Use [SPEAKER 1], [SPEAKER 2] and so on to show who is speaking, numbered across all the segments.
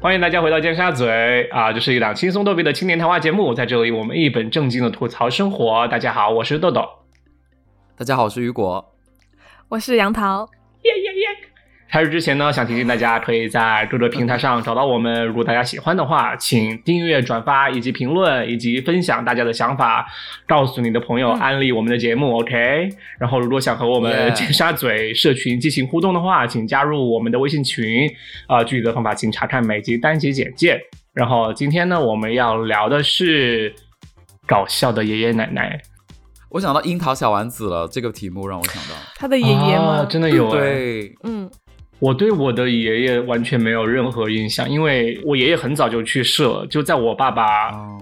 [SPEAKER 1] 欢迎大家回到尖沙咀啊，这是一档轻松逗比的青年谈话节目，在这里我们一本正经的吐槽生活。大家好，我是豆豆，
[SPEAKER 2] 大家好，我是雨果。
[SPEAKER 3] 我是杨桃，
[SPEAKER 1] 耶耶耶！开始之前呢，想提醒大家可以在各个平台上找到我们。如果大家喜欢的话，请订阅、转发以及评论，以及分享大家的想法，告诉你的朋友，
[SPEAKER 3] 嗯
[SPEAKER 1] 安利我们的节目。OK。然后，如果想和我们
[SPEAKER 2] Yeah
[SPEAKER 1] 尖沙咀社群进行互动的话，请加入我们的微信群。啊、具体的方法请查看每集单集简介。然后今天呢，我们要聊的是搞笑的爷爷奶奶。
[SPEAKER 2] 我想到樱桃小丸子了，这个题目让我想到，
[SPEAKER 3] 他的爷爷
[SPEAKER 1] 啊
[SPEAKER 3] 吗？
[SPEAKER 1] 真的有、哎。
[SPEAKER 2] 对，
[SPEAKER 3] 嗯，
[SPEAKER 1] 我对我的爷爷完全没有任何印象，因为我爷爷很早就去世了，就在我爸爸
[SPEAKER 2] 哦，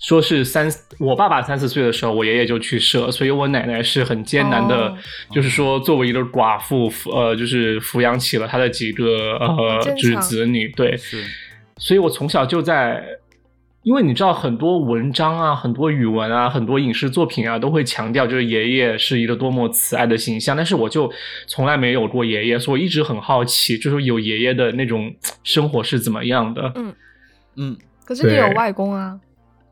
[SPEAKER 1] 说是三，我爸爸三四岁的时候，我爷爷就去世了，所以我奶奶是很艰难的，
[SPEAKER 3] 哦
[SPEAKER 1] 就是说作为一个寡妇，呃，就是抚养起了他的几个呃
[SPEAKER 3] 哦正常
[SPEAKER 1] 就是子女，对，
[SPEAKER 2] 是，
[SPEAKER 1] 所以我从小就在，因为你知道很多文章啊、很多语文啊、很多影视作品啊，都会强调就是爷爷是一个多么慈爱的形象，但是我就从来没有过爷爷，所以我一直很好奇，就是有爷爷的那种生活是怎么样的。
[SPEAKER 2] 嗯，
[SPEAKER 3] 可是你有
[SPEAKER 1] 对
[SPEAKER 3] 外公啊，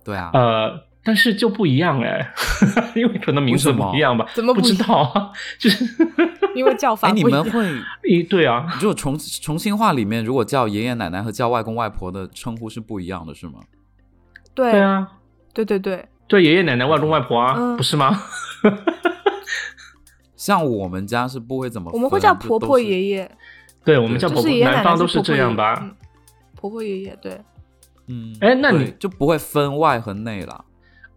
[SPEAKER 2] 对啊，
[SPEAKER 1] 呃，但是就不一样哎， 因为可能名字
[SPEAKER 2] 为什么
[SPEAKER 1] 不一样吧，
[SPEAKER 3] 怎么
[SPEAKER 1] 不
[SPEAKER 3] 不一
[SPEAKER 1] 知
[SPEAKER 3] 样
[SPEAKER 1] 道啊，就是
[SPEAKER 3] 因为叫
[SPEAKER 2] 哎、
[SPEAKER 3] 法
[SPEAKER 2] 你
[SPEAKER 3] 不一
[SPEAKER 2] 们
[SPEAKER 3] 样。
[SPEAKER 2] 会，
[SPEAKER 1] 一对啊，
[SPEAKER 2] 如果重重庆话里面，如果叫爷爷奶奶和叫外公外婆的称呼是不一样的，是吗？
[SPEAKER 3] 对
[SPEAKER 1] 对啊，
[SPEAKER 3] 对对对，
[SPEAKER 1] 对爷爷奶奶、外公外婆啊，
[SPEAKER 3] 嗯
[SPEAKER 1] 不是吗？
[SPEAKER 2] 像我们家是不会怎么分，
[SPEAKER 3] 我们会叫婆婆爷
[SPEAKER 2] 爷，
[SPEAKER 3] 爷，
[SPEAKER 1] 对，我们叫
[SPEAKER 3] 就
[SPEAKER 1] 婆婆，
[SPEAKER 3] 是爷爷奶
[SPEAKER 1] 南
[SPEAKER 3] 奶
[SPEAKER 1] 方都
[SPEAKER 3] 是
[SPEAKER 1] 这样吧？
[SPEAKER 3] 嗯婆婆爷爷对，
[SPEAKER 2] 嗯，
[SPEAKER 1] 哎那
[SPEAKER 2] 对
[SPEAKER 1] 你
[SPEAKER 2] 就不会分外和内啦，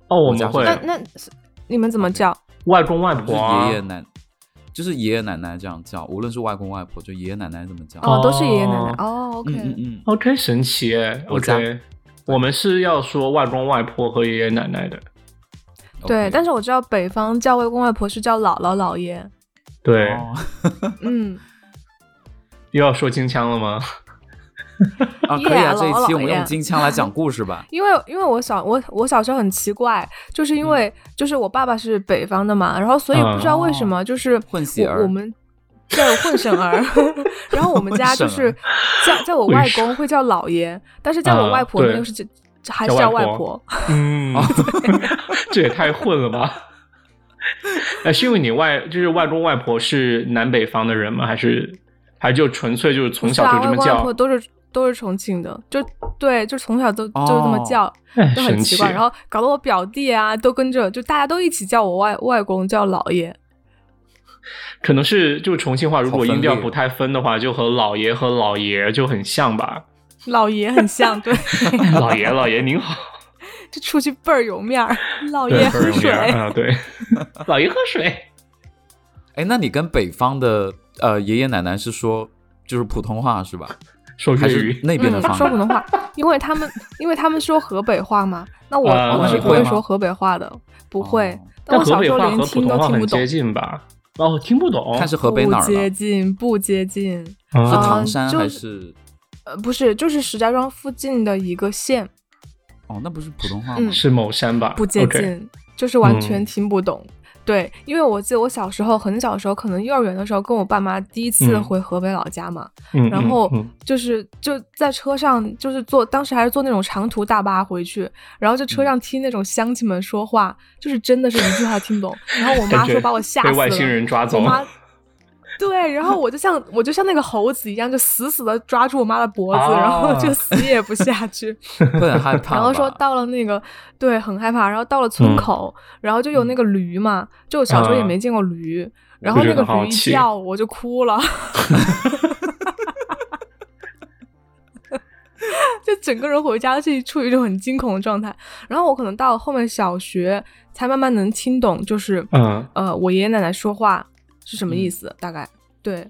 [SPEAKER 1] 哦，我
[SPEAKER 2] 我家
[SPEAKER 1] 们
[SPEAKER 2] 是
[SPEAKER 1] 会
[SPEAKER 2] 这
[SPEAKER 3] 那
[SPEAKER 2] 样
[SPEAKER 3] 那是你们怎么叫？
[SPEAKER 1] 外公外
[SPEAKER 2] 就是
[SPEAKER 1] 婆啊、
[SPEAKER 2] 爷爷奶，就是爷爷奶奶这样叫，无论是外公外婆，就爷爷奶奶这么叫。
[SPEAKER 3] 哦，都是爷爷奶奶。哦，OK，
[SPEAKER 2] 嗯嗯嗯，
[SPEAKER 1] OK，神奇耶
[SPEAKER 2] 我家
[SPEAKER 1] ！OK，我们是要说外公外婆和爷爷奶奶的，
[SPEAKER 3] 对。
[SPEAKER 2] OK
[SPEAKER 3] 但是我知道北方叫外公外婆是叫姥姥姥爷。
[SPEAKER 1] 对，
[SPEAKER 2] 哦
[SPEAKER 3] 嗯，
[SPEAKER 1] 又要说金腔了吗？
[SPEAKER 2] 啊，
[SPEAKER 3] 耶
[SPEAKER 2] 可以啊，
[SPEAKER 3] 姥
[SPEAKER 2] 这一
[SPEAKER 3] 姥
[SPEAKER 2] 期我们
[SPEAKER 3] 姥爷。
[SPEAKER 2] 用金腔来讲故事吧
[SPEAKER 3] 因为因为我小我我小时候很奇怪，就是因为、就是我爸爸是北方的嘛，然后所以
[SPEAKER 1] 嗯
[SPEAKER 3] 不知道为什么、就是
[SPEAKER 2] 混血
[SPEAKER 3] 我
[SPEAKER 2] 儿
[SPEAKER 3] 我们。对混 省儿，然后我们家就是
[SPEAKER 2] 混
[SPEAKER 3] 叫叫我
[SPEAKER 1] 混
[SPEAKER 3] 外
[SPEAKER 1] 省
[SPEAKER 3] 公会叫姥爷，但是叫我
[SPEAKER 1] 嗯
[SPEAKER 3] 外婆呢
[SPEAKER 1] 对
[SPEAKER 3] 又是叫还
[SPEAKER 1] 叫
[SPEAKER 3] 是叫
[SPEAKER 1] 外婆
[SPEAKER 3] 外婆，
[SPEAKER 1] 嗯，这也太混了吧！呃，是因为你外就是外公外婆是南北方的人吗？还是还就纯粹就是从小
[SPEAKER 3] 是啊
[SPEAKER 1] 就这么
[SPEAKER 3] 外公外
[SPEAKER 1] 叫
[SPEAKER 3] 婆？都是都是重庆的，就对，就从小都、就这么
[SPEAKER 2] 哦
[SPEAKER 3] 叫，
[SPEAKER 1] 哎，
[SPEAKER 3] 就很
[SPEAKER 1] 神
[SPEAKER 3] 奇
[SPEAKER 1] 奇！
[SPEAKER 3] 怪。然后搞得我表弟啊都跟着，就大家都一起叫我外外公叫姥爷，
[SPEAKER 1] 可能是就是重庆话，如
[SPEAKER 2] 好
[SPEAKER 1] 果
[SPEAKER 2] 分
[SPEAKER 1] 音调
[SPEAKER 2] 裂
[SPEAKER 1] 不太分的话，就和老爷和老爷就很像吧。
[SPEAKER 3] 姥爷很像，对，
[SPEAKER 1] 老爷老爷您好，
[SPEAKER 3] 就出去倍儿有面 儿，姥
[SPEAKER 1] 对
[SPEAKER 3] 爷喝水。
[SPEAKER 1] 啊，对，老爷喝水。
[SPEAKER 2] 哎，那你跟北方的呃爷爷奶奶是说就是普通话是吧？
[SPEAKER 1] 说
[SPEAKER 2] 还
[SPEAKER 1] 粤
[SPEAKER 2] 是
[SPEAKER 1] 语，
[SPEAKER 2] 那边的
[SPEAKER 3] 嗯、
[SPEAKER 2] 方
[SPEAKER 3] 说普
[SPEAKER 2] 言？
[SPEAKER 3] 通话，因为他们因为他们说河北话嘛，那我、
[SPEAKER 1] 啊
[SPEAKER 3] 我是
[SPEAKER 2] 那你
[SPEAKER 3] 不
[SPEAKER 2] 会
[SPEAKER 3] 会
[SPEAKER 2] 吗
[SPEAKER 3] 说河北话的，不会。
[SPEAKER 2] 哦
[SPEAKER 3] 但我
[SPEAKER 1] 河
[SPEAKER 3] 小
[SPEAKER 1] 北
[SPEAKER 3] 时候
[SPEAKER 1] 话
[SPEAKER 3] 连
[SPEAKER 1] 和普
[SPEAKER 3] 听
[SPEAKER 1] 通
[SPEAKER 3] 都
[SPEAKER 1] 话
[SPEAKER 3] 听
[SPEAKER 1] 很
[SPEAKER 3] 不懂
[SPEAKER 1] 接，近吧？哦，听不懂。
[SPEAKER 2] 看是河北哪
[SPEAKER 3] 不
[SPEAKER 2] 儿
[SPEAKER 3] 接
[SPEAKER 2] 的？
[SPEAKER 3] 近，不接近。
[SPEAKER 2] 是
[SPEAKER 1] 啊，
[SPEAKER 2] 唐山
[SPEAKER 3] 就
[SPEAKER 2] 还是？
[SPEAKER 3] 呃，不是，就是石家庄附近的一个县，
[SPEAKER 2] 哦，那不是普通话吗
[SPEAKER 3] 嗯？
[SPEAKER 1] 是某山吧？
[SPEAKER 3] 不接
[SPEAKER 1] OK
[SPEAKER 3] 近，就是完
[SPEAKER 1] 嗯
[SPEAKER 3] 全听不懂。对，因为我记得我小时候很小时候，可能幼儿园的时候，跟我爸妈第一次
[SPEAKER 1] 嗯
[SPEAKER 3] 回河北老家嘛，
[SPEAKER 1] 嗯，
[SPEAKER 3] 然后
[SPEAKER 1] 嗯
[SPEAKER 3] 就是就在车上，就是坐当时还是坐那种长途大巴回去，然后在
[SPEAKER 1] 嗯
[SPEAKER 3] 车上听那种乡亲们说话，就是真的是一句话听不懂。然后我妈
[SPEAKER 1] 感觉
[SPEAKER 3] 说把我吓
[SPEAKER 1] 被
[SPEAKER 3] 死了，
[SPEAKER 1] 外星人抓
[SPEAKER 3] 我
[SPEAKER 1] 走。
[SPEAKER 3] 妈对，然后我就像我就像那个猴子一样，就死死的抓住我妈的脖子，然后
[SPEAKER 1] 啊
[SPEAKER 3] 就死也不下去。
[SPEAKER 2] 会很害怕吧。
[SPEAKER 3] 然后说到了那个，对，很害怕。然后到了村
[SPEAKER 1] 嗯
[SPEAKER 3] 口，然后就有那个驴嘛，就我小时候也
[SPEAKER 1] 啊
[SPEAKER 3] 没见过驴，然
[SPEAKER 1] 会
[SPEAKER 3] 后
[SPEAKER 1] 觉
[SPEAKER 3] 那
[SPEAKER 1] 得
[SPEAKER 3] 个
[SPEAKER 1] 很好
[SPEAKER 3] 驴一
[SPEAKER 1] 奇
[SPEAKER 3] 叫我就哭了， 就整个人回家是处于一种很惊恐的状态。然后我可能到后面小学才慢慢能听懂，就是、
[SPEAKER 1] 嗯，
[SPEAKER 3] 呃，我爷爷奶奶说话是什么意
[SPEAKER 2] 嗯
[SPEAKER 3] 思，大概对。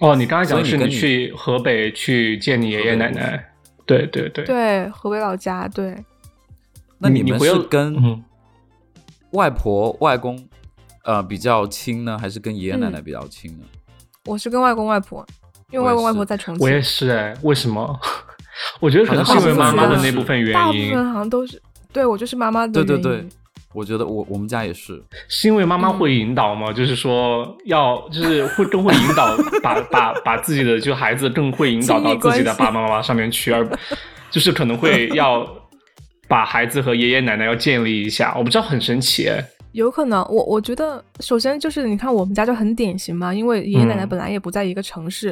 [SPEAKER 1] 哦，你刚才讲的
[SPEAKER 2] 所以
[SPEAKER 1] 是
[SPEAKER 2] 你
[SPEAKER 1] 你
[SPEAKER 2] 跟你
[SPEAKER 1] 去河北去见你爷爷奶
[SPEAKER 2] 河北
[SPEAKER 1] 奶，对对对。
[SPEAKER 3] 对，河北老家，对，
[SPEAKER 2] 那
[SPEAKER 1] 你
[SPEAKER 2] 们
[SPEAKER 1] 回
[SPEAKER 2] 是
[SPEAKER 1] 到
[SPEAKER 2] 跟
[SPEAKER 1] 嗯，
[SPEAKER 2] 外婆外公呃比较亲呢，还是跟爷爷
[SPEAKER 3] 嗯
[SPEAKER 2] 奶奶比较亲呢？
[SPEAKER 3] 我是跟外公外婆，因为
[SPEAKER 2] 我
[SPEAKER 3] 外
[SPEAKER 2] 也
[SPEAKER 3] 公外婆
[SPEAKER 2] 是
[SPEAKER 3] 在重庆，
[SPEAKER 1] 我也是哎，为什么？ 我觉得可能是
[SPEAKER 2] 好
[SPEAKER 1] 因
[SPEAKER 2] 像
[SPEAKER 1] 为妈妈
[SPEAKER 3] 大部
[SPEAKER 1] 的
[SPEAKER 3] 分
[SPEAKER 1] 那
[SPEAKER 2] 是
[SPEAKER 1] 部分
[SPEAKER 3] 大
[SPEAKER 1] 原
[SPEAKER 3] 部
[SPEAKER 1] 因
[SPEAKER 3] 分好像都是，对我就是妈妈的
[SPEAKER 2] 对对
[SPEAKER 3] 原因
[SPEAKER 2] 对，我觉得我我们家也是，
[SPEAKER 1] 是因为妈妈会引导
[SPEAKER 3] 嗯
[SPEAKER 1] 吗？就是说要就是会更会引 导把把把自己的就孩子更会引导到自己的爸爸妈妈上面去，而就是可能会要把孩子和爷爷奶奶要建立一下，我不知道很神奇哎。
[SPEAKER 3] 有可能，我我觉得，首先就是你看我们家就很典型嘛，因为爷爷奶奶
[SPEAKER 1] 嗯
[SPEAKER 3] 本来也不在一个城市，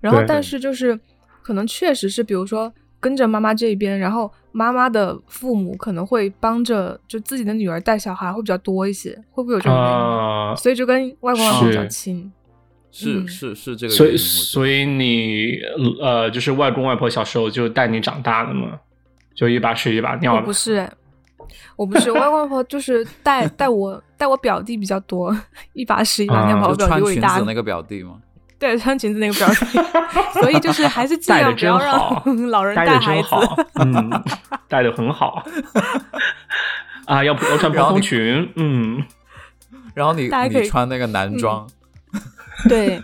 [SPEAKER 3] 然后
[SPEAKER 1] 对
[SPEAKER 3] 但
[SPEAKER 1] 对
[SPEAKER 3] 是就是可能确实是，比如说跟着妈妈这边，然后妈妈的父母可能会帮着就自己的女儿带小孩会比较多一些，会不会有这种原因？
[SPEAKER 1] 啊、
[SPEAKER 3] 所以就跟外公外婆比较
[SPEAKER 1] 是
[SPEAKER 3] 亲，
[SPEAKER 2] 是、
[SPEAKER 3] 嗯
[SPEAKER 2] 是是这个
[SPEAKER 1] 所以
[SPEAKER 2] 原因。我觉得
[SPEAKER 1] 所以你呃，就是外公外婆小时候就带你长大的嘛，就一把屎一把尿
[SPEAKER 3] 我
[SPEAKER 1] 的
[SPEAKER 3] 不。是哎，我不是外公外婆就是带 带我带我表弟比较多， 一把屎一把尿，
[SPEAKER 1] 啊
[SPEAKER 3] 把我
[SPEAKER 2] 就
[SPEAKER 3] 表弟
[SPEAKER 2] 穿
[SPEAKER 3] 喂
[SPEAKER 2] 裙
[SPEAKER 3] 大
[SPEAKER 2] 子。那个表弟吗？
[SPEAKER 3] 对，穿裙子那个表 弟，所以就是还是尽
[SPEAKER 1] 带
[SPEAKER 3] 量
[SPEAKER 1] 的
[SPEAKER 3] 不
[SPEAKER 1] 真
[SPEAKER 3] 要
[SPEAKER 1] 好
[SPEAKER 3] 让， 老人
[SPEAKER 1] 带
[SPEAKER 3] 带
[SPEAKER 1] 的
[SPEAKER 3] 孩
[SPEAKER 1] 真
[SPEAKER 3] 子。
[SPEAKER 1] 好，嗯， 带的很好。 啊，要不要穿蓬
[SPEAKER 2] 然后
[SPEAKER 1] 蓬
[SPEAKER 2] 你
[SPEAKER 1] 裙？嗯，
[SPEAKER 2] 然后你
[SPEAKER 3] 大家可以嗯
[SPEAKER 2] 你穿那个男装，
[SPEAKER 3] 对，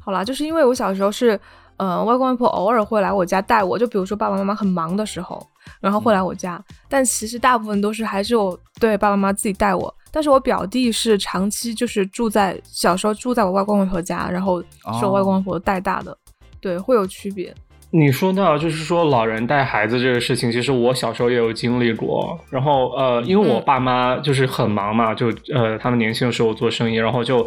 [SPEAKER 3] 好啦，就是因为我小时候是，呃，外公外婆偶尔会来我家带我，就比如说爸爸妈妈很忙的时候，然后会来我家，但其实大部分都是还是我对爸爸妈妈自己带我。但是我表弟是长期就是住在小时候住在我外公外婆家，然后是我外公外婆带大的，对，会有区别。
[SPEAKER 1] 你说到就是说老人带孩子这个事情，其实我小时候也有经历过。然后呃，因为我
[SPEAKER 3] 嗯
[SPEAKER 1] 爸妈就是很忙嘛，就呃他们年轻的时候做生意，然后就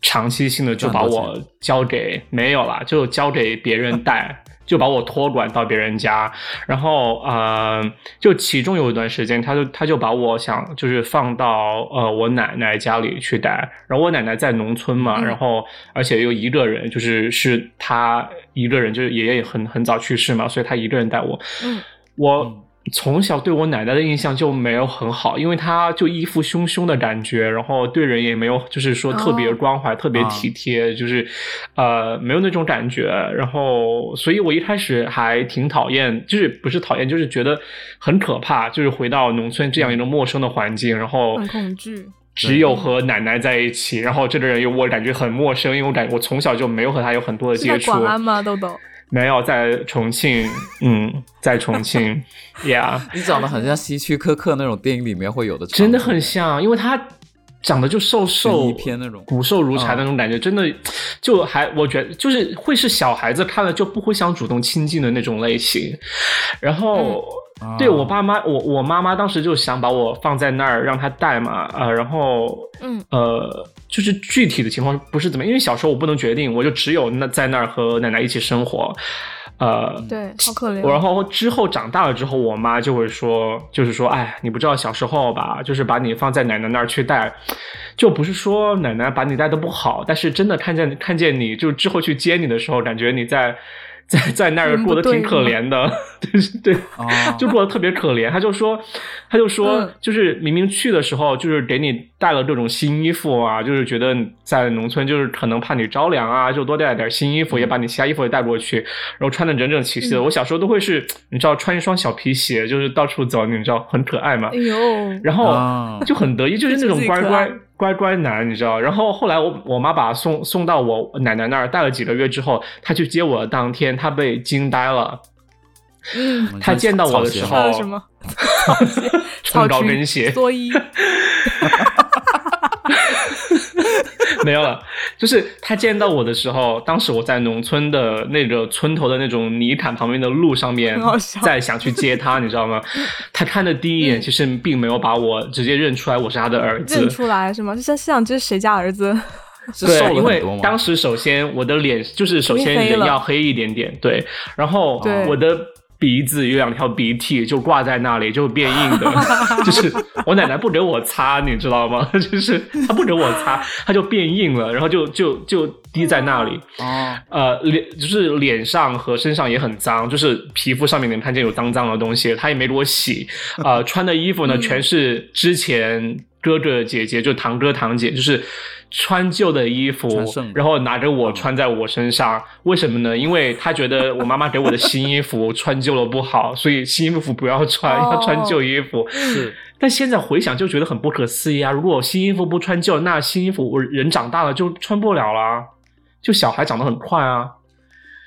[SPEAKER 1] 长期性的就把
[SPEAKER 2] 赚多
[SPEAKER 1] 我交给没有啦，就交给别人 带，就把我托管到别人家。然后呃，就其中有一段时间，他就他就把我想就是放到呃我奶奶家里去带，然后我奶奶在农村嘛，
[SPEAKER 3] 嗯
[SPEAKER 1] 然后而且又一个人，就是是她一个人，就是爷爷也很很早去世嘛，所以她一个人带我。
[SPEAKER 3] 嗯，
[SPEAKER 1] 我从小对我奶奶的印象就没有很好，因为她就一副凶凶的感觉，然后对人也没有就是说特别
[SPEAKER 3] 哦
[SPEAKER 1] 关怀、特别
[SPEAKER 2] 啊
[SPEAKER 1] 体贴，就是呃没有那种感觉。然后，所以我一开始还挺讨厌，就是不是讨厌，就是觉得很可怕，就是回到农村这样一个陌生的环境，然后
[SPEAKER 3] 嗯很恐惧。
[SPEAKER 1] 只有和奶奶在一起，然后这个人又我感觉很陌生，因为我感我从小就没有和他有很多的
[SPEAKER 3] 是
[SPEAKER 1] 接
[SPEAKER 3] 在
[SPEAKER 1] 触。
[SPEAKER 3] 广安吗，豆豆？
[SPEAKER 1] 没有在重庆，嗯，在重 庆，Yeah。
[SPEAKER 2] 你长得很像希区柯克那种电影里面会有的场景，
[SPEAKER 1] 真的很像，因为他长得就瘦
[SPEAKER 2] 悬
[SPEAKER 1] 瘦
[SPEAKER 2] 疑片那种
[SPEAKER 1] 骨瘦如柴的那种感觉，真的就还我觉得就是会是小孩子看了就不会想主动亲近的那种类型。然后、
[SPEAKER 3] 嗯
[SPEAKER 2] 啊
[SPEAKER 1] 对我爸妈，我我妈妈当时就想把我放在那儿让她带嘛，呃，然后
[SPEAKER 3] 嗯
[SPEAKER 1] 呃，就是具体的情况不是怎么，因为小时候我不能决定，我就只有那在那儿和奶奶一起生活，呃，
[SPEAKER 3] 对，好可怜。
[SPEAKER 1] 然后之后长大了之后，我妈就会说，就是说，哎，你不知道小时候吧，就是把你放在奶奶那儿去带，就不是说奶奶把你带的不好，但是真的看见看见你就之后去接你的时候，感觉你在在在那儿
[SPEAKER 3] 嗯
[SPEAKER 1] 过得
[SPEAKER 3] 不对
[SPEAKER 1] 挺可怜的， 就是对。
[SPEAKER 2] 啊，
[SPEAKER 1] 就过得特别可怜。他就说，他就说
[SPEAKER 3] 嗯，
[SPEAKER 1] 就是明明去的时候，就是给你带了这种新衣服啊，就是觉得在农村就是可能怕你着凉啊，就多带点新衣服，也把你其他衣服也带过去，然后穿的整整齐齐的。
[SPEAKER 3] 嗯
[SPEAKER 1] 我小时候都会是，你知道，穿一双小皮鞋，就是到处走，你知道，很可爱嘛
[SPEAKER 3] 哎。呦，
[SPEAKER 1] 然后
[SPEAKER 2] 啊
[SPEAKER 1] 就很得意，就是那种乖
[SPEAKER 3] 自己可爱
[SPEAKER 1] 乖乖乖男，你知道。然后后来我我妈把他送送到我奶奶那儿，带了几个月之后，她去接我的当天，她被惊呆了。
[SPEAKER 3] 嗯，
[SPEAKER 2] 我们
[SPEAKER 1] 他
[SPEAKER 2] 像
[SPEAKER 1] 见到我
[SPEAKER 2] 草
[SPEAKER 1] 的
[SPEAKER 2] 鞋
[SPEAKER 1] 时
[SPEAKER 3] 穿
[SPEAKER 1] 候
[SPEAKER 3] 了什么？草鞋、
[SPEAKER 1] 穿
[SPEAKER 3] 草
[SPEAKER 1] 高
[SPEAKER 3] 裙
[SPEAKER 1] 跟鞋
[SPEAKER 3] 蓑衣。
[SPEAKER 1] 没有了，就是他见到我的时候，当时我在农村的那个村头的那种泥坎旁边的路上面
[SPEAKER 3] 很好笑，嗯
[SPEAKER 1] 在想去接他，你知道吗？他看的第一眼，其实并没有把我直接认出来我是他的儿子
[SPEAKER 3] 认，出来是吗？就像像这是谁家儿子？
[SPEAKER 2] 是
[SPEAKER 1] 对，
[SPEAKER 2] 瘦
[SPEAKER 1] 因
[SPEAKER 2] 了很
[SPEAKER 1] 为
[SPEAKER 2] 多吗？
[SPEAKER 1] 当时首先我的脸就是首先
[SPEAKER 3] 肯定黑
[SPEAKER 1] 人
[SPEAKER 3] 了
[SPEAKER 1] 要黑一点点，对，然后
[SPEAKER 3] 对
[SPEAKER 1] 我的鼻子有两条鼻涕就挂在那里，就变硬 的，就是我奶奶不给我擦，你知道吗？ 就是她不给我擦，它就变硬了，然后就就就滴在那里，
[SPEAKER 2] 啊，
[SPEAKER 1] 呃，脸就是脸上和身上也很脏，就是皮肤上面能看见有脏脏的东西，他也没给我洗。呃，穿的衣服呢，
[SPEAKER 3] 嗯
[SPEAKER 1] 全是之前哥哥姐姐，就堂哥堂姐，就是穿旧的衣服
[SPEAKER 2] 穿剩的，嗯
[SPEAKER 1] 然后拿着我穿在我身上。为什么呢？因为他觉得我妈妈给我的新衣服穿旧了不好，所以新衣服不要穿，
[SPEAKER 3] 哦
[SPEAKER 1] 要穿旧衣服。
[SPEAKER 2] 是
[SPEAKER 1] 但现在回想就觉得很不可思议啊！如果我新衣服不穿旧，那新衣服我人长大了就穿不了啦。就小孩长得很快啊，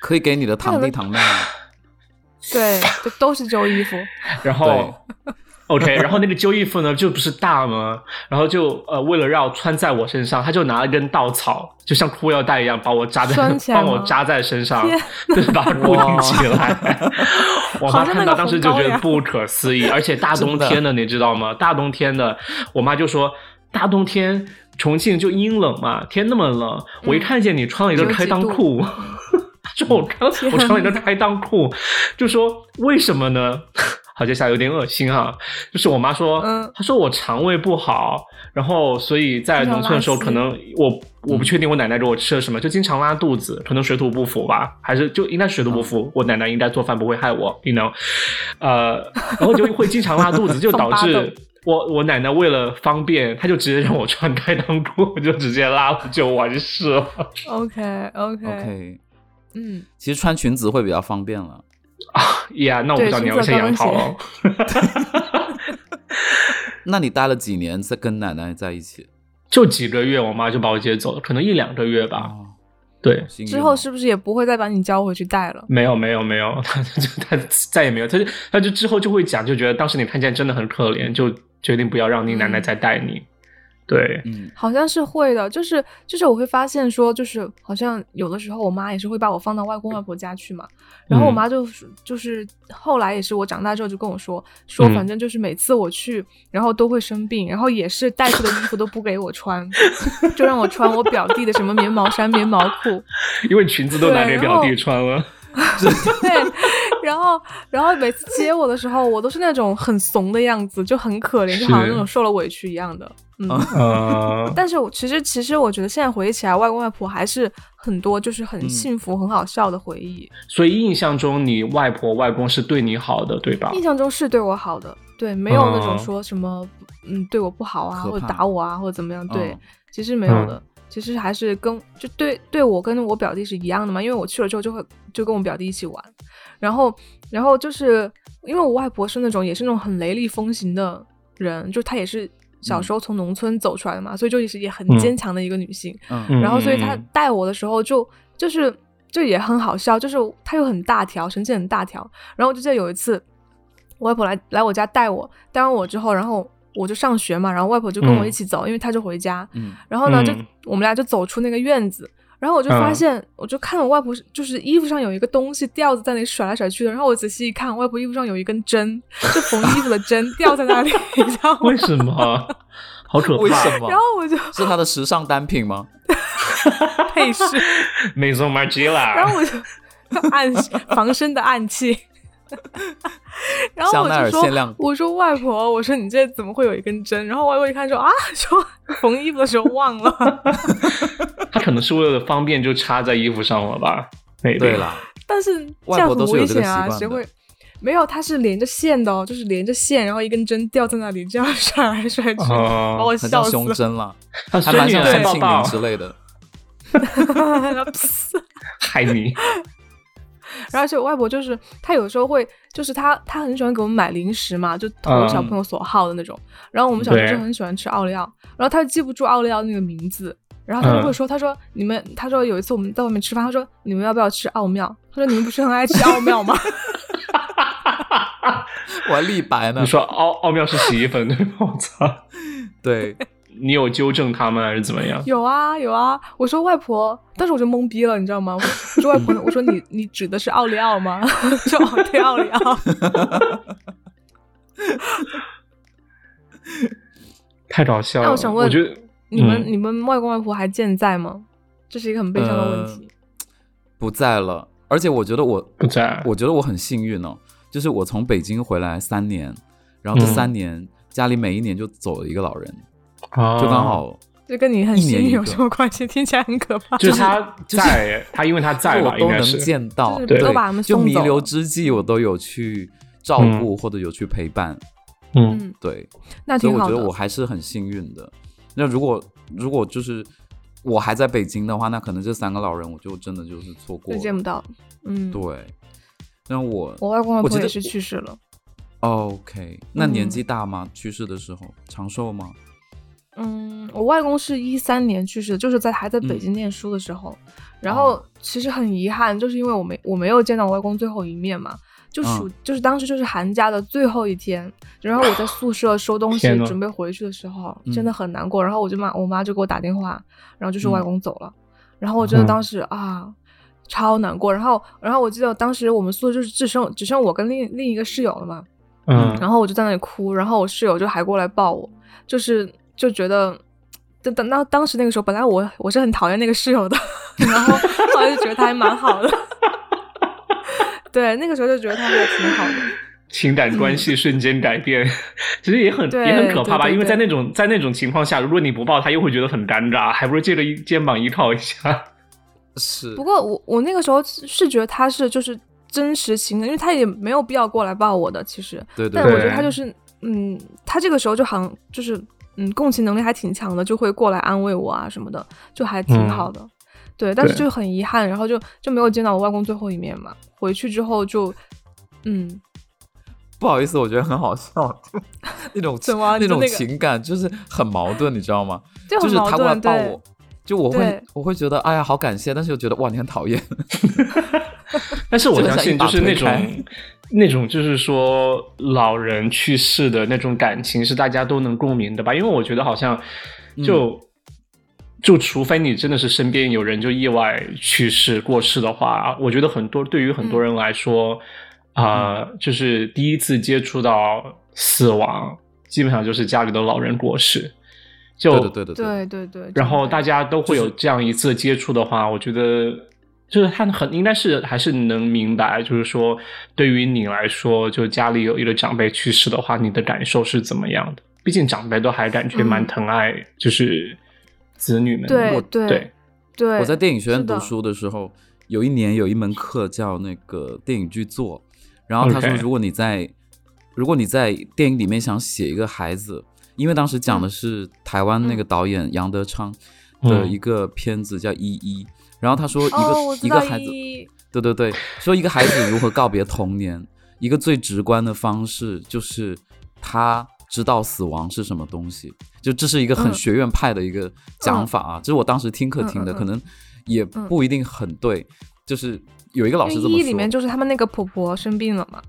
[SPEAKER 2] 可以给你的堂
[SPEAKER 3] 那
[SPEAKER 2] 弟
[SPEAKER 3] 个
[SPEAKER 2] 堂妹吗，
[SPEAKER 3] 对，就都是旧衣服。
[SPEAKER 1] 然后 OK，然后那个旧衣服呢，就不是大吗？然后就呃，为了让穿在我身上，他就拿了根稻草，就像裤腰带一样，把我扎在
[SPEAKER 3] 拴，起来
[SPEAKER 1] 帮我
[SPEAKER 3] 吗
[SPEAKER 1] 扎在身上
[SPEAKER 3] 天，
[SPEAKER 1] 对，把它固定起来。 我妈
[SPEAKER 3] 好像那
[SPEAKER 1] 看
[SPEAKER 3] 个
[SPEAKER 1] 到当时就觉
[SPEAKER 3] 红高
[SPEAKER 1] 得
[SPEAKER 3] 粱
[SPEAKER 1] 不可思议，而且大冬天的，你知道吗？大冬天的，我妈就说大冬天。重庆就阴冷嘛，天那么冷，我一
[SPEAKER 3] 嗯
[SPEAKER 1] 看见你穿了一个
[SPEAKER 3] 有
[SPEAKER 1] 开
[SPEAKER 3] 几
[SPEAKER 1] 裆
[SPEAKER 3] 度嗯
[SPEAKER 1] 裤， 就我刚我穿了一个开裆裤，就说为什么呢？ 好像想有点恶心啊。就是我妈说，
[SPEAKER 3] 嗯
[SPEAKER 1] 她说我肠胃不好，然后所以在农村的时候，
[SPEAKER 3] 经
[SPEAKER 1] 可
[SPEAKER 3] 常拉
[SPEAKER 1] 能我我不
[SPEAKER 2] 嗯
[SPEAKER 1] 确定我奶奶给我吃了什么，就经常拉肚子，可能水土不服吧，还是就应该水土不服。
[SPEAKER 3] 嗯
[SPEAKER 1] 我奶奶应该做饭不会害我，you know，呃，然后就会经常拉肚 子，就导
[SPEAKER 3] 放巴
[SPEAKER 1] 致
[SPEAKER 3] 豆。
[SPEAKER 1] 我我奶奶为了方便，她就直接让我穿开裆裤，我就直接拉了就完事了。
[SPEAKER 3] OK OK，
[SPEAKER 2] OK，
[SPEAKER 3] 嗯，
[SPEAKER 2] 其实穿裙子会比较方便了。
[SPEAKER 1] 呀、那我不
[SPEAKER 3] 对
[SPEAKER 1] 知道你
[SPEAKER 3] 裙
[SPEAKER 1] 要
[SPEAKER 3] 子
[SPEAKER 1] 先
[SPEAKER 3] 和
[SPEAKER 1] 杨
[SPEAKER 3] 高
[SPEAKER 1] 桃
[SPEAKER 3] 跟
[SPEAKER 1] 了。
[SPEAKER 2] 那你待了几年在跟奶奶在一起
[SPEAKER 1] 就几个月，我妈就把我接走了，可能一两个月吧。
[SPEAKER 2] 哦
[SPEAKER 1] 对，
[SPEAKER 2] 幸运
[SPEAKER 3] 之后
[SPEAKER 2] 哦
[SPEAKER 3] 是不是也不会再把你交回去带了？
[SPEAKER 1] 没有没有没有， 她就她再也没有，她就她就之后就会讲，就觉得当时你看见真的很可怜，就决定不要让你奶奶再带你。对，
[SPEAKER 2] 嗯
[SPEAKER 3] 好像是会的，就是就是我会发现说，就是好像有的时候我妈也是会把我放到外公外婆家去嘛，然后我
[SPEAKER 1] 嗯
[SPEAKER 3] 妈就是就是后来也是我长大之后就跟我说说，
[SPEAKER 1] 嗯
[SPEAKER 3] 反正就是每次我去，然后都会生病，然后也是带去的衣服都不给我穿， 就让我穿我表弟的什么棉毛衫、棉毛裤，
[SPEAKER 1] 因为裙子都拿给
[SPEAKER 3] 对
[SPEAKER 1] 表
[SPEAKER 3] 然
[SPEAKER 1] 弟
[SPEAKER 3] 后
[SPEAKER 1] 穿了。
[SPEAKER 3] 对，然后然后每次接我的时候，我都是那种很怂的样子，就很可怜，就好像
[SPEAKER 1] 是
[SPEAKER 3] 那种受了委屈一样的，嗯。
[SPEAKER 1] 呃，
[SPEAKER 3] 但是我其实其实我觉得现在回忆起来，外公外婆还是很多就是很
[SPEAKER 2] 嗯
[SPEAKER 3] 幸福、很好笑的回忆。
[SPEAKER 1] 所以印象中你外婆外公是对你好的，
[SPEAKER 2] 啊
[SPEAKER 1] 对吧？
[SPEAKER 3] 印象中是对我好的，对，没有那
[SPEAKER 1] 哦
[SPEAKER 3] 种说什么嗯对我不好啊，
[SPEAKER 2] 可
[SPEAKER 3] 或者
[SPEAKER 2] 怕
[SPEAKER 3] 打我啊，或者怎么样，对，
[SPEAKER 2] 嗯
[SPEAKER 3] 其实没有的。其实还是跟就对对我跟我表弟是一样的嘛，因为我去了之后就会就跟我表弟一起玩，然后然后就是因为我外婆是那种也是那种很雷厉风行的人，就她也是小
[SPEAKER 2] 嗯
[SPEAKER 3] 时候从农村走出来的嘛，所以就也是也很
[SPEAKER 1] 嗯
[SPEAKER 3] 坚强的一个女性。
[SPEAKER 2] 嗯
[SPEAKER 1] 嗯
[SPEAKER 3] 然后所以他
[SPEAKER 1] 嗯
[SPEAKER 3] 带我的时候就就是就也很好笑，就是他又很大条，神经很大条。然后我就记得有一次，我外婆来来我家带我，带完我之后，然后我就上学嘛，然后外婆就跟我
[SPEAKER 1] 嗯
[SPEAKER 3] 一起走，因为她就回家。
[SPEAKER 2] 嗯
[SPEAKER 3] 然后呢，就
[SPEAKER 1] 嗯
[SPEAKER 3] 我们俩就走出那个院子。然后我就发
[SPEAKER 1] 嗯
[SPEAKER 3] 现，我就看我外婆是就是衣服上有一个东西吊着在那里甩来甩去的，然后我仔细一看，我外婆衣服上有一根 针，就缝衣服的针吊在那里，你知道吗
[SPEAKER 1] 为？什么？好可怕！
[SPEAKER 2] 为什么
[SPEAKER 3] 然后我就是
[SPEAKER 2] 他的时尚单品吗？
[SPEAKER 3] 配饰，
[SPEAKER 1] ？Maison
[SPEAKER 3] 然后
[SPEAKER 1] Margiela，
[SPEAKER 3] 我就暗防身的暗器。 然后
[SPEAKER 2] 香
[SPEAKER 3] 我
[SPEAKER 2] 奈
[SPEAKER 3] 就
[SPEAKER 2] 儿限
[SPEAKER 3] 说
[SPEAKER 2] 量：“
[SPEAKER 3] 我说外婆，我说你这怎么会有一根针？”然后外婆一看说：“啊，说缝衣服的时候忘了。
[SPEAKER 1] 她可能是为了方便就插在衣服上了吧？maybe
[SPEAKER 2] 对啦，”
[SPEAKER 3] 但是这
[SPEAKER 2] 外
[SPEAKER 3] 样
[SPEAKER 2] 婆
[SPEAKER 3] 很
[SPEAKER 2] 都是有
[SPEAKER 3] 危
[SPEAKER 2] 这个
[SPEAKER 3] 险啊，
[SPEAKER 2] 习惯
[SPEAKER 3] 谁
[SPEAKER 2] 的
[SPEAKER 3] 会？没有，它是连着线的哦，就是连着线，然后一根针吊在那里，这样甩来甩去，
[SPEAKER 1] 哦
[SPEAKER 3] 把我
[SPEAKER 2] 很
[SPEAKER 3] 笑
[SPEAKER 2] 像
[SPEAKER 3] 死
[SPEAKER 2] 胸
[SPEAKER 3] 了。
[SPEAKER 2] 针啦，
[SPEAKER 1] 她
[SPEAKER 2] 还
[SPEAKER 1] 孙
[SPEAKER 2] 蛮
[SPEAKER 1] 女
[SPEAKER 2] 像
[SPEAKER 1] 来
[SPEAKER 2] 三
[SPEAKER 1] 抱
[SPEAKER 2] 庆
[SPEAKER 1] 抱
[SPEAKER 2] 龄，之 类的。
[SPEAKER 1] 害你。
[SPEAKER 3] 然后而且我外婆就是她有时候会，就是她她很喜欢给我们买零食嘛，就
[SPEAKER 2] 嗯
[SPEAKER 3] 投小朋友所好的那种。然后我们小时候
[SPEAKER 1] 对
[SPEAKER 3] 就很喜欢吃奥利奥，然后她就记不住奥利奥那个名字，然后她就
[SPEAKER 2] 嗯
[SPEAKER 3] 会说，她说你们，她说有一次我们在外面吃饭，她说你们要不要吃奥妙？她说你们不是很爱吃奥妙吗？？
[SPEAKER 2] 我还立白呢
[SPEAKER 1] 你。说奥奥妙是洗衣粉 对吗？我操！
[SPEAKER 2] 对，
[SPEAKER 1] 你有纠正他们还是怎么样
[SPEAKER 3] 有啊有啊，我说外婆，当时我就懵逼了，你知道吗？我说外婆，我说你你指的是奥利奥吗？ 就哦对奥利奥，
[SPEAKER 1] 太搞笑了！
[SPEAKER 3] 那我想问
[SPEAKER 1] 觉得
[SPEAKER 3] 你们、
[SPEAKER 1] 嗯
[SPEAKER 3] 你们外公外婆还健在吗？这是一个很悲伤的问
[SPEAKER 2] 呃
[SPEAKER 3] 题。
[SPEAKER 2] 不在了。而且我觉得我
[SPEAKER 1] 不在，
[SPEAKER 2] 我觉得我很幸运哦，就是我从北京回来三年，然后
[SPEAKER 1] 嗯
[SPEAKER 2] 这三年家里每一年就走了一个老人，
[SPEAKER 1] 啊
[SPEAKER 2] 就刚。好
[SPEAKER 3] 这跟你很
[SPEAKER 2] 一年
[SPEAKER 3] 幸运
[SPEAKER 2] 一
[SPEAKER 3] 有
[SPEAKER 2] 个
[SPEAKER 3] 什么关系？听起来很可怕。
[SPEAKER 1] 就是他
[SPEAKER 2] 就是
[SPEAKER 1] 在，他因为他在
[SPEAKER 2] 就
[SPEAKER 1] 吧，
[SPEAKER 2] 我
[SPEAKER 1] 应
[SPEAKER 2] 都
[SPEAKER 1] 该
[SPEAKER 2] 能
[SPEAKER 1] 是
[SPEAKER 2] 见到，
[SPEAKER 3] 就是
[SPEAKER 1] 对
[SPEAKER 3] 都把他们
[SPEAKER 2] 就
[SPEAKER 3] 送
[SPEAKER 2] 弥
[SPEAKER 3] 走
[SPEAKER 2] 留
[SPEAKER 3] 了
[SPEAKER 2] 之际我都有去照顾或者有去陪伴，
[SPEAKER 1] 嗯
[SPEAKER 3] 嗯，
[SPEAKER 2] 对，
[SPEAKER 3] 那
[SPEAKER 2] 所以
[SPEAKER 3] 挺
[SPEAKER 2] 我
[SPEAKER 3] 好
[SPEAKER 2] 觉
[SPEAKER 3] 的。
[SPEAKER 2] 得我还是很幸运的。那如果如果就是我还在北京的话，那可能这三个老人我就真的就是错过
[SPEAKER 3] 就
[SPEAKER 2] 了，
[SPEAKER 3] 见不到。嗯，
[SPEAKER 2] 对，那我
[SPEAKER 3] 我外公外
[SPEAKER 2] 我记
[SPEAKER 3] 婆
[SPEAKER 2] 得
[SPEAKER 3] 也是去世了。
[SPEAKER 2] OK，那年
[SPEAKER 3] 嗯
[SPEAKER 2] 纪大吗？去世的时候长寿吗？
[SPEAKER 3] 嗯，我外公是一三年去世的，就是在还在
[SPEAKER 1] 嗯
[SPEAKER 3] 北京念书
[SPEAKER 1] 哦
[SPEAKER 3] 的时候。然后其实很遗憾，就是因为我没我没有见到我外公最后一面嘛。就
[SPEAKER 1] 嗯
[SPEAKER 3] 暑、就是当时就是寒假的最后一天，然后我在宿舍收东西
[SPEAKER 1] 天呐
[SPEAKER 3] 准备回去的时候，
[SPEAKER 2] 嗯
[SPEAKER 3] 真的很难过。然后我就妈我妈就给我打电话，然后就说外公走了，然后我真的
[SPEAKER 1] 嗯
[SPEAKER 3] 当时、啊。超难过，然后，然后我记得当时我们宿舍就是只剩只剩我跟另另一个室友了嘛，
[SPEAKER 1] 嗯，
[SPEAKER 3] 然后我就在那里哭，然后我室友就还过来抱我，就是就觉得，就等到当时那个时候，本来我我是很讨厌那个室友的， 然后后来就觉得他还蛮好的， 对，那个时候就觉得他还挺好的，
[SPEAKER 1] 情感关系瞬间改变，其实也很
[SPEAKER 3] 嗯对
[SPEAKER 1] 也很可怕吧？
[SPEAKER 3] 对对
[SPEAKER 1] 因为在
[SPEAKER 3] 对
[SPEAKER 1] 那种在那种情况下，如果你不抱他，又会觉得很尴尬，还不如借着一肩膀依靠一下。
[SPEAKER 2] 是
[SPEAKER 3] 不过我我那个时候是觉得他是就是真实情感，因为他也没有必要过来抱我的，其实，
[SPEAKER 2] 对对
[SPEAKER 3] 但我
[SPEAKER 2] 对
[SPEAKER 3] 觉得他就是，嗯，他这个时候就好像就是，嗯，共情能力还挺强的，就会过来安慰我啊什么的，就还挺
[SPEAKER 2] 嗯
[SPEAKER 3] 好的。对，但是
[SPEAKER 1] 对
[SPEAKER 3] 就很遗憾，然后就就没有见到我外公最后一面嘛。回去之后就，嗯，
[SPEAKER 2] 不好意思，我觉得很好笑， 那种
[SPEAKER 3] 怎么啊
[SPEAKER 2] 那
[SPEAKER 3] 你说
[SPEAKER 2] 种
[SPEAKER 3] 那个
[SPEAKER 2] 情感就是很矛盾，你知道吗？
[SPEAKER 3] 就
[SPEAKER 2] 就
[SPEAKER 3] 很
[SPEAKER 2] 是
[SPEAKER 3] 矛
[SPEAKER 2] 他过来
[SPEAKER 3] 盾。
[SPEAKER 2] 抱
[SPEAKER 3] 对
[SPEAKER 2] 我，，就我会
[SPEAKER 3] 对
[SPEAKER 2] 我会觉得哎呀好感谢，但是又觉得哇你很讨厌，
[SPEAKER 1] 但是我相信，就是那
[SPEAKER 2] 就像一把推
[SPEAKER 1] 种 那种，就是说老人去世的那种感情，是大家都能共鸣的吧？因为我觉得好像
[SPEAKER 2] 嗯
[SPEAKER 1] 就、就除非你真的是身边有人就意外去世过世的话，我觉得很多对于很多人来说，
[SPEAKER 2] 嗯
[SPEAKER 1] 啊、就是第一次接触到死亡，基本上就是家里的老人过世，就
[SPEAKER 2] 对的对的的，
[SPEAKER 3] 对对对。
[SPEAKER 1] 然后大家
[SPEAKER 3] 家
[SPEAKER 1] 都会有这样一次接触的话，我觉得就是他很应该是还是能明白，就是说对于你来说，就家里有一个长辈去世的话，你的感受是怎么样的？毕竟长辈都还感觉蛮
[SPEAKER 3] 嗯
[SPEAKER 1] 疼爱，就是子女们的。
[SPEAKER 3] 对
[SPEAKER 2] 我
[SPEAKER 3] 对
[SPEAKER 1] 对，
[SPEAKER 3] 对，
[SPEAKER 2] 我在电影学
[SPEAKER 3] 是
[SPEAKER 2] 院
[SPEAKER 3] 的
[SPEAKER 2] 读书的时候，有一年有一门课叫那个电影剧作，然后他说
[SPEAKER 1] OK
[SPEAKER 2] 如果你在如果你在电影里面想写一个孩子，因为当时讲的是台湾
[SPEAKER 3] 嗯
[SPEAKER 2] 那个导演杨德昌的
[SPEAKER 1] 嗯
[SPEAKER 2] 一个片子叫《一一》，然后他说一个、
[SPEAKER 3] 哦，我知
[SPEAKER 2] 一个
[SPEAKER 3] 道
[SPEAKER 2] 孩子。
[SPEAKER 3] 一
[SPEAKER 2] 对对对，说一个孩子如何告别童 年，一个最直观的方式就是他知道死亡是什么东西，就这是一个很
[SPEAKER 3] 嗯
[SPEAKER 2] 学院派的一个讲法啊，这是我当时听课听的，
[SPEAKER 3] 嗯嗯嗯
[SPEAKER 2] 可能也不一定很对，就是有一个老师这
[SPEAKER 3] 因为
[SPEAKER 2] 么
[SPEAKER 3] 一
[SPEAKER 2] 说，
[SPEAKER 3] 里面就是他们那个婆婆生病了嘛，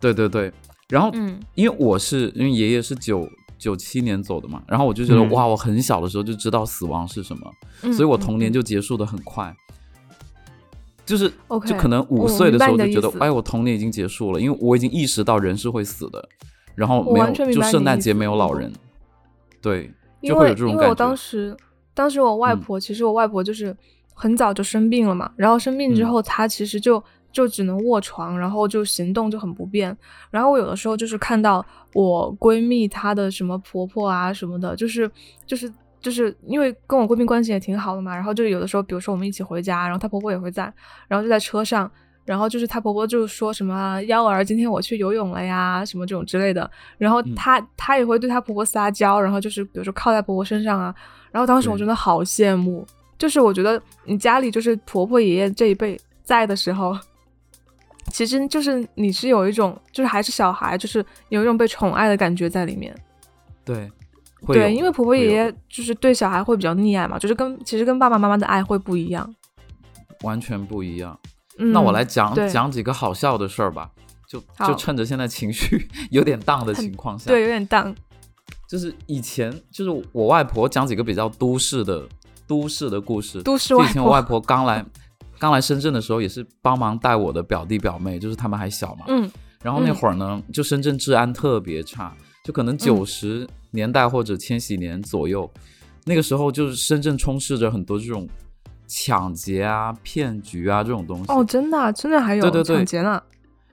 [SPEAKER 2] 对对对，然后
[SPEAKER 3] 嗯
[SPEAKER 2] 因为我是因为爷爷是九九七年走的嘛，然后我就觉得、
[SPEAKER 1] 嗯
[SPEAKER 2] 哇，我很小的时候就知道死亡是什么，
[SPEAKER 3] 嗯，
[SPEAKER 2] 所以我童年
[SPEAKER 3] 嗯
[SPEAKER 2] 就结束的很快。就是
[SPEAKER 3] OK，
[SPEAKER 2] 就可能五
[SPEAKER 3] 我
[SPEAKER 2] 岁
[SPEAKER 3] 明
[SPEAKER 2] 时
[SPEAKER 3] 白
[SPEAKER 2] 候
[SPEAKER 3] 你
[SPEAKER 2] 就
[SPEAKER 3] 的
[SPEAKER 2] 觉
[SPEAKER 3] 意
[SPEAKER 2] 得，
[SPEAKER 3] 思
[SPEAKER 2] 哎，我童年已经结束了，因为我已经意识到人是会死的，然后
[SPEAKER 3] 我
[SPEAKER 2] 没有
[SPEAKER 3] 完全明
[SPEAKER 2] 就
[SPEAKER 3] 白
[SPEAKER 2] 圣
[SPEAKER 3] 你的
[SPEAKER 2] 诞
[SPEAKER 3] 意
[SPEAKER 2] 节
[SPEAKER 3] 思
[SPEAKER 2] 没有老
[SPEAKER 3] 嗯
[SPEAKER 2] 人，对，
[SPEAKER 3] 因
[SPEAKER 2] 就会
[SPEAKER 3] 为
[SPEAKER 2] 有这种
[SPEAKER 3] 因
[SPEAKER 2] 感
[SPEAKER 3] 为
[SPEAKER 2] 觉。
[SPEAKER 3] 我当时，当时我外
[SPEAKER 2] 嗯
[SPEAKER 3] 婆，其实我外婆就是很早就生病了嘛，然后生病之
[SPEAKER 2] 嗯
[SPEAKER 3] 后，她其实就就只能卧床，然后就行动就很不便。然后我有的时候就是看到我闺蜜她的什么婆婆啊什么的，就是就是。就是因为跟我闺蜜关系也挺好的嘛，然后就有的时候，比如说我们一起回家，然后她婆婆也会在，然后就在车上，然后就是她婆婆就说什么啊幺儿，今天我去游泳了呀，什么这种之类的。然后
[SPEAKER 2] 嗯
[SPEAKER 3] 她她也会对她婆婆撒娇，然后就是比如说靠在婆婆身上啊。然后当时我
[SPEAKER 2] 对
[SPEAKER 3] 真的好羡慕，就是我觉得你家里就是婆婆爷爷这一辈在的时候，其实就是你是有一种就是还是小孩，就是有一种被宠爱的感觉在里面。
[SPEAKER 2] 对，会有
[SPEAKER 3] 对，因为婆婆
[SPEAKER 2] 会
[SPEAKER 3] 爷
[SPEAKER 2] 有
[SPEAKER 3] 爷就是对小孩会比较溺爱嘛，就是跟其实跟爸爸妈妈的爱会不一样。
[SPEAKER 2] 完全不一样。
[SPEAKER 3] 嗯，
[SPEAKER 2] 那我来讲
[SPEAKER 3] 对
[SPEAKER 2] 讲几个好笑的事儿吧，就就
[SPEAKER 3] 好
[SPEAKER 2] 趁着现在情绪 有点荡的情况下，
[SPEAKER 3] 对，有点荡。
[SPEAKER 2] 就是以前就是我外婆讲几个比较都市的都市的故事，
[SPEAKER 3] 都市
[SPEAKER 2] 就
[SPEAKER 3] 外
[SPEAKER 2] 以前我
[SPEAKER 3] 婆，
[SPEAKER 2] 外婆刚来刚来深圳的时候，也是帮忙带我的表弟表妹，就是他们还小嘛。
[SPEAKER 3] 嗯
[SPEAKER 2] 然后那会儿呢，就深圳治安特别差，就可能
[SPEAKER 3] 嗯
[SPEAKER 2] 九十年代或者千禧年左右，那个时候就是深圳充斥着很多这种抢劫啊、骗局啊这种东西。
[SPEAKER 3] 哦，真的啊、真的还有
[SPEAKER 2] 对对对
[SPEAKER 3] 抢劫呢。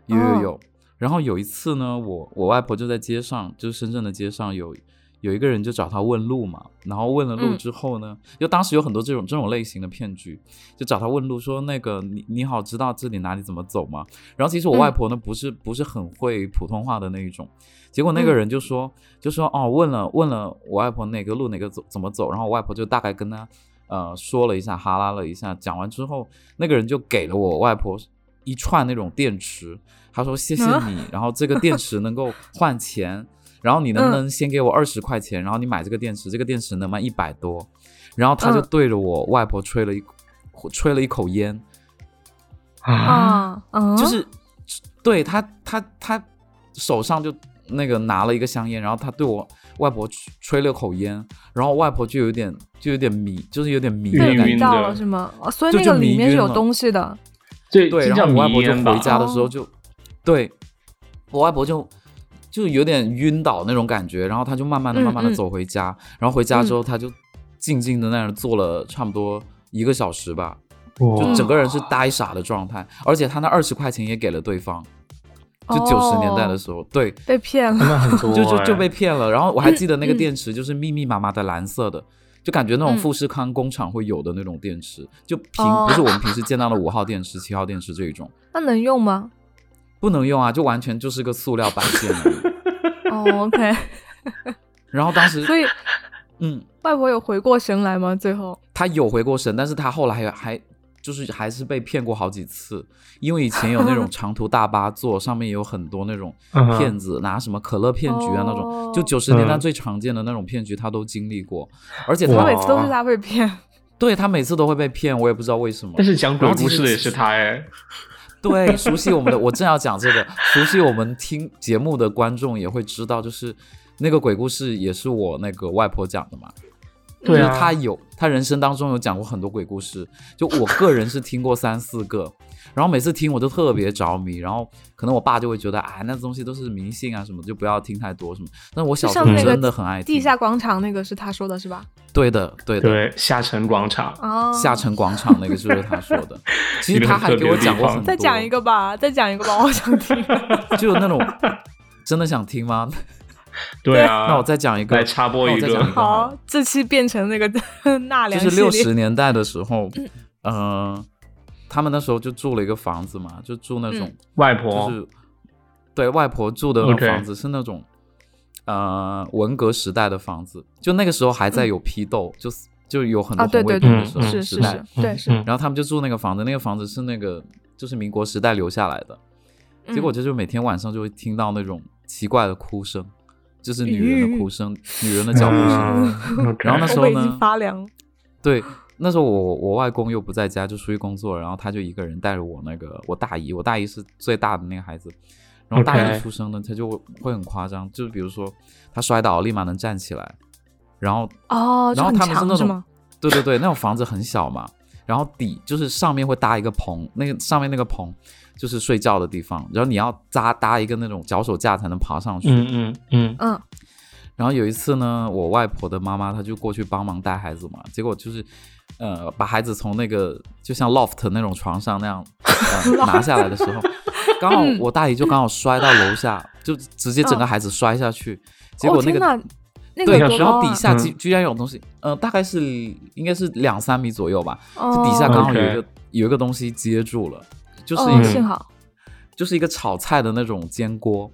[SPEAKER 2] 有有
[SPEAKER 3] 哦
[SPEAKER 2] 有。然后有一次呢，我我外婆就在街上，就是深圳的街上有有一个人就找她问路嘛，然后问了路
[SPEAKER 3] 嗯
[SPEAKER 2] 之后呢，就当时有很多这种这种类型的骗局，就找她问路说那个你你好知道这里哪里怎么走吗？然后其实我外
[SPEAKER 3] 嗯
[SPEAKER 2] 婆呢不是不是很会普通话的那一种，结果那个
[SPEAKER 3] 嗯
[SPEAKER 2] 人就说就说哦问了问了我外婆哪个路哪个走怎么走，然后我外婆就大概跟她呃说了一下哈拉了一下，讲完之后那个人就给了我外婆一串那种电池，他说谢谢
[SPEAKER 3] 啊
[SPEAKER 2] 你，然后这个电池能够换钱， 然后你能不
[SPEAKER 3] 嗯
[SPEAKER 2] 能先给我二十块钱，然后你买这个电池，这个电池能卖一百多，然后他就
[SPEAKER 3] 嗯
[SPEAKER 2] 对着我外婆吹了一吹了一口烟，
[SPEAKER 1] 啊，
[SPEAKER 3] 啊，嗯，
[SPEAKER 2] 就是对他他他手上就那个拿了一个香烟，然后他对我外婆吹吹了口烟，然后外婆就有点就有点迷，就是有点迷的
[SPEAKER 1] 对
[SPEAKER 3] 被
[SPEAKER 2] 感
[SPEAKER 1] 晕
[SPEAKER 3] 迷
[SPEAKER 2] 觉。
[SPEAKER 1] 的
[SPEAKER 3] 到了是吗？哦所以
[SPEAKER 2] 就
[SPEAKER 3] 那
[SPEAKER 2] 就
[SPEAKER 3] 个里
[SPEAKER 2] 迷
[SPEAKER 3] 面是
[SPEAKER 2] 晕
[SPEAKER 3] 有
[SPEAKER 2] 了
[SPEAKER 3] 东西的。
[SPEAKER 1] 对，
[SPEAKER 2] 对，
[SPEAKER 1] 这
[SPEAKER 2] 然
[SPEAKER 1] 叫
[SPEAKER 2] 后我外
[SPEAKER 1] 迷
[SPEAKER 2] 婆就
[SPEAKER 1] 烟
[SPEAKER 2] 回
[SPEAKER 1] 吧。
[SPEAKER 2] 家的
[SPEAKER 3] 哦
[SPEAKER 2] 时候就，对我外婆就就有点晕倒那种感觉，然后她就慢慢的、
[SPEAKER 3] 嗯
[SPEAKER 2] 慢慢的
[SPEAKER 3] 嗯
[SPEAKER 2] 走回家，然后回家之后，她就静静的那儿坐了差不多一个小时吧，就
[SPEAKER 1] 哇
[SPEAKER 2] 整个人是呆傻的状态，而且她那二十块钱也给了对方，就
[SPEAKER 3] 哦
[SPEAKER 2] 九十年代的时候，对，啊
[SPEAKER 3] 被骗了，
[SPEAKER 1] 那很多
[SPEAKER 2] 就就就
[SPEAKER 1] 哎
[SPEAKER 2] 被骗了。然后我还记得那个电池就是密密麻麻的蓝色的，就感觉那种
[SPEAKER 3] 嗯
[SPEAKER 2] 富士康工厂会有的那种电池，就平
[SPEAKER 3] 哦
[SPEAKER 2] 不是我们平时见到的五号电池、七号电池这一种，
[SPEAKER 3] 那能用吗？
[SPEAKER 2] 不能用啊，就完全就是个塑料板件而 已。
[SPEAKER 3] 哦，OK，
[SPEAKER 2] 然后当时，
[SPEAKER 3] 所以
[SPEAKER 2] 嗯，
[SPEAKER 3] 外婆有回过神来吗？最后，
[SPEAKER 2] 他有回过神，但是他后来还还就是还是被骗过好几次，因为以前有那种长途大巴坐，上面有很多那种
[SPEAKER 1] 嗯哼
[SPEAKER 2] 骗子，拿什么可乐骗局啊那
[SPEAKER 3] 哦
[SPEAKER 2] 种，就九十年代
[SPEAKER 1] 嗯
[SPEAKER 2] 最常见的那种骗局，他都经历过，而且
[SPEAKER 3] 他
[SPEAKER 1] 哇
[SPEAKER 2] 他
[SPEAKER 3] 每次都是他被骗，
[SPEAKER 2] 对他每次都会被骗，我也不知道为什么
[SPEAKER 1] 但。是讲鬼
[SPEAKER 2] 然后
[SPEAKER 1] 故
[SPEAKER 2] 其
[SPEAKER 1] 事
[SPEAKER 2] 实
[SPEAKER 1] 的也
[SPEAKER 2] 其
[SPEAKER 1] 是
[SPEAKER 2] 实
[SPEAKER 1] 他哎，
[SPEAKER 2] 对，熟悉我们的，我正要讲这个， 熟悉我们听节目的观众也会知道，就是那个鬼故事也是我那个外婆讲的嘛。
[SPEAKER 1] 对
[SPEAKER 2] 就是
[SPEAKER 1] 啊，
[SPEAKER 2] 他有他人生当中有讲过很多鬼故事，就我个人是听过三四个， 然后每次听我都特别着迷，然后可能我爸就会觉得，哎，那东西都是迷信啊什么，就不要听太多什么。但我小时候
[SPEAKER 3] 就像
[SPEAKER 1] 那个
[SPEAKER 2] 真的很爱听，
[SPEAKER 3] 地下广场那个是他说的是吧？
[SPEAKER 2] 对的对的，
[SPEAKER 1] 对下沉广场，
[SPEAKER 3] 啊，
[SPEAKER 2] 下沉广场那个就是他说 的。其
[SPEAKER 1] 一
[SPEAKER 2] 实
[SPEAKER 1] 个
[SPEAKER 2] 他
[SPEAKER 1] 很
[SPEAKER 2] 还
[SPEAKER 1] 特
[SPEAKER 2] 给
[SPEAKER 1] 别
[SPEAKER 2] 我
[SPEAKER 1] 的地
[SPEAKER 2] 讲过
[SPEAKER 1] 方
[SPEAKER 2] 很多，
[SPEAKER 3] 再讲一，个吧，再讲一个吧，我想 听。
[SPEAKER 2] 就那种 真的想听吗？
[SPEAKER 1] 对啊，
[SPEAKER 2] 那我再讲一个，
[SPEAKER 1] 来插播
[SPEAKER 2] 那
[SPEAKER 1] 一
[SPEAKER 2] 我再
[SPEAKER 1] 个
[SPEAKER 2] 讲一个好了
[SPEAKER 3] 好，这期变成那个 纳凉
[SPEAKER 2] 就
[SPEAKER 3] 系
[SPEAKER 2] 是六
[SPEAKER 3] 列，啊
[SPEAKER 2] 十年代的时候，嗯，他们那时候就住了一个房子嘛，就住那种
[SPEAKER 3] 嗯
[SPEAKER 1] 外
[SPEAKER 2] 就
[SPEAKER 1] 婆，
[SPEAKER 2] 是对外婆住的那
[SPEAKER 1] OK
[SPEAKER 2] 种房子是那种呃文革时代的房子，就那个时候还在有批斗，就就有很多
[SPEAKER 3] 啊对
[SPEAKER 2] 红卫
[SPEAKER 3] 对
[SPEAKER 2] 兵
[SPEAKER 1] 对
[SPEAKER 2] 的时
[SPEAKER 1] 嗯
[SPEAKER 2] 候
[SPEAKER 3] 是
[SPEAKER 2] 时
[SPEAKER 3] 是
[SPEAKER 2] 代
[SPEAKER 3] 是，，对
[SPEAKER 1] 嗯
[SPEAKER 3] 是，
[SPEAKER 1] 嗯
[SPEAKER 2] 然后他们就住那个房子，那个房子是那个就是民国时代留下来的，结果
[SPEAKER 3] 嗯
[SPEAKER 2] 就是每天晚上就会听到那种奇怪的哭声，就是女
[SPEAKER 3] 咦
[SPEAKER 2] 人的哭声，女人的脚步 声。
[SPEAKER 1] 嗯，OK
[SPEAKER 2] 然后那时候
[SPEAKER 3] 我背已
[SPEAKER 2] 呢
[SPEAKER 3] 经发凉了。
[SPEAKER 2] 对，那时候我我外公又不在家，就出去工作，然后他就一个人带着我那个我大姨，我大姨是最大的那个孩子，然后大
[SPEAKER 1] OK
[SPEAKER 2] 姨出生呢，他就会很夸张，就是比如说他摔倒立马能站起来，然后
[SPEAKER 3] 哦，
[SPEAKER 2] 然
[SPEAKER 3] 就
[SPEAKER 2] 后
[SPEAKER 3] 很
[SPEAKER 2] 他们是
[SPEAKER 3] 强
[SPEAKER 2] 那
[SPEAKER 3] 是
[SPEAKER 2] 种
[SPEAKER 3] 吗？
[SPEAKER 2] 对对对，那种房子很小嘛，然后底就是上面会搭一个棚，那个上面那个棚就是睡觉的地方，然后你要搭搭一个那种脚手架才能爬上去，
[SPEAKER 1] 嗯嗯嗯，
[SPEAKER 3] 嗯，
[SPEAKER 2] 然后有一次呢，我外婆的妈妈她就过去帮忙带孩子嘛，结果就是，呃，把孩子从那个就像 loft 那种床上那样、 呃、拿下来的时候，刚好
[SPEAKER 3] 嗯
[SPEAKER 2] 我大姨就刚好摔到楼下，就直接整个孩子摔下去，结
[SPEAKER 3] 哦
[SPEAKER 2] 果那
[SPEAKER 3] 天
[SPEAKER 2] 个、
[SPEAKER 3] 哪，那个
[SPEAKER 2] 对
[SPEAKER 3] 有，多
[SPEAKER 2] 然后
[SPEAKER 3] 高
[SPEAKER 2] 底
[SPEAKER 3] 啊？
[SPEAKER 2] 下居
[SPEAKER 1] 嗯
[SPEAKER 2] 居然有东西，呃，大概是应该是两三米左右吧，就
[SPEAKER 3] 哦
[SPEAKER 2] 底下刚好有一
[SPEAKER 1] OK
[SPEAKER 2] 个、有一个东西接住了，就是一
[SPEAKER 3] 哦，
[SPEAKER 2] 个、
[SPEAKER 3] 幸好
[SPEAKER 2] 就是一个炒菜的那种煎锅，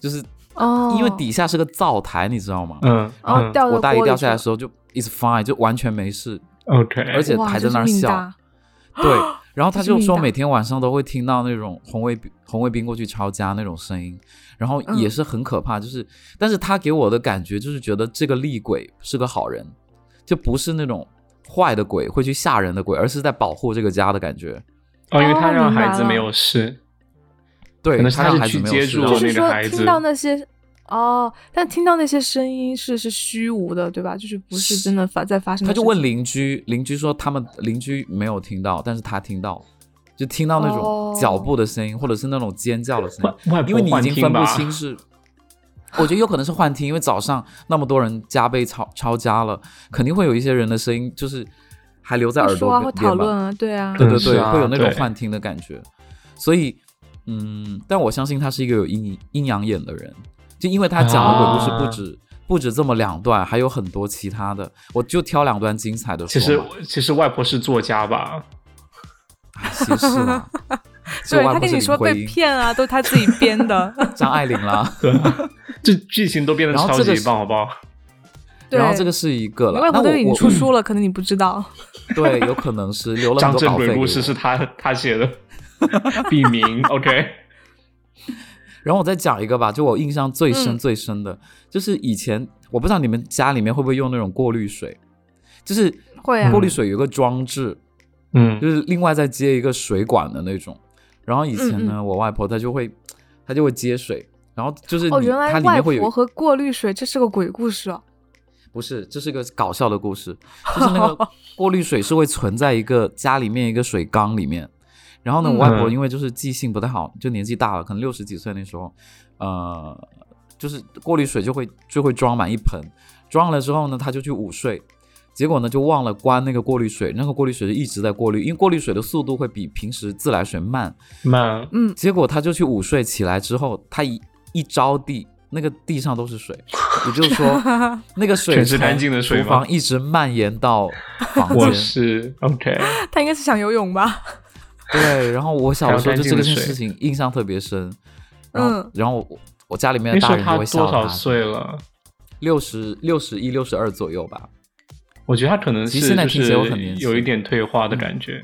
[SPEAKER 2] 就是
[SPEAKER 3] 哦，
[SPEAKER 2] 因为底下是个灶台，你知道吗？
[SPEAKER 1] 嗯，
[SPEAKER 3] 然后
[SPEAKER 1] 嗯
[SPEAKER 3] 哦掉到
[SPEAKER 2] 我大姨
[SPEAKER 3] 锅里
[SPEAKER 2] 掉
[SPEAKER 3] 去
[SPEAKER 2] 下来的
[SPEAKER 3] 了
[SPEAKER 2] 时候就 is fine，就完全没事，
[SPEAKER 1] ，OK，
[SPEAKER 2] 而且
[SPEAKER 3] 哇
[SPEAKER 2] 还在
[SPEAKER 3] 真是
[SPEAKER 2] 那儿
[SPEAKER 3] 命
[SPEAKER 2] 笑
[SPEAKER 3] 大。
[SPEAKER 2] 对，然后他
[SPEAKER 3] 啊真是
[SPEAKER 2] 就
[SPEAKER 3] 命
[SPEAKER 2] 说
[SPEAKER 3] 大
[SPEAKER 2] 每天晚上都会听到那种红卫兵红卫兵过去抄家那种声音，然后也
[SPEAKER 3] 嗯
[SPEAKER 2] 是很可怕。就是，但是他给我的感觉就是觉得这个厉鬼是个好人，就不是那种坏的鬼会去吓人的鬼，而是在保护这个家的感觉。
[SPEAKER 1] 哦，因为
[SPEAKER 3] 哦
[SPEAKER 1] 他让
[SPEAKER 3] 明白
[SPEAKER 1] 孩子
[SPEAKER 3] 了
[SPEAKER 1] 没有事，
[SPEAKER 2] 对，
[SPEAKER 1] 可能是
[SPEAKER 2] 他
[SPEAKER 1] 他
[SPEAKER 2] 让
[SPEAKER 1] 是
[SPEAKER 2] 孩子
[SPEAKER 1] 去
[SPEAKER 2] 没
[SPEAKER 1] 接
[SPEAKER 2] 有事
[SPEAKER 1] 住
[SPEAKER 2] 的
[SPEAKER 3] 就
[SPEAKER 1] 那
[SPEAKER 3] 是
[SPEAKER 1] 个
[SPEAKER 3] 说
[SPEAKER 1] 孩子
[SPEAKER 3] 听到那些哦，但听到那些声音是是虚无的，对吧？就是不是真的发在发生
[SPEAKER 2] 他
[SPEAKER 3] 的事情。
[SPEAKER 2] 就问邻居，邻居说他们邻居没有听到，但是他听到，就听到那
[SPEAKER 3] 哦
[SPEAKER 2] 种脚步的声音，或者是那种尖叫 的声音。
[SPEAKER 1] 外外
[SPEAKER 2] 因
[SPEAKER 1] 婆
[SPEAKER 2] 为你
[SPEAKER 1] 幻
[SPEAKER 2] 已经
[SPEAKER 1] 听
[SPEAKER 2] 分不
[SPEAKER 1] 吧
[SPEAKER 2] 清是，我觉得有可能是幻听，因为早上那么多人加倍抄抄家了，肯定会有一些人的声音就是还留在
[SPEAKER 3] 会
[SPEAKER 2] 耳
[SPEAKER 3] 说啊，
[SPEAKER 2] 朵
[SPEAKER 3] 会
[SPEAKER 2] 边
[SPEAKER 3] 讨
[SPEAKER 2] 吧
[SPEAKER 3] 论啊，对啊，
[SPEAKER 2] 对对
[SPEAKER 1] 是
[SPEAKER 2] 对，
[SPEAKER 1] 啊
[SPEAKER 2] 会有那种
[SPEAKER 1] 对
[SPEAKER 2] 幻听的感觉。所以，嗯，但我相信他是一个有阴阴阳眼的人，就因为他讲的鬼故事
[SPEAKER 1] 啊
[SPEAKER 2] 不止、不止这么两段，还有很多其他的，我就挑两段精彩的
[SPEAKER 1] 其
[SPEAKER 2] 说
[SPEAKER 1] 实
[SPEAKER 2] 嘛。
[SPEAKER 1] 其实外婆是作家吧？
[SPEAKER 2] 哎其实 啦是
[SPEAKER 3] 对
[SPEAKER 2] 我外
[SPEAKER 3] 他
[SPEAKER 2] 婆
[SPEAKER 3] 跟
[SPEAKER 2] 是林
[SPEAKER 3] 你说
[SPEAKER 2] 徽
[SPEAKER 3] 被
[SPEAKER 2] 因、
[SPEAKER 3] 骗啊，都是他自己编的。
[SPEAKER 2] 张爱玲啦。
[SPEAKER 1] 对啊， 这剧情都变得
[SPEAKER 2] 然后
[SPEAKER 1] 超
[SPEAKER 2] 这个
[SPEAKER 1] 级
[SPEAKER 2] 是
[SPEAKER 1] 棒，好不好？
[SPEAKER 3] 对，
[SPEAKER 2] 然后这个是一个
[SPEAKER 3] 你
[SPEAKER 2] 了
[SPEAKER 3] 外，
[SPEAKER 2] 那
[SPEAKER 3] 婆
[SPEAKER 2] 我
[SPEAKER 3] 都已经
[SPEAKER 2] 我嗯
[SPEAKER 3] 出书了，可能你不知道。
[SPEAKER 2] 对，有可能是留了很
[SPEAKER 1] 张
[SPEAKER 2] 多
[SPEAKER 1] 震
[SPEAKER 2] 稿费
[SPEAKER 1] 鬼
[SPEAKER 2] 给
[SPEAKER 1] 故
[SPEAKER 2] 我。
[SPEAKER 1] 事是他他写 的，笔名 OK，
[SPEAKER 2] 然后我再讲一个吧，就我印象最深
[SPEAKER 3] 嗯
[SPEAKER 2] 最深的，就是以前我不知道你们家里面会不会用那种过滤水，就是
[SPEAKER 3] 会啊
[SPEAKER 2] 过滤水有一个装置，
[SPEAKER 1] 嗯
[SPEAKER 2] 就是另外再接一个水管的那种。然后以前呢，
[SPEAKER 3] 嗯
[SPEAKER 2] 我外婆她就会她就会接水，然后就是
[SPEAKER 3] 哦，
[SPEAKER 2] 你
[SPEAKER 3] 原来
[SPEAKER 2] 它里
[SPEAKER 3] 外
[SPEAKER 2] 面会有
[SPEAKER 3] 婆和过滤水这是个鬼故事哦。
[SPEAKER 2] 不是，这是个搞笑的故事，就是那个过滤水是会存在一个家里面一个水缸里面。然后呢，
[SPEAKER 3] 嗯
[SPEAKER 2] 我外婆因为就是记性不太好，就年纪大了，可能六十几岁那时候，呃，就是过滤水就会就会装满一盆，装了之后呢，她就去午睡，结果呢就忘了关那个过滤水，那个过滤水是一直在过滤，因为过滤水的速度会比平时自来水慢，
[SPEAKER 1] 慢，
[SPEAKER 3] 嗯，
[SPEAKER 2] 结果他就去午睡，起来之后，他一一着地，那个地上都是水，也就是说，那个水
[SPEAKER 1] 全是干净的水
[SPEAKER 2] 从
[SPEAKER 1] 吗
[SPEAKER 2] 厨房一直蔓延到房
[SPEAKER 1] 我
[SPEAKER 2] 间。
[SPEAKER 1] 是 OK，
[SPEAKER 3] 她应该是想游泳吧？
[SPEAKER 2] 对，然后我小时候就这
[SPEAKER 1] 还有
[SPEAKER 2] 个
[SPEAKER 1] 干净的水
[SPEAKER 2] 事情印象特别深。然后，
[SPEAKER 3] 嗯
[SPEAKER 2] 然后我我家里面
[SPEAKER 1] 那
[SPEAKER 2] 的
[SPEAKER 1] 时
[SPEAKER 2] 大
[SPEAKER 1] 候
[SPEAKER 2] 人就会
[SPEAKER 1] 多
[SPEAKER 2] 笑
[SPEAKER 1] 少
[SPEAKER 2] 他，
[SPEAKER 1] 岁了？
[SPEAKER 2] 六十六十一、六十二左右吧。
[SPEAKER 1] 我觉得他可能
[SPEAKER 2] 其
[SPEAKER 1] 是
[SPEAKER 2] 实现在
[SPEAKER 1] 就
[SPEAKER 2] 听起来我很
[SPEAKER 1] 是
[SPEAKER 2] 年轻嗯
[SPEAKER 1] 有一点退化的感觉，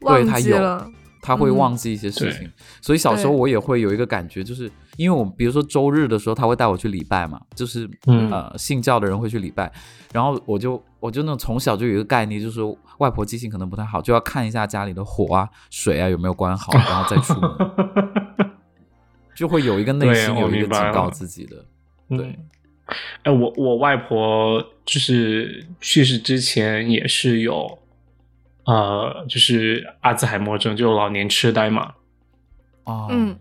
[SPEAKER 3] 忘
[SPEAKER 2] 对她
[SPEAKER 3] 记
[SPEAKER 2] 有
[SPEAKER 3] 了，
[SPEAKER 2] 他会
[SPEAKER 3] 嗯
[SPEAKER 2] 忘记一些事
[SPEAKER 1] 对
[SPEAKER 2] 情，所以小时候
[SPEAKER 3] 对
[SPEAKER 2] 我也会有一个感觉，就是因为我比如说周日的时候，他会带我去礼拜嘛，就是、
[SPEAKER 1] 嗯
[SPEAKER 2] 呃信教的人会去礼拜，然后我就我就那种从小就有一个概念，就是说外婆记性可能不太好，就要看一下家里的火啊、水啊有没有关好，然后再出门， 就会有一个内
[SPEAKER 1] 对
[SPEAKER 2] 心
[SPEAKER 1] 我
[SPEAKER 2] 有一个
[SPEAKER 1] 明白
[SPEAKER 2] 警告
[SPEAKER 1] 了
[SPEAKER 2] 自己的，对
[SPEAKER 1] 对。哎，我我外婆就是去世之前也是有，呃，就是阿兹海默症，就老年痴呆嘛。
[SPEAKER 2] 哦，
[SPEAKER 3] 嗯，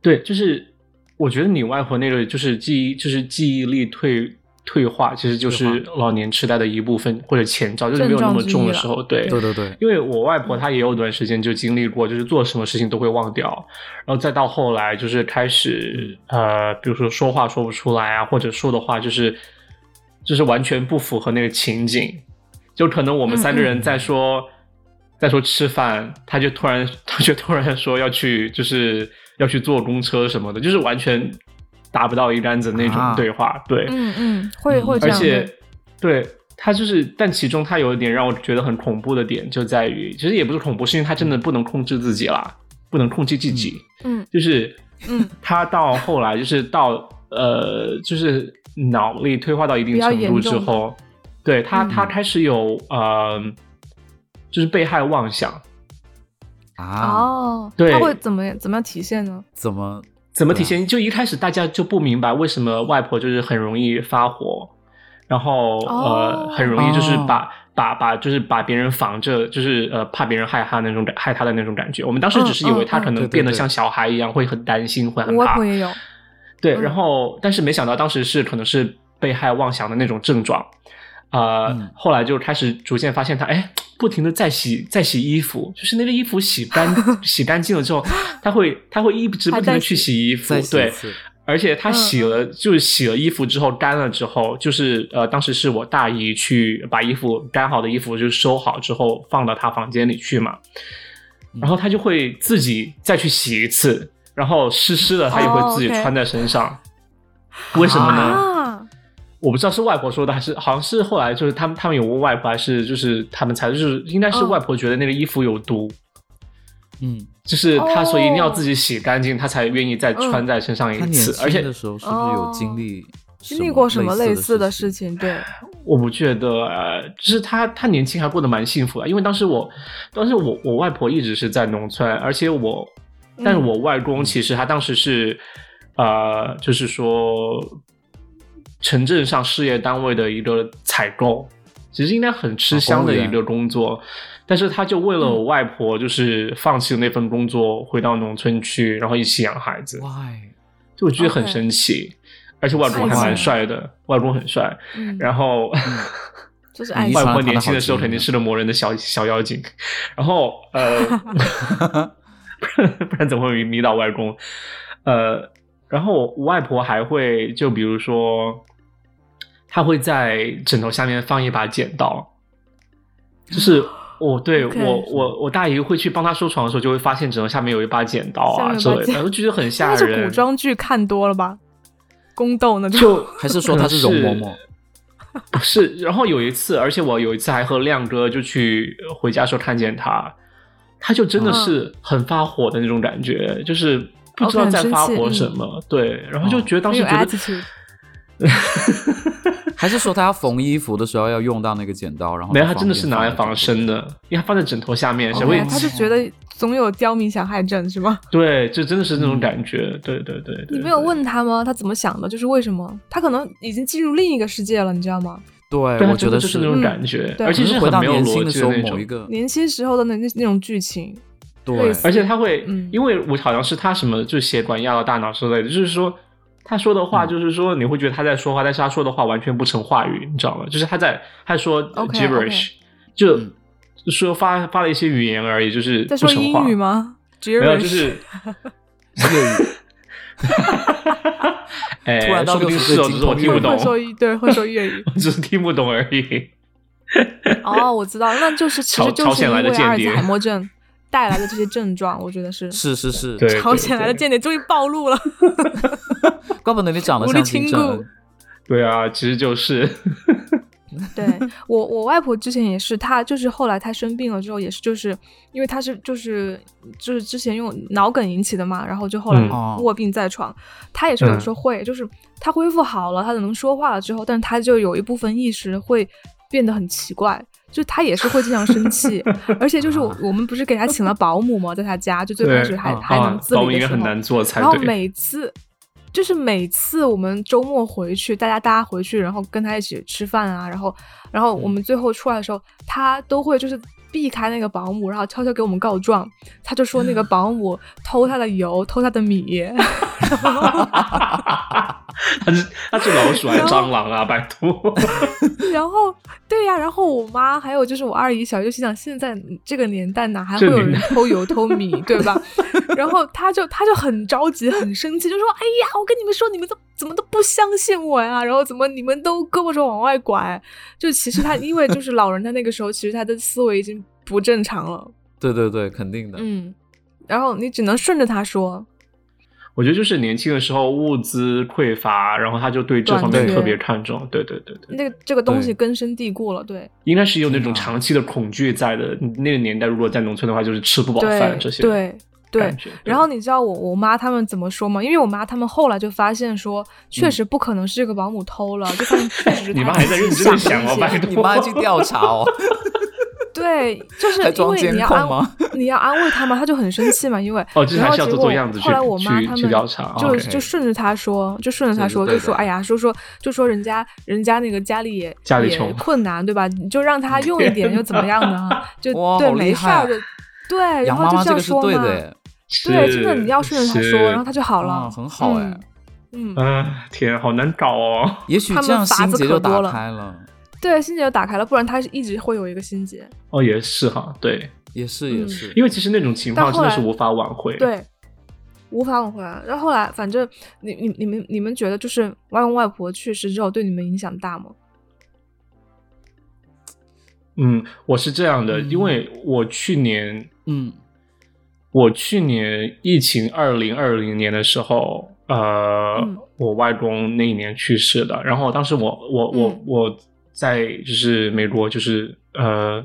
[SPEAKER 1] 对，就是我觉得你外婆那个就是记忆，就是记忆力退退化，其实就是
[SPEAKER 2] 退
[SPEAKER 1] 老年痴呆的一部分或者前兆，就是没有那么重的时候，对
[SPEAKER 2] 对对对，
[SPEAKER 1] 因为我外婆她也有段时间就经历过，就是做什么事情都会忘掉，然后再到后来就是开始
[SPEAKER 2] 嗯
[SPEAKER 1] 呃，比如说说话说不出来啊，或者说的话就是就是完全不符合那个情景，就可能我们三个人在
[SPEAKER 2] 嗯
[SPEAKER 1] 说、在说吃饭，他就突然 他就突然说要去就是要去坐公车什么的，就是完全达不到一竿子那种
[SPEAKER 2] 啊
[SPEAKER 1] 对话，对，
[SPEAKER 3] 嗯嗯，会
[SPEAKER 2] 嗯
[SPEAKER 3] 会这
[SPEAKER 1] 而
[SPEAKER 3] 样
[SPEAKER 1] 且
[SPEAKER 3] 的。，
[SPEAKER 1] 对他就是，但其中他有一点让我觉得很恐怖的点就在于，其实也不是恐怖，是因为他真的不能控制自己啦，不能控制自己，
[SPEAKER 3] 嗯
[SPEAKER 1] 就是
[SPEAKER 3] 嗯，
[SPEAKER 1] 他到后来就是到呃，就是脑力退化到一定
[SPEAKER 3] 比较
[SPEAKER 1] 程度
[SPEAKER 3] 严
[SPEAKER 1] 之
[SPEAKER 3] 重
[SPEAKER 1] 后，对他
[SPEAKER 3] 嗯
[SPEAKER 1] 他开始有呃，就是被害妄想，
[SPEAKER 2] 啊，
[SPEAKER 3] 哦，
[SPEAKER 1] 对
[SPEAKER 3] 她会怎么怎么样体现呢？
[SPEAKER 2] 怎么
[SPEAKER 1] 怎么体
[SPEAKER 2] 对啊
[SPEAKER 1] 现？就一开始大家就不明白为什么外婆就是很容易发火，然后、
[SPEAKER 3] 哦
[SPEAKER 1] 呃很容易就是
[SPEAKER 2] 哦
[SPEAKER 1] 把、把把就是把别人防着，就是呃怕别人害他那种感害他的那种感觉。我们当时
[SPEAKER 3] 嗯
[SPEAKER 1] 只是以为
[SPEAKER 3] 嗯
[SPEAKER 1] 他
[SPEAKER 3] 嗯
[SPEAKER 1] 可能
[SPEAKER 2] 对对
[SPEAKER 1] 变得
[SPEAKER 2] 对
[SPEAKER 1] 像小孩一样，会很担心，会很
[SPEAKER 3] 我外
[SPEAKER 1] 怕
[SPEAKER 3] 婆。也有，
[SPEAKER 1] 对，
[SPEAKER 3] 嗯
[SPEAKER 1] 然后但是没想到当时是可能是被害妄想的那种症状，呃，
[SPEAKER 2] 嗯
[SPEAKER 1] 后来就开始逐渐发现他哎。不停的在洗在洗衣服，就是那个衣服洗 干洗干净了之后，他会他会一直不
[SPEAKER 3] 还
[SPEAKER 1] 停
[SPEAKER 3] 在
[SPEAKER 1] 的去
[SPEAKER 3] 洗
[SPEAKER 1] 洗衣服
[SPEAKER 2] 再，洗一
[SPEAKER 1] 对，
[SPEAKER 2] 次？
[SPEAKER 1] 而且
[SPEAKER 3] 嗯
[SPEAKER 1] 他洗了，就是洗了衣服之后干了之后，就是呃，当时是我大姨去把衣服干好的衣服就收好之后放到他房间里去嘛，然后他就会自己再去洗一次，然后湿湿的他也会自己
[SPEAKER 3] 哦，OK
[SPEAKER 1] 穿在身上。为什么呢？
[SPEAKER 3] 啊，
[SPEAKER 1] 我不知道是外婆说的还是好像是后来就是他们他们有问外婆还是就是他们才就是应该是
[SPEAKER 3] 嗯
[SPEAKER 1] 外婆觉得那个衣服有毒，
[SPEAKER 2] 嗯，
[SPEAKER 1] 就是他所以一定要
[SPEAKER 3] 哦
[SPEAKER 1] 自己洗干净，他才愿意再
[SPEAKER 3] 嗯
[SPEAKER 1] 穿在身上一
[SPEAKER 2] 他年
[SPEAKER 1] 次，而且
[SPEAKER 2] 轻的时候是不是有经历
[SPEAKER 3] 哦经历过
[SPEAKER 2] 什
[SPEAKER 3] 什
[SPEAKER 2] 么
[SPEAKER 3] 么类似的
[SPEAKER 2] 事情
[SPEAKER 3] 事情？对，
[SPEAKER 1] 我不觉得，呃，就是他他年轻还过得蛮幸福的，因为当时我，当时我我外婆一直是在农村，而且我，但是我外公其实他当时是，呃，就是说，城镇上事业单位的一个采购，其实应该很吃香的一个工作，但是他就为了我外婆，就是放弃了那份工作，回到农村去，然后一起养孩子，
[SPEAKER 2] ？Why？
[SPEAKER 1] 就我觉得很
[SPEAKER 3] OK
[SPEAKER 1] 神奇，而且外公还
[SPEAKER 2] 太
[SPEAKER 1] 蛮
[SPEAKER 3] 神
[SPEAKER 1] 帅的，外公很帅，
[SPEAKER 3] 嗯，
[SPEAKER 1] 然后。
[SPEAKER 3] 就是
[SPEAKER 2] 你
[SPEAKER 3] 爱啊
[SPEAKER 2] 一
[SPEAKER 1] 外
[SPEAKER 2] 传
[SPEAKER 1] 婆
[SPEAKER 2] 他的
[SPEAKER 1] 年轻
[SPEAKER 2] 好啊
[SPEAKER 1] 的时候
[SPEAKER 2] 基因
[SPEAKER 1] 肯定
[SPEAKER 2] 呢
[SPEAKER 1] 是个磨人的小小妖精，然后呃，不然怎么会迷倒外公？呃，然后我外婆还会就比如说，她会在枕头下面放一把剪刀，就是我对
[SPEAKER 3] 啊 OK
[SPEAKER 1] 我我我大姨会去帮她收床的时候，就会发现枕头下面有一把剪刀
[SPEAKER 3] 下
[SPEAKER 1] 啊
[SPEAKER 3] 面有
[SPEAKER 1] 之
[SPEAKER 3] 把
[SPEAKER 1] 类
[SPEAKER 3] 剪
[SPEAKER 1] 的，我觉得 很
[SPEAKER 3] 应
[SPEAKER 1] 吓
[SPEAKER 3] 该是古
[SPEAKER 1] 人。
[SPEAKER 3] 装剧看多了吧？宫斗那种，
[SPEAKER 1] 就
[SPEAKER 2] 还是说他是容嬷嬷？
[SPEAKER 1] 不是，然后有一次，而且我有一次还和亮哥就去回家时候看见他，他就真的
[SPEAKER 3] 嗯
[SPEAKER 1] 是很发火的那种感觉，就是不
[SPEAKER 3] 哦
[SPEAKER 1] 知道在发火什么。对，然后就觉得当时觉
[SPEAKER 3] 嗯很有
[SPEAKER 1] 得
[SPEAKER 3] attitude
[SPEAKER 2] 还是说他要缝衣服的时候要用到那个剪刀，然后
[SPEAKER 1] 没有，他
[SPEAKER 2] 方
[SPEAKER 1] 真的
[SPEAKER 2] 便
[SPEAKER 1] 是拿来
[SPEAKER 2] 哦放在
[SPEAKER 1] 防身的，因为他放在枕头下面，谁
[SPEAKER 2] 哦
[SPEAKER 1] 会
[SPEAKER 3] 对他就觉得总有刁民想害朕是吗？
[SPEAKER 1] 对，这真的是那
[SPEAKER 2] 嗯
[SPEAKER 1] 种感觉，对对对对。
[SPEAKER 3] 你没有
[SPEAKER 1] 对
[SPEAKER 3] 问他吗？他怎么想的？就是为什么他可能已经进入另一个世界了，你知道吗？
[SPEAKER 2] 对，
[SPEAKER 1] 对，
[SPEAKER 2] 我
[SPEAKER 1] 真
[SPEAKER 2] 觉
[SPEAKER 1] 的
[SPEAKER 2] 得嗯
[SPEAKER 1] 就是那种感觉，
[SPEAKER 3] 对
[SPEAKER 1] 而且
[SPEAKER 2] 可能
[SPEAKER 1] 是
[SPEAKER 2] 回
[SPEAKER 1] 很
[SPEAKER 2] 到
[SPEAKER 1] 没有
[SPEAKER 2] 年轻
[SPEAKER 1] 逻
[SPEAKER 2] 的
[SPEAKER 1] 辑
[SPEAKER 2] 时候
[SPEAKER 1] 那
[SPEAKER 2] 某
[SPEAKER 1] 种
[SPEAKER 2] 一。 个
[SPEAKER 3] 年轻时候的那那那种剧情，类
[SPEAKER 2] 对，
[SPEAKER 3] 似
[SPEAKER 1] 而且他会，
[SPEAKER 3] 嗯
[SPEAKER 1] 因为我好像是他什么，就血管压到大脑之类的，就是说他说的话，
[SPEAKER 2] 嗯
[SPEAKER 1] 就是说你会觉得他在说话，但是他说的话完全不成话语，你知道吗？就是他在他说
[SPEAKER 3] OK，OK
[SPEAKER 1] gibberish，就
[SPEAKER 2] 嗯
[SPEAKER 1] 就说发发了一些语言而已，就是
[SPEAKER 3] 在
[SPEAKER 1] 不
[SPEAKER 3] 说
[SPEAKER 1] 成
[SPEAKER 3] 英
[SPEAKER 1] 话。
[SPEAKER 3] 语吗？没
[SPEAKER 1] 没有，就是，哎，
[SPEAKER 2] 突然到
[SPEAKER 1] 说不定
[SPEAKER 2] 60
[SPEAKER 1] 是哦，
[SPEAKER 2] 精
[SPEAKER 1] 只是我
[SPEAKER 2] 通
[SPEAKER 1] 听不
[SPEAKER 2] 英
[SPEAKER 3] 会
[SPEAKER 2] 语
[SPEAKER 1] 懂
[SPEAKER 3] 会，说一对会说粤语
[SPEAKER 1] 只是听不懂而 已。
[SPEAKER 3] 哦，我知道，那就是其
[SPEAKER 1] 朝
[SPEAKER 3] 实就
[SPEAKER 1] 朝
[SPEAKER 3] 是
[SPEAKER 1] 鲜
[SPEAKER 3] 因
[SPEAKER 1] 来的
[SPEAKER 3] 为阿尔
[SPEAKER 1] 间谍
[SPEAKER 3] 茨海默症带来的这些症状，我觉得是
[SPEAKER 2] 是是是，
[SPEAKER 1] 对，
[SPEAKER 3] 朝
[SPEAKER 1] 对
[SPEAKER 3] 鲜来的
[SPEAKER 1] 对
[SPEAKER 3] 间谍终于暴露了。
[SPEAKER 2] 怪不得你长得
[SPEAKER 3] 无力
[SPEAKER 2] 像金
[SPEAKER 3] 亲
[SPEAKER 2] 正
[SPEAKER 3] 故
[SPEAKER 2] 恩。
[SPEAKER 1] 对啊，其实就是，
[SPEAKER 3] 对我，我外婆之前也是，她就是后来她生病了之后，也是就是因为她是就是就是之前用脑梗引起的嘛，然后就后来
[SPEAKER 1] 嗯
[SPEAKER 2] 哦
[SPEAKER 3] 卧病在床。她也是有时候会，就是她恢复好了，她能说话了之后，但是她就有一部分意识会变得很奇怪。就她也是会经常 生气，而且就是我我们不是给她请了保姆吗？在她家就 最开始
[SPEAKER 1] 啊对
[SPEAKER 3] 还
[SPEAKER 2] 啊
[SPEAKER 3] 还能自
[SPEAKER 1] 啊保姆
[SPEAKER 3] 理
[SPEAKER 1] 应
[SPEAKER 3] 的
[SPEAKER 1] 该
[SPEAKER 3] 时
[SPEAKER 1] 很
[SPEAKER 3] 候，
[SPEAKER 1] 难做才
[SPEAKER 3] 然后
[SPEAKER 1] 对。
[SPEAKER 3] 每次就是每次我们周末回去，大家大家回去，然后跟他一起吃饭啊，然后然后
[SPEAKER 1] 嗯
[SPEAKER 3] 我们最后出来的时候，他都会就是。避开那个保姆，然后悄悄给我们告状。他就说 那个保姆偷他的油，偷他的米。
[SPEAKER 1] 他是他是老鼠还是
[SPEAKER 3] 然后
[SPEAKER 1] 蟑螂啊？拜托。
[SPEAKER 3] 然后，对呀、然后我妈还有就是我二姨小姨就心想，现在这个年代哪还会
[SPEAKER 1] 这
[SPEAKER 3] 有人
[SPEAKER 1] 年
[SPEAKER 3] 偷油偷 米，对吧？然后她就她就很着急，很生气，就说：“哎呀，我跟你们说，你们都怎么都不相信我呀？然后怎么你们都胳膊肘往外拐？”就其实她因为就是老人，她那个时候其实她的思维已经不正常了，
[SPEAKER 2] 对对对，肯定的。
[SPEAKER 3] 嗯。然后你只能顺着她说，
[SPEAKER 1] 我觉得就是年轻的时候物资匮乏，然后他就对这方面
[SPEAKER 2] 短缺
[SPEAKER 1] 特别看重。对对对对，
[SPEAKER 3] 那个这个东西
[SPEAKER 2] 对
[SPEAKER 3] 根深蒂固了，对
[SPEAKER 1] 应该是有那种
[SPEAKER 2] 天啊
[SPEAKER 1] 长期的恐惧在的。那个年代如果在农村的话，就是吃不饱饭
[SPEAKER 3] 对
[SPEAKER 1] 这些
[SPEAKER 3] 对对
[SPEAKER 1] 感，觉。对
[SPEAKER 3] 然后你知道我我妈他们怎么说吗？因为我妈他们后来就发现说，
[SPEAKER 2] 嗯
[SPEAKER 3] 确实不可能是这个保姆偷了，就 发现确实 是
[SPEAKER 1] 你妈
[SPEAKER 3] 她
[SPEAKER 1] 还
[SPEAKER 3] 自
[SPEAKER 1] 在
[SPEAKER 3] 己
[SPEAKER 1] 认真地想
[SPEAKER 3] 想的
[SPEAKER 1] 哦
[SPEAKER 3] 一些
[SPEAKER 1] 拜托
[SPEAKER 2] 你妈去调查哦，
[SPEAKER 3] 对，就是
[SPEAKER 2] 还装
[SPEAKER 3] 因为
[SPEAKER 2] 监
[SPEAKER 3] 你要
[SPEAKER 2] 控
[SPEAKER 3] 安
[SPEAKER 2] 吗
[SPEAKER 3] 你要安慰她嘛，她就很生气嘛，因为
[SPEAKER 1] 哦，就是
[SPEAKER 3] 然
[SPEAKER 1] 还
[SPEAKER 3] 后
[SPEAKER 1] 是要
[SPEAKER 3] 结
[SPEAKER 1] 做
[SPEAKER 3] 果
[SPEAKER 1] 做样子去
[SPEAKER 3] 后来我妈他
[SPEAKER 1] 去去
[SPEAKER 3] 们
[SPEAKER 1] 调查。哦
[SPEAKER 3] 就
[SPEAKER 1] OK
[SPEAKER 3] 就顺着她说，就顺着她
[SPEAKER 2] 这是
[SPEAKER 3] 说，
[SPEAKER 2] 对
[SPEAKER 3] 就
[SPEAKER 2] 的
[SPEAKER 3] 说哎呀，说说就说人家人家那个家里也
[SPEAKER 1] 家里
[SPEAKER 3] 也
[SPEAKER 1] 穷
[SPEAKER 3] 困难对吧？你就让她用一点又怎么样呢？就
[SPEAKER 2] 哇
[SPEAKER 3] 对
[SPEAKER 2] 好
[SPEAKER 3] 没
[SPEAKER 2] 厉
[SPEAKER 3] 事
[SPEAKER 2] 害
[SPEAKER 3] 儿就对，然
[SPEAKER 2] 杨
[SPEAKER 3] 后
[SPEAKER 2] 妈
[SPEAKER 3] 就
[SPEAKER 2] 妈
[SPEAKER 3] 这
[SPEAKER 2] 这
[SPEAKER 3] 样
[SPEAKER 2] 个是
[SPEAKER 3] 说
[SPEAKER 2] 对的
[SPEAKER 3] 嘛。
[SPEAKER 2] 耶，
[SPEAKER 3] 对，
[SPEAKER 1] 是
[SPEAKER 3] 真的你要顺着她说，
[SPEAKER 1] 是
[SPEAKER 3] 然后她就好
[SPEAKER 2] 啊
[SPEAKER 3] 了，
[SPEAKER 2] 很好哎。
[SPEAKER 3] 嗯。嗯
[SPEAKER 1] 啊，天，好难搞哦。
[SPEAKER 2] 也许
[SPEAKER 3] 他
[SPEAKER 2] 这
[SPEAKER 3] 们
[SPEAKER 2] 样
[SPEAKER 3] 法
[SPEAKER 2] 心
[SPEAKER 3] 子
[SPEAKER 2] 结
[SPEAKER 3] 可
[SPEAKER 2] 就
[SPEAKER 3] 多
[SPEAKER 2] 打
[SPEAKER 3] 了
[SPEAKER 2] 开了，
[SPEAKER 3] 对，心结就打开了，不然他是一直会有一个心结。
[SPEAKER 1] 哦，也是哈，对，
[SPEAKER 2] 也是也
[SPEAKER 3] 嗯
[SPEAKER 2] 是，
[SPEAKER 1] 因为其实那种情况
[SPEAKER 3] 但后
[SPEAKER 1] 真
[SPEAKER 3] 来
[SPEAKER 1] 的是无法挽回。，
[SPEAKER 3] 对，无法挽回啊。然后后来，反正你你你们你们觉得，就是外公外婆去世之后，对你们影响大吗？
[SPEAKER 1] 嗯，我是这样的，
[SPEAKER 2] 嗯
[SPEAKER 1] 因为我去年
[SPEAKER 2] 嗯
[SPEAKER 1] 我去年疫情二零二零年的时候，呃，
[SPEAKER 3] 嗯
[SPEAKER 1] 我外公那一年去世的。然后当时我我我、
[SPEAKER 3] 嗯
[SPEAKER 1] 我在就是美国就是呃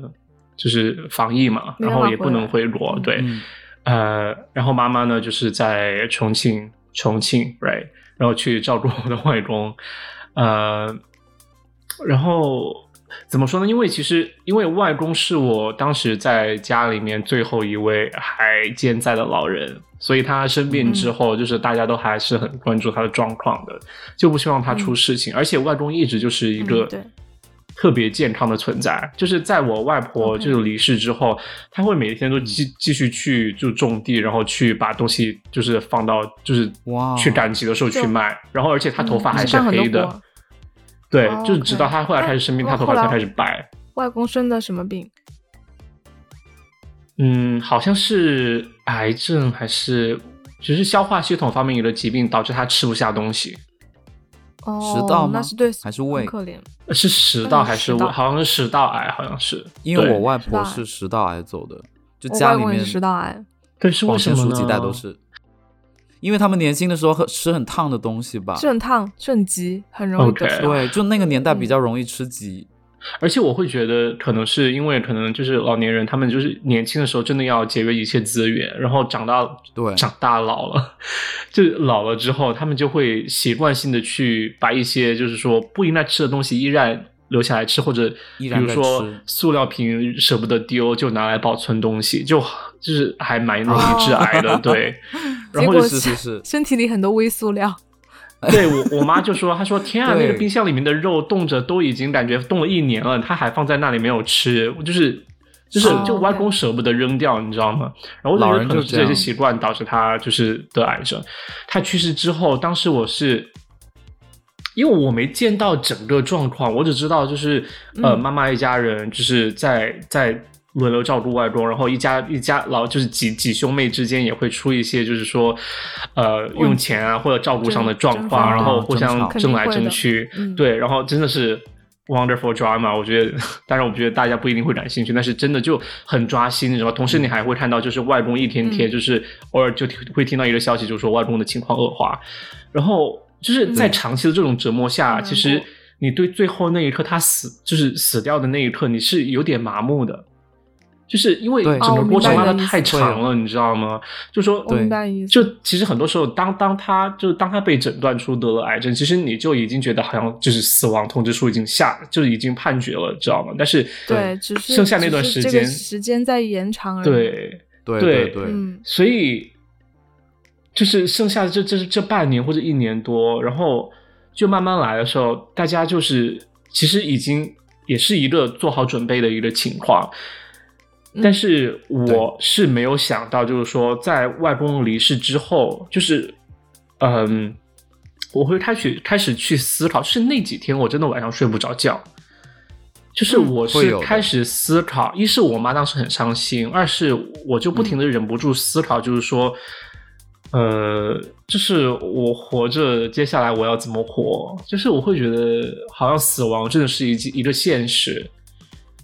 [SPEAKER 1] 就是防疫嘛，
[SPEAKER 3] 没
[SPEAKER 1] 然
[SPEAKER 3] 办法
[SPEAKER 1] 后也不能
[SPEAKER 3] 回
[SPEAKER 1] 回国，
[SPEAKER 3] 嗯
[SPEAKER 1] 对，
[SPEAKER 2] 嗯
[SPEAKER 1] 呃，然后妈妈呢就是在重庆重庆，right，然后去照顾我的外公，呃，然后怎么说呢？因为其实因为外公是我当时在家里面最后一位还健在的老人，所以他生病
[SPEAKER 3] 嗯
[SPEAKER 1] 之后，就是大家都还是很关注他的状况的，就不希望他出事情。而且外公一直就是一个
[SPEAKER 3] 嗯对
[SPEAKER 1] 特别健康的存在，就是在我外婆
[SPEAKER 3] OK
[SPEAKER 1] 就是离世之后，她会每天都继继续去就种地，然后去把东西就是放到就是
[SPEAKER 2] 哇
[SPEAKER 1] 去赶集的时候去
[SPEAKER 3] 就
[SPEAKER 1] 卖，然后而且她头发
[SPEAKER 3] 嗯
[SPEAKER 1] 还
[SPEAKER 3] 就是
[SPEAKER 1] 是
[SPEAKER 3] 干很多
[SPEAKER 1] 黑的，
[SPEAKER 3] 活
[SPEAKER 1] 对，
[SPEAKER 3] 哦
[SPEAKER 1] 就是
[SPEAKER 3] OK
[SPEAKER 1] 直到她后来开始生病，
[SPEAKER 3] 那
[SPEAKER 1] 她头发
[SPEAKER 3] 后
[SPEAKER 1] 才
[SPEAKER 3] 来
[SPEAKER 1] 开始白。
[SPEAKER 3] 外公生的什么病？
[SPEAKER 1] 嗯，好像是癌症还是只是消化系统方面有的疾病导致她吃不下东西，
[SPEAKER 3] 哦，
[SPEAKER 2] 食道吗
[SPEAKER 3] 那是对，
[SPEAKER 2] 还是胃
[SPEAKER 3] 很可怜。
[SPEAKER 1] 呃是食道
[SPEAKER 3] 嗯
[SPEAKER 1] 还是
[SPEAKER 3] 食道
[SPEAKER 1] 好像是食道癌，好像是。
[SPEAKER 2] 因为
[SPEAKER 1] 对
[SPEAKER 2] 我外
[SPEAKER 3] 道
[SPEAKER 2] 婆
[SPEAKER 3] 癌
[SPEAKER 2] 是食道癌走的，就
[SPEAKER 3] 我
[SPEAKER 2] 家
[SPEAKER 3] 外
[SPEAKER 2] 里
[SPEAKER 3] 公也
[SPEAKER 2] 面
[SPEAKER 3] 是啊食道癌，
[SPEAKER 1] 对是为
[SPEAKER 2] 往
[SPEAKER 1] 什
[SPEAKER 2] 前
[SPEAKER 1] 么
[SPEAKER 2] 数
[SPEAKER 1] 呢？
[SPEAKER 2] 几代都是，因为他们年轻的时候很吃很烫的东西吧，
[SPEAKER 3] 是嗯很烫，是很急，很容易得
[SPEAKER 1] OK
[SPEAKER 3] 食道癌。
[SPEAKER 2] 啊对，就那个年代比较容易吃鸡，
[SPEAKER 1] 而且我会觉得，可能是因为可能就是老年人，他们就是年轻的时候真的要节约一切资源，然后长大
[SPEAKER 2] 对
[SPEAKER 1] 长大老了， 就老了之后，他们就会习惯性的去把一些就是说不应该吃的东西依然留下来吃，或者
[SPEAKER 2] 依
[SPEAKER 1] 比
[SPEAKER 2] 然
[SPEAKER 1] 如
[SPEAKER 2] 在
[SPEAKER 1] 说
[SPEAKER 2] 吃
[SPEAKER 1] 塑料瓶舍不得丢，就拿来保存东西，就就是还蛮容易致癌的，
[SPEAKER 2] 哦
[SPEAKER 1] 对。然
[SPEAKER 3] 结
[SPEAKER 1] 后
[SPEAKER 3] 果
[SPEAKER 1] 就是
[SPEAKER 2] 是是
[SPEAKER 3] 身体里很多微塑料，
[SPEAKER 1] 对我我妈就说，她说天啊，
[SPEAKER 2] 对
[SPEAKER 1] 那个冰箱里面的肉冻着都已经感觉冻了一年了，她还放在那里没有吃，我就是就是
[SPEAKER 3] 哦
[SPEAKER 1] 就外公舍不得扔掉，你知道吗？然后我觉
[SPEAKER 2] 老
[SPEAKER 1] 得
[SPEAKER 2] 人
[SPEAKER 1] 可能
[SPEAKER 2] 就是
[SPEAKER 1] 这
[SPEAKER 2] 这
[SPEAKER 1] 些
[SPEAKER 2] 样
[SPEAKER 1] 习惯导致她就是得癌症。她去世之后，当时我是。因为我没见到整个状况，我只知道就是，呃，
[SPEAKER 3] 嗯
[SPEAKER 1] 妈妈一家人就是在在轮流照顾外公，然后一家一家老就是几几兄妹之间也会出一些就是说，呃，用钱啊或者照顾上的状
[SPEAKER 3] 争
[SPEAKER 1] 况，
[SPEAKER 3] 争
[SPEAKER 1] 然后
[SPEAKER 2] 吵
[SPEAKER 1] 互相
[SPEAKER 3] 啊肯定
[SPEAKER 1] 争来
[SPEAKER 3] 会
[SPEAKER 1] 争
[SPEAKER 3] 的
[SPEAKER 1] 去，
[SPEAKER 3] 嗯
[SPEAKER 1] 对，然后真的是 wonderful drama。我觉得，当然我觉得大家不一定会感兴趣，但是真的就很抓心，你知道吗？同时你还会看到，就是外公一天天，
[SPEAKER 3] 嗯
[SPEAKER 1] 就是偶尔就会听到一个消息，就是说外公的情况恶化，然后就是在
[SPEAKER 2] 嗯
[SPEAKER 1] 长期的这种折磨下，
[SPEAKER 3] 嗯
[SPEAKER 1] 其实你对最后那一刻他死，就是死掉的那一刻，你是有点麻木的。就是因为
[SPEAKER 2] 对
[SPEAKER 1] 整
[SPEAKER 2] 哦
[SPEAKER 1] 个
[SPEAKER 2] 我
[SPEAKER 1] 过程
[SPEAKER 2] 明
[SPEAKER 1] 拉
[SPEAKER 2] 白
[SPEAKER 1] 的
[SPEAKER 3] 你的意思
[SPEAKER 1] 太长了，你知道吗？就说
[SPEAKER 3] 我明白你意思。
[SPEAKER 1] 就其实很多时候，当当他就是当他被诊断出得了癌症，其实你就已经觉得好像就是死亡通知书已经下，就已经判决了，知道吗？但是
[SPEAKER 3] 对，只是
[SPEAKER 1] 剩下那段
[SPEAKER 3] 只
[SPEAKER 1] 时
[SPEAKER 3] 是
[SPEAKER 1] 间，
[SPEAKER 3] 这个时间在延长而已。，
[SPEAKER 1] 对，
[SPEAKER 2] 对
[SPEAKER 1] 对
[SPEAKER 2] 对，
[SPEAKER 3] 嗯，
[SPEAKER 1] 所以就是剩下的这这这半年或者一年多，然后就慢慢来的时候，大家就是其实已经也是一个做好准备的一个情况。
[SPEAKER 3] 嗯
[SPEAKER 1] 但是我
[SPEAKER 2] 对
[SPEAKER 1] 是没有想到，就是说在外公离世之后，就是嗯，我会开始开始去思考，是那几天我真的晚上睡不着觉。就是
[SPEAKER 3] 嗯
[SPEAKER 1] 我
[SPEAKER 2] 会
[SPEAKER 1] 是
[SPEAKER 2] 有的
[SPEAKER 1] 开始思考，一是我妈当时很伤心，二是我就不停的忍不住思考，就是说，呃，就是我活着，接下来我要怎么活？就是我会觉得，好像死亡真的是一一个现实，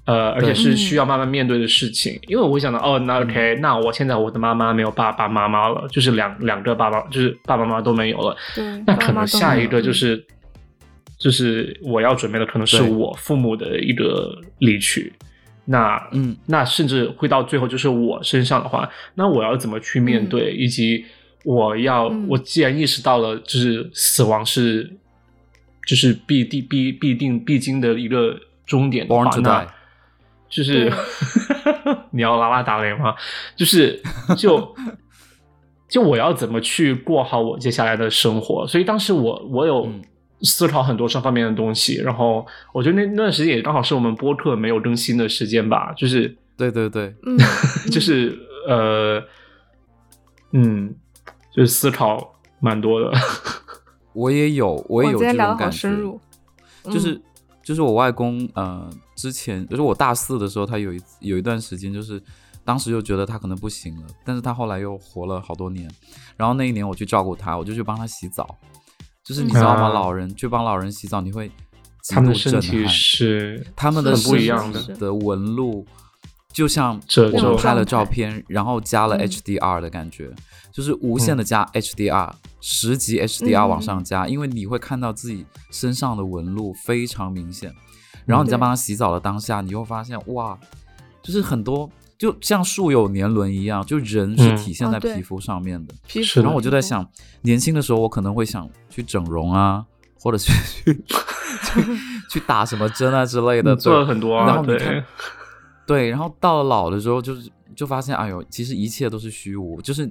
[SPEAKER 1] 呃，而且
[SPEAKER 2] 对
[SPEAKER 1] 是需要慢慢面对的事情。因为我会想到，哦，那 OK，、那我现在我的妈妈没有爸爸妈妈了，就是两两个爸爸，就是爸爸妈妈都没有了，
[SPEAKER 3] 对，
[SPEAKER 1] 那
[SPEAKER 3] 爸
[SPEAKER 1] 可
[SPEAKER 3] 妈
[SPEAKER 1] 能
[SPEAKER 3] 都
[SPEAKER 1] 下
[SPEAKER 3] 没
[SPEAKER 1] 一
[SPEAKER 3] 有
[SPEAKER 1] 个就
[SPEAKER 3] 嗯
[SPEAKER 1] 是，就是我要准备的可能是
[SPEAKER 2] 对
[SPEAKER 1] 我父母的一个离去，那
[SPEAKER 2] 嗯，
[SPEAKER 1] 那甚至会到最后就是我身上的话，那我要怎么去面
[SPEAKER 3] 嗯
[SPEAKER 1] 对，以及我要、
[SPEAKER 3] 嗯
[SPEAKER 1] 我既然意识到了，就是死亡是就是必定必必定必经的一个终点的话
[SPEAKER 2] Born to
[SPEAKER 1] 那
[SPEAKER 2] die
[SPEAKER 1] 就是 你要拉拉打脸吗？就是就就我要怎么去过好我接下来的生活？所以当时我我有
[SPEAKER 2] 嗯
[SPEAKER 1] 思考很多这方面的东西，然后我觉得那那段时间也刚好是我们播客没有更新的时间吧，就是
[SPEAKER 2] 对对对，
[SPEAKER 3] 嗯，
[SPEAKER 1] 就是呃嗯，就是思考蛮多的，
[SPEAKER 2] 我也有，我也
[SPEAKER 3] 我
[SPEAKER 2] 有
[SPEAKER 3] 今
[SPEAKER 2] 这
[SPEAKER 3] 天聊得
[SPEAKER 2] 种
[SPEAKER 3] 好
[SPEAKER 2] 感
[SPEAKER 3] 深
[SPEAKER 2] 觉
[SPEAKER 3] 入，，嗯
[SPEAKER 2] 就是就是我外公呃，之前就是我大四的时候，他有一有一段时间，就是当时就觉得他可能不行了，但是他后来又活了好多年。然后那一年我去照顾他，我就去帮他洗澡，就是你知道吗？
[SPEAKER 1] 嗯
[SPEAKER 2] 老人去帮老人洗澡，你会 极
[SPEAKER 1] 他们
[SPEAKER 2] 度
[SPEAKER 1] 的身
[SPEAKER 2] 震
[SPEAKER 1] 体
[SPEAKER 2] 撼，
[SPEAKER 1] 是
[SPEAKER 2] 他们的
[SPEAKER 1] 很不一
[SPEAKER 2] 身
[SPEAKER 1] 样
[SPEAKER 2] 体
[SPEAKER 1] 的，
[SPEAKER 2] 的纹路，就像
[SPEAKER 1] 褶
[SPEAKER 2] 我
[SPEAKER 1] 皱
[SPEAKER 2] 们拍了
[SPEAKER 3] 状
[SPEAKER 2] 照
[SPEAKER 3] 态
[SPEAKER 2] 片，然后加了
[SPEAKER 3] 嗯
[SPEAKER 2] HDR 的感觉，就是无限的加 HDR，、十级 HDR
[SPEAKER 3] 嗯
[SPEAKER 2] 往上加，因为你会看到自己身上的纹路非常明显。然后你在
[SPEAKER 3] 对
[SPEAKER 2] 帮他洗澡的当下，你又发现哇，就是很多就像树有年轮一样，就人是
[SPEAKER 1] 嗯
[SPEAKER 2] 体现
[SPEAKER 3] 哦
[SPEAKER 2] 在
[SPEAKER 3] 对
[SPEAKER 2] 皮肤上面的。
[SPEAKER 3] 皮
[SPEAKER 1] 是
[SPEAKER 3] 肤。
[SPEAKER 1] 的
[SPEAKER 2] 然后我就在，想，年轻的时候我可能会想去整容啊， 或者是去去去打什么 针啊之类的，
[SPEAKER 1] 做
[SPEAKER 2] 对
[SPEAKER 1] 了很多
[SPEAKER 2] 然
[SPEAKER 1] 啊
[SPEAKER 2] 后，你
[SPEAKER 1] 对
[SPEAKER 2] 看。对，然后到了老的时候，就是就发现，哎呦，其实一切都是虚无，就是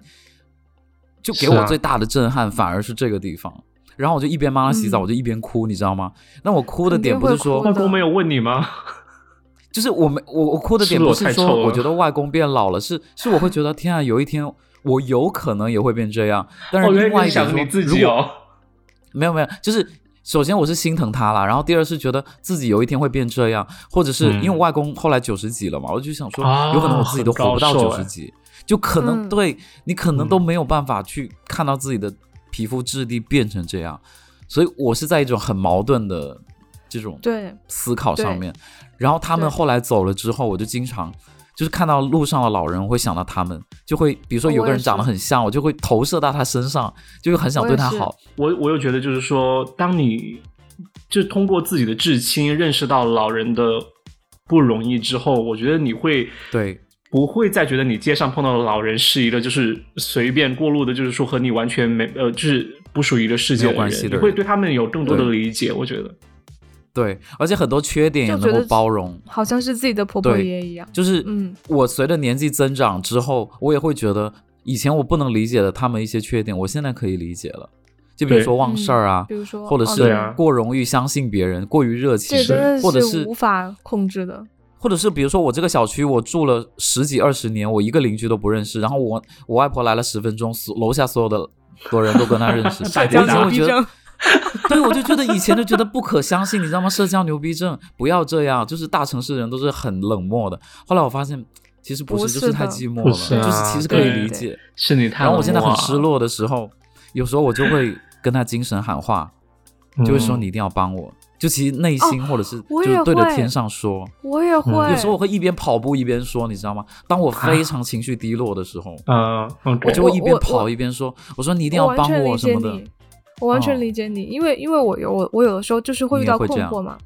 [SPEAKER 2] 就给
[SPEAKER 1] 是啊
[SPEAKER 2] 我最大的震撼，反而是这个地方。然后我就一边帮他洗澡，
[SPEAKER 3] 嗯
[SPEAKER 2] 我就一边哭，你知道吗？那我哭的
[SPEAKER 3] 肯
[SPEAKER 2] 点
[SPEAKER 3] 定
[SPEAKER 2] 不是
[SPEAKER 3] 会
[SPEAKER 2] 说
[SPEAKER 3] 哭
[SPEAKER 1] 外公没有问你吗？
[SPEAKER 2] 就是我们我我哭的点
[SPEAKER 1] 赤裸
[SPEAKER 2] 不
[SPEAKER 1] 太
[SPEAKER 2] 是
[SPEAKER 1] 臭了
[SPEAKER 2] 说我觉得外公变老了，是是我会觉得天啊，有一天我有可能也会变这样。但是
[SPEAKER 1] 哦，原
[SPEAKER 2] 另
[SPEAKER 1] 来
[SPEAKER 2] 外
[SPEAKER 1] 你
[SPEAKER 2] 一点
[SPEAKER 1] 想
[SPEAKER 2] 说，
[SPEAKER 1] 你自
[SPEAKER 2] 如
[SPEAKER 1] 己
[SPEAKER 2] 果
[SPEAKER 1] 哦，
[SPEAKER 2] 没有没有，就是首先我是心疼他啦，然后第二是觉得自己有一天会变这样，或者是
[SPEAKER 1] 嗯
[SPEAKER 2] 因为我外公后来九十几了嘛，我就想说
[SPEAKER 1] 啊，
[SPEAKER 2] 有可能我自己都活不到
[SPEAKER 1] 很高
[SPEAKER 2] 九
[SPEAKER 1] 寿哎
[SPEAKER 2] 十几，就可能、
[SPEAKER 3] 嗯
[SPEAKER 2] 对你可能
[SPEAKER 1] 嗯
[SPEAKER 2] 都没有办法去看到自己的皮肤质地变成这样，所以我是在一种很矛盾的这种
[SPEAKER 3] 对，
[SPEAKER 2] 思考上
[SPEAKER 3] 对
[SPEAKER 2] 面。然后他们
[SPEAKER 3] 对
[SPEAKER 2] 后来走了之后，我就经常就是看到路上的老人，我会想到他们，就会比如说
[SPEAKER 3] 哦
[SPEAKER 2] 有
[SPEAKER 3] 我
[SPEAKER 2] 个
[SPEAKER 3] 也
[SPEAKER 2] 人长得
[SPEAKER 3] 是
[SPEAKER 2] 很像，我就会投射到他身上，就会很想
[SPEAKER 3] 我
[SPEAKER 2] 对
[SPEAKER 3] 也
[SPEAKER 2] 他
[SPEAKER 3] 是
[SPEAKER 2] 好。
[SPEAKER 1] 我我又觉得就是说，当你就通过自己的至亲认识到老人的不容易之后，我觉得你会
[SPEAKER 2] 对，
[SPEAKER 1] 不会再觉得你街上碰到的老人是一个就是随便过路的，就是说和你完全没呃就是不属于一个世界
[SPEAKER 2] 没有关系
[SPEAKER 1] 人，
[SPEAKER 2] 的
[SPEAKER 1] 你会
[SPEAKER 2] 人
[SPEAKER 1] 对他们有更多的
[SPEAKER 2] 对
[SPEAKER 1] 理解。我觉得
[SPEAKER 2] 对，而且很多缺点也
[SPEAKER 3] 就
[SPEAKER 2] 能
[SPEAKER 3] 觉
[SPEAKER 2] 够
[SPEAKER 3] 得
[SPEAKER 2] 包容。
[SPEAKER 3] 好像是自己的婆婆
[SPEAKER 2] 对
[SPEAKER 3] 爷爷一样。
[SPEAKER 2] 就是，
[SPEAKER 3] 嗯，
[SPEAKER 2] 我随着年纪增长之后，我也会觉得以前我不能理解的他们一些缺点，我现在可以理解了。就比如
[SPEAKER 1] 对
[SPEAKER 2] 说忘事儿啊
[SPEAKER 3] 比，如说，
[SPEAKER 2] 或者
[SPEAKER 3] 哦
[SPEAKER 1] 对
[SPEAKER 2] 是
[SPEAKER 1] 啊
[SPEAKER 2] 过容易相信别人，过于热情
[SPEAKER 3] 这个
[SPEAKER 1] 是
[SPEAKER 3] 真，的
[SPEAKER 2] 或者
[SPEAKER 3] 是
[SPEAKER 2] 是
[SPEAKER 3] 无法控制的。
[SPEAKER 2] 或者是比如说我这个小区我住了十几二十年，我一个邻居都不认识，然后我我外婆来了十分钟，所楼下所有的多人都跟她认识，
[SPEAKER 1] 社
[SPEAKER 2] 我以
[SPEAKER 1] 交
[SPEAKER 2] 前
[SPEAKER 1] 牛
[SPEAKER 2] 会
[SPEAKER 3] 逼
[SPEAKER 2] 觉得
[SPEAKER 3] 症，
[SPEAKER 2] 对我就觉得以前就觉得不可相信，你知道吗？社交牛逼症不要这样，就是大城市人都是很冷漠的。后来我发现其实不
[SPEAKER 3] 不
[SPEAKER 2] 是，就是是太
[SPEAKER 3] 的
[SPEAKER 2] 寂寞
[SPEAKER 1] 不
[SPEAKER 2] 了，
[SPEAKER 1] 是啊
[SPEAKER 2] 就是其实可以
[SPEAKER 1] 对
[SPEAKER 2] 理解。
[SPEAKER 1] 是你太
[SPEAKER 2] 然后我现在
[SPEAKER 1] 冷漠
[SPEAKER 2] 很
[SPEAKER 1] 啊
[SPEAKER 2] 失，落的时候，有时候我就会跟他精神喊话，就会说
[SPEAKER 1] 嗯
[SPEAKER 2] 你一定要帮我。就其实内心或者是
[SPEAKER 3] 我
[SPEAKER 2] 就
[SPEAKER 3] 也
[SPEAKER 2] 是对着
[SPEAKER 3] 会
[SPEAKER 2] 天上说，
[SPEAKER 3] 我也会。
[SPEAKER 2] 嗯有时候我会一边跑步一边说，你知道吗？当我非常情绪低落的时候，
[SPEAKER 1] 嗯，OK，
[SPEAKER 2] 我就会一边
[SPEAKER 3] 啊我
[SPEAKER 2] 跑
[SPEAKER 3] 我
[SPEAKER 2] 一边说：“我说你一定
[SPEAKER 3] 我
[SPEAKER 2] 要
[SPEAKER 3] 完
[SPEAKER 2] 帮
[SPEAKER 3] 全理
[SPEAKER 2] 我什
[SPEAKER 3] 解
[SPEAKER 2] 么的。
[SPEAKER 3] 你，我完
[SPEAKER 2] 哦
[SPEAKER 3] 全理解你，因为因为我有我我有的时候就是会
[SPEAKER 2] 你
[SPEAKER 3] 遇
[SPEAKER 2] 也
[SPEAKER 3] 到
[SPEAKER 2] 会
[SPEAKER 3] 困
[SPEAKER 2] 这样
[SPEAKER 3] 惑嘛，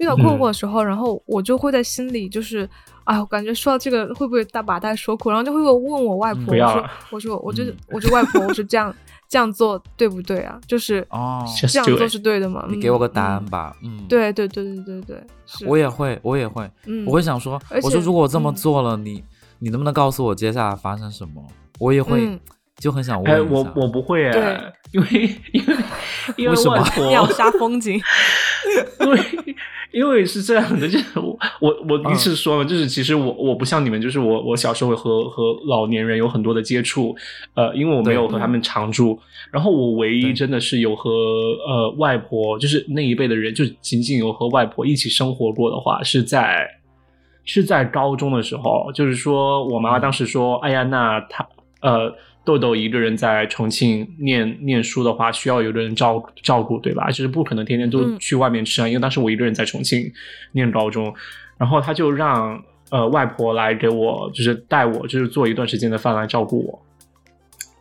[SPEAKER 3] 遇到
[SPEAKER 1] 嗯
[SPEAKER 3] 困惑的时候，然后我就会在心里就是，哎，我感觉说到这个会不会大把大家说哭，然后就会问我外
[SPEAKER 2] 嗯
[SPEAKER 3] 婆，
[SPEAKER 2] 不
[SPEAKER 1] 要
[SPEAKER 3] 我说
[SPEAKER 1] 了
[SPEAKER 3] 我说我就、
[SPEAKER 2] 嗯
[SPEAKER 3] 我就外婆，我说这样这样做对不对啊？就是
[SPEAKER 2] 哦，
[SPEAKER 1] Just
[SPEAKER 3] 这样
[SPEAKER 1] do
[SPEAKER 3] 做
[SPEAKER 1] it
[SPEAKER 3] 是对的吗？
[SPEAKER 2] 你给我个
[SPEAKER 3] 嗯
[SPEAKER 2] 答案
[SPEAKER 3] 嗯
[SPEAKER 2] 吧。嗯，，
[SPEAKER 3] 对对对对对对，是
[SPEAKER 2] 我也会，我也会，
[SPEAKER 3] 嗯，
[SPEAKER 2] 我会想说，
[SPEAKER 3] 而
[SPEAKER 2] 我说
[SPEAKER 3] 且
[SPEAKER 2] 如果我这么
[SPEAKER 3] 嗯
[SPEAKER 2] 做了，你你能不能告诉我接下来发生什么？我也会、
[SPEAKER 3] 嗯
[SPEAKER 2] 就很想问
[SPEAKER 1] 哎，
[SPEAKER 2] 一
[SPEAKER 1] 我
[SPEAKER 2] 下
[SPEAKER 1] 我不会哎
[SPEAKER 3] 对，
[SPEAKER 1] 因为因为因
[SPEAKER 2] 为什么
[SPEAKER 1] 外
[SPEAKER 3] 秒
[SPEAKER 1] 婆，
[SPEAKER 3] 杀 风景，
[SPEAKER 1] 因为因为是这样的，就是我我
[SPEAKER 2] 嗯
[SPEAKER 1] 我一直说嘛，就是其实我我不像你们，就是我我小时候和和老年人有很多的接触，呃，因为我没有
[SPEAKER 2] 对
[SPEAKER 1] 和他们常住，然后我唯一
[SPEAKER 2] 对
[SPEAKER 1] 真的是有和呃外婆，就是那一辈的人，就仅仅有和外婆一起生活过的话，是在是在高中的时候，就是说我
[SPEAKER 2] 嗯
[SPEAKER 1] 妈妈当时说，哎呀，那她呃。豆豆一个人在重庆念念书的话，需要有个人照照顾，对吧？就是不可能天天都
[SPEAKER 3] 嗯
[SPEAKER 1] 去外面吃啊，因为当时我一个人在重庆念高中，然后他就让呃外婆来给我，就是带我，就是做一段时间的饭来照顾我。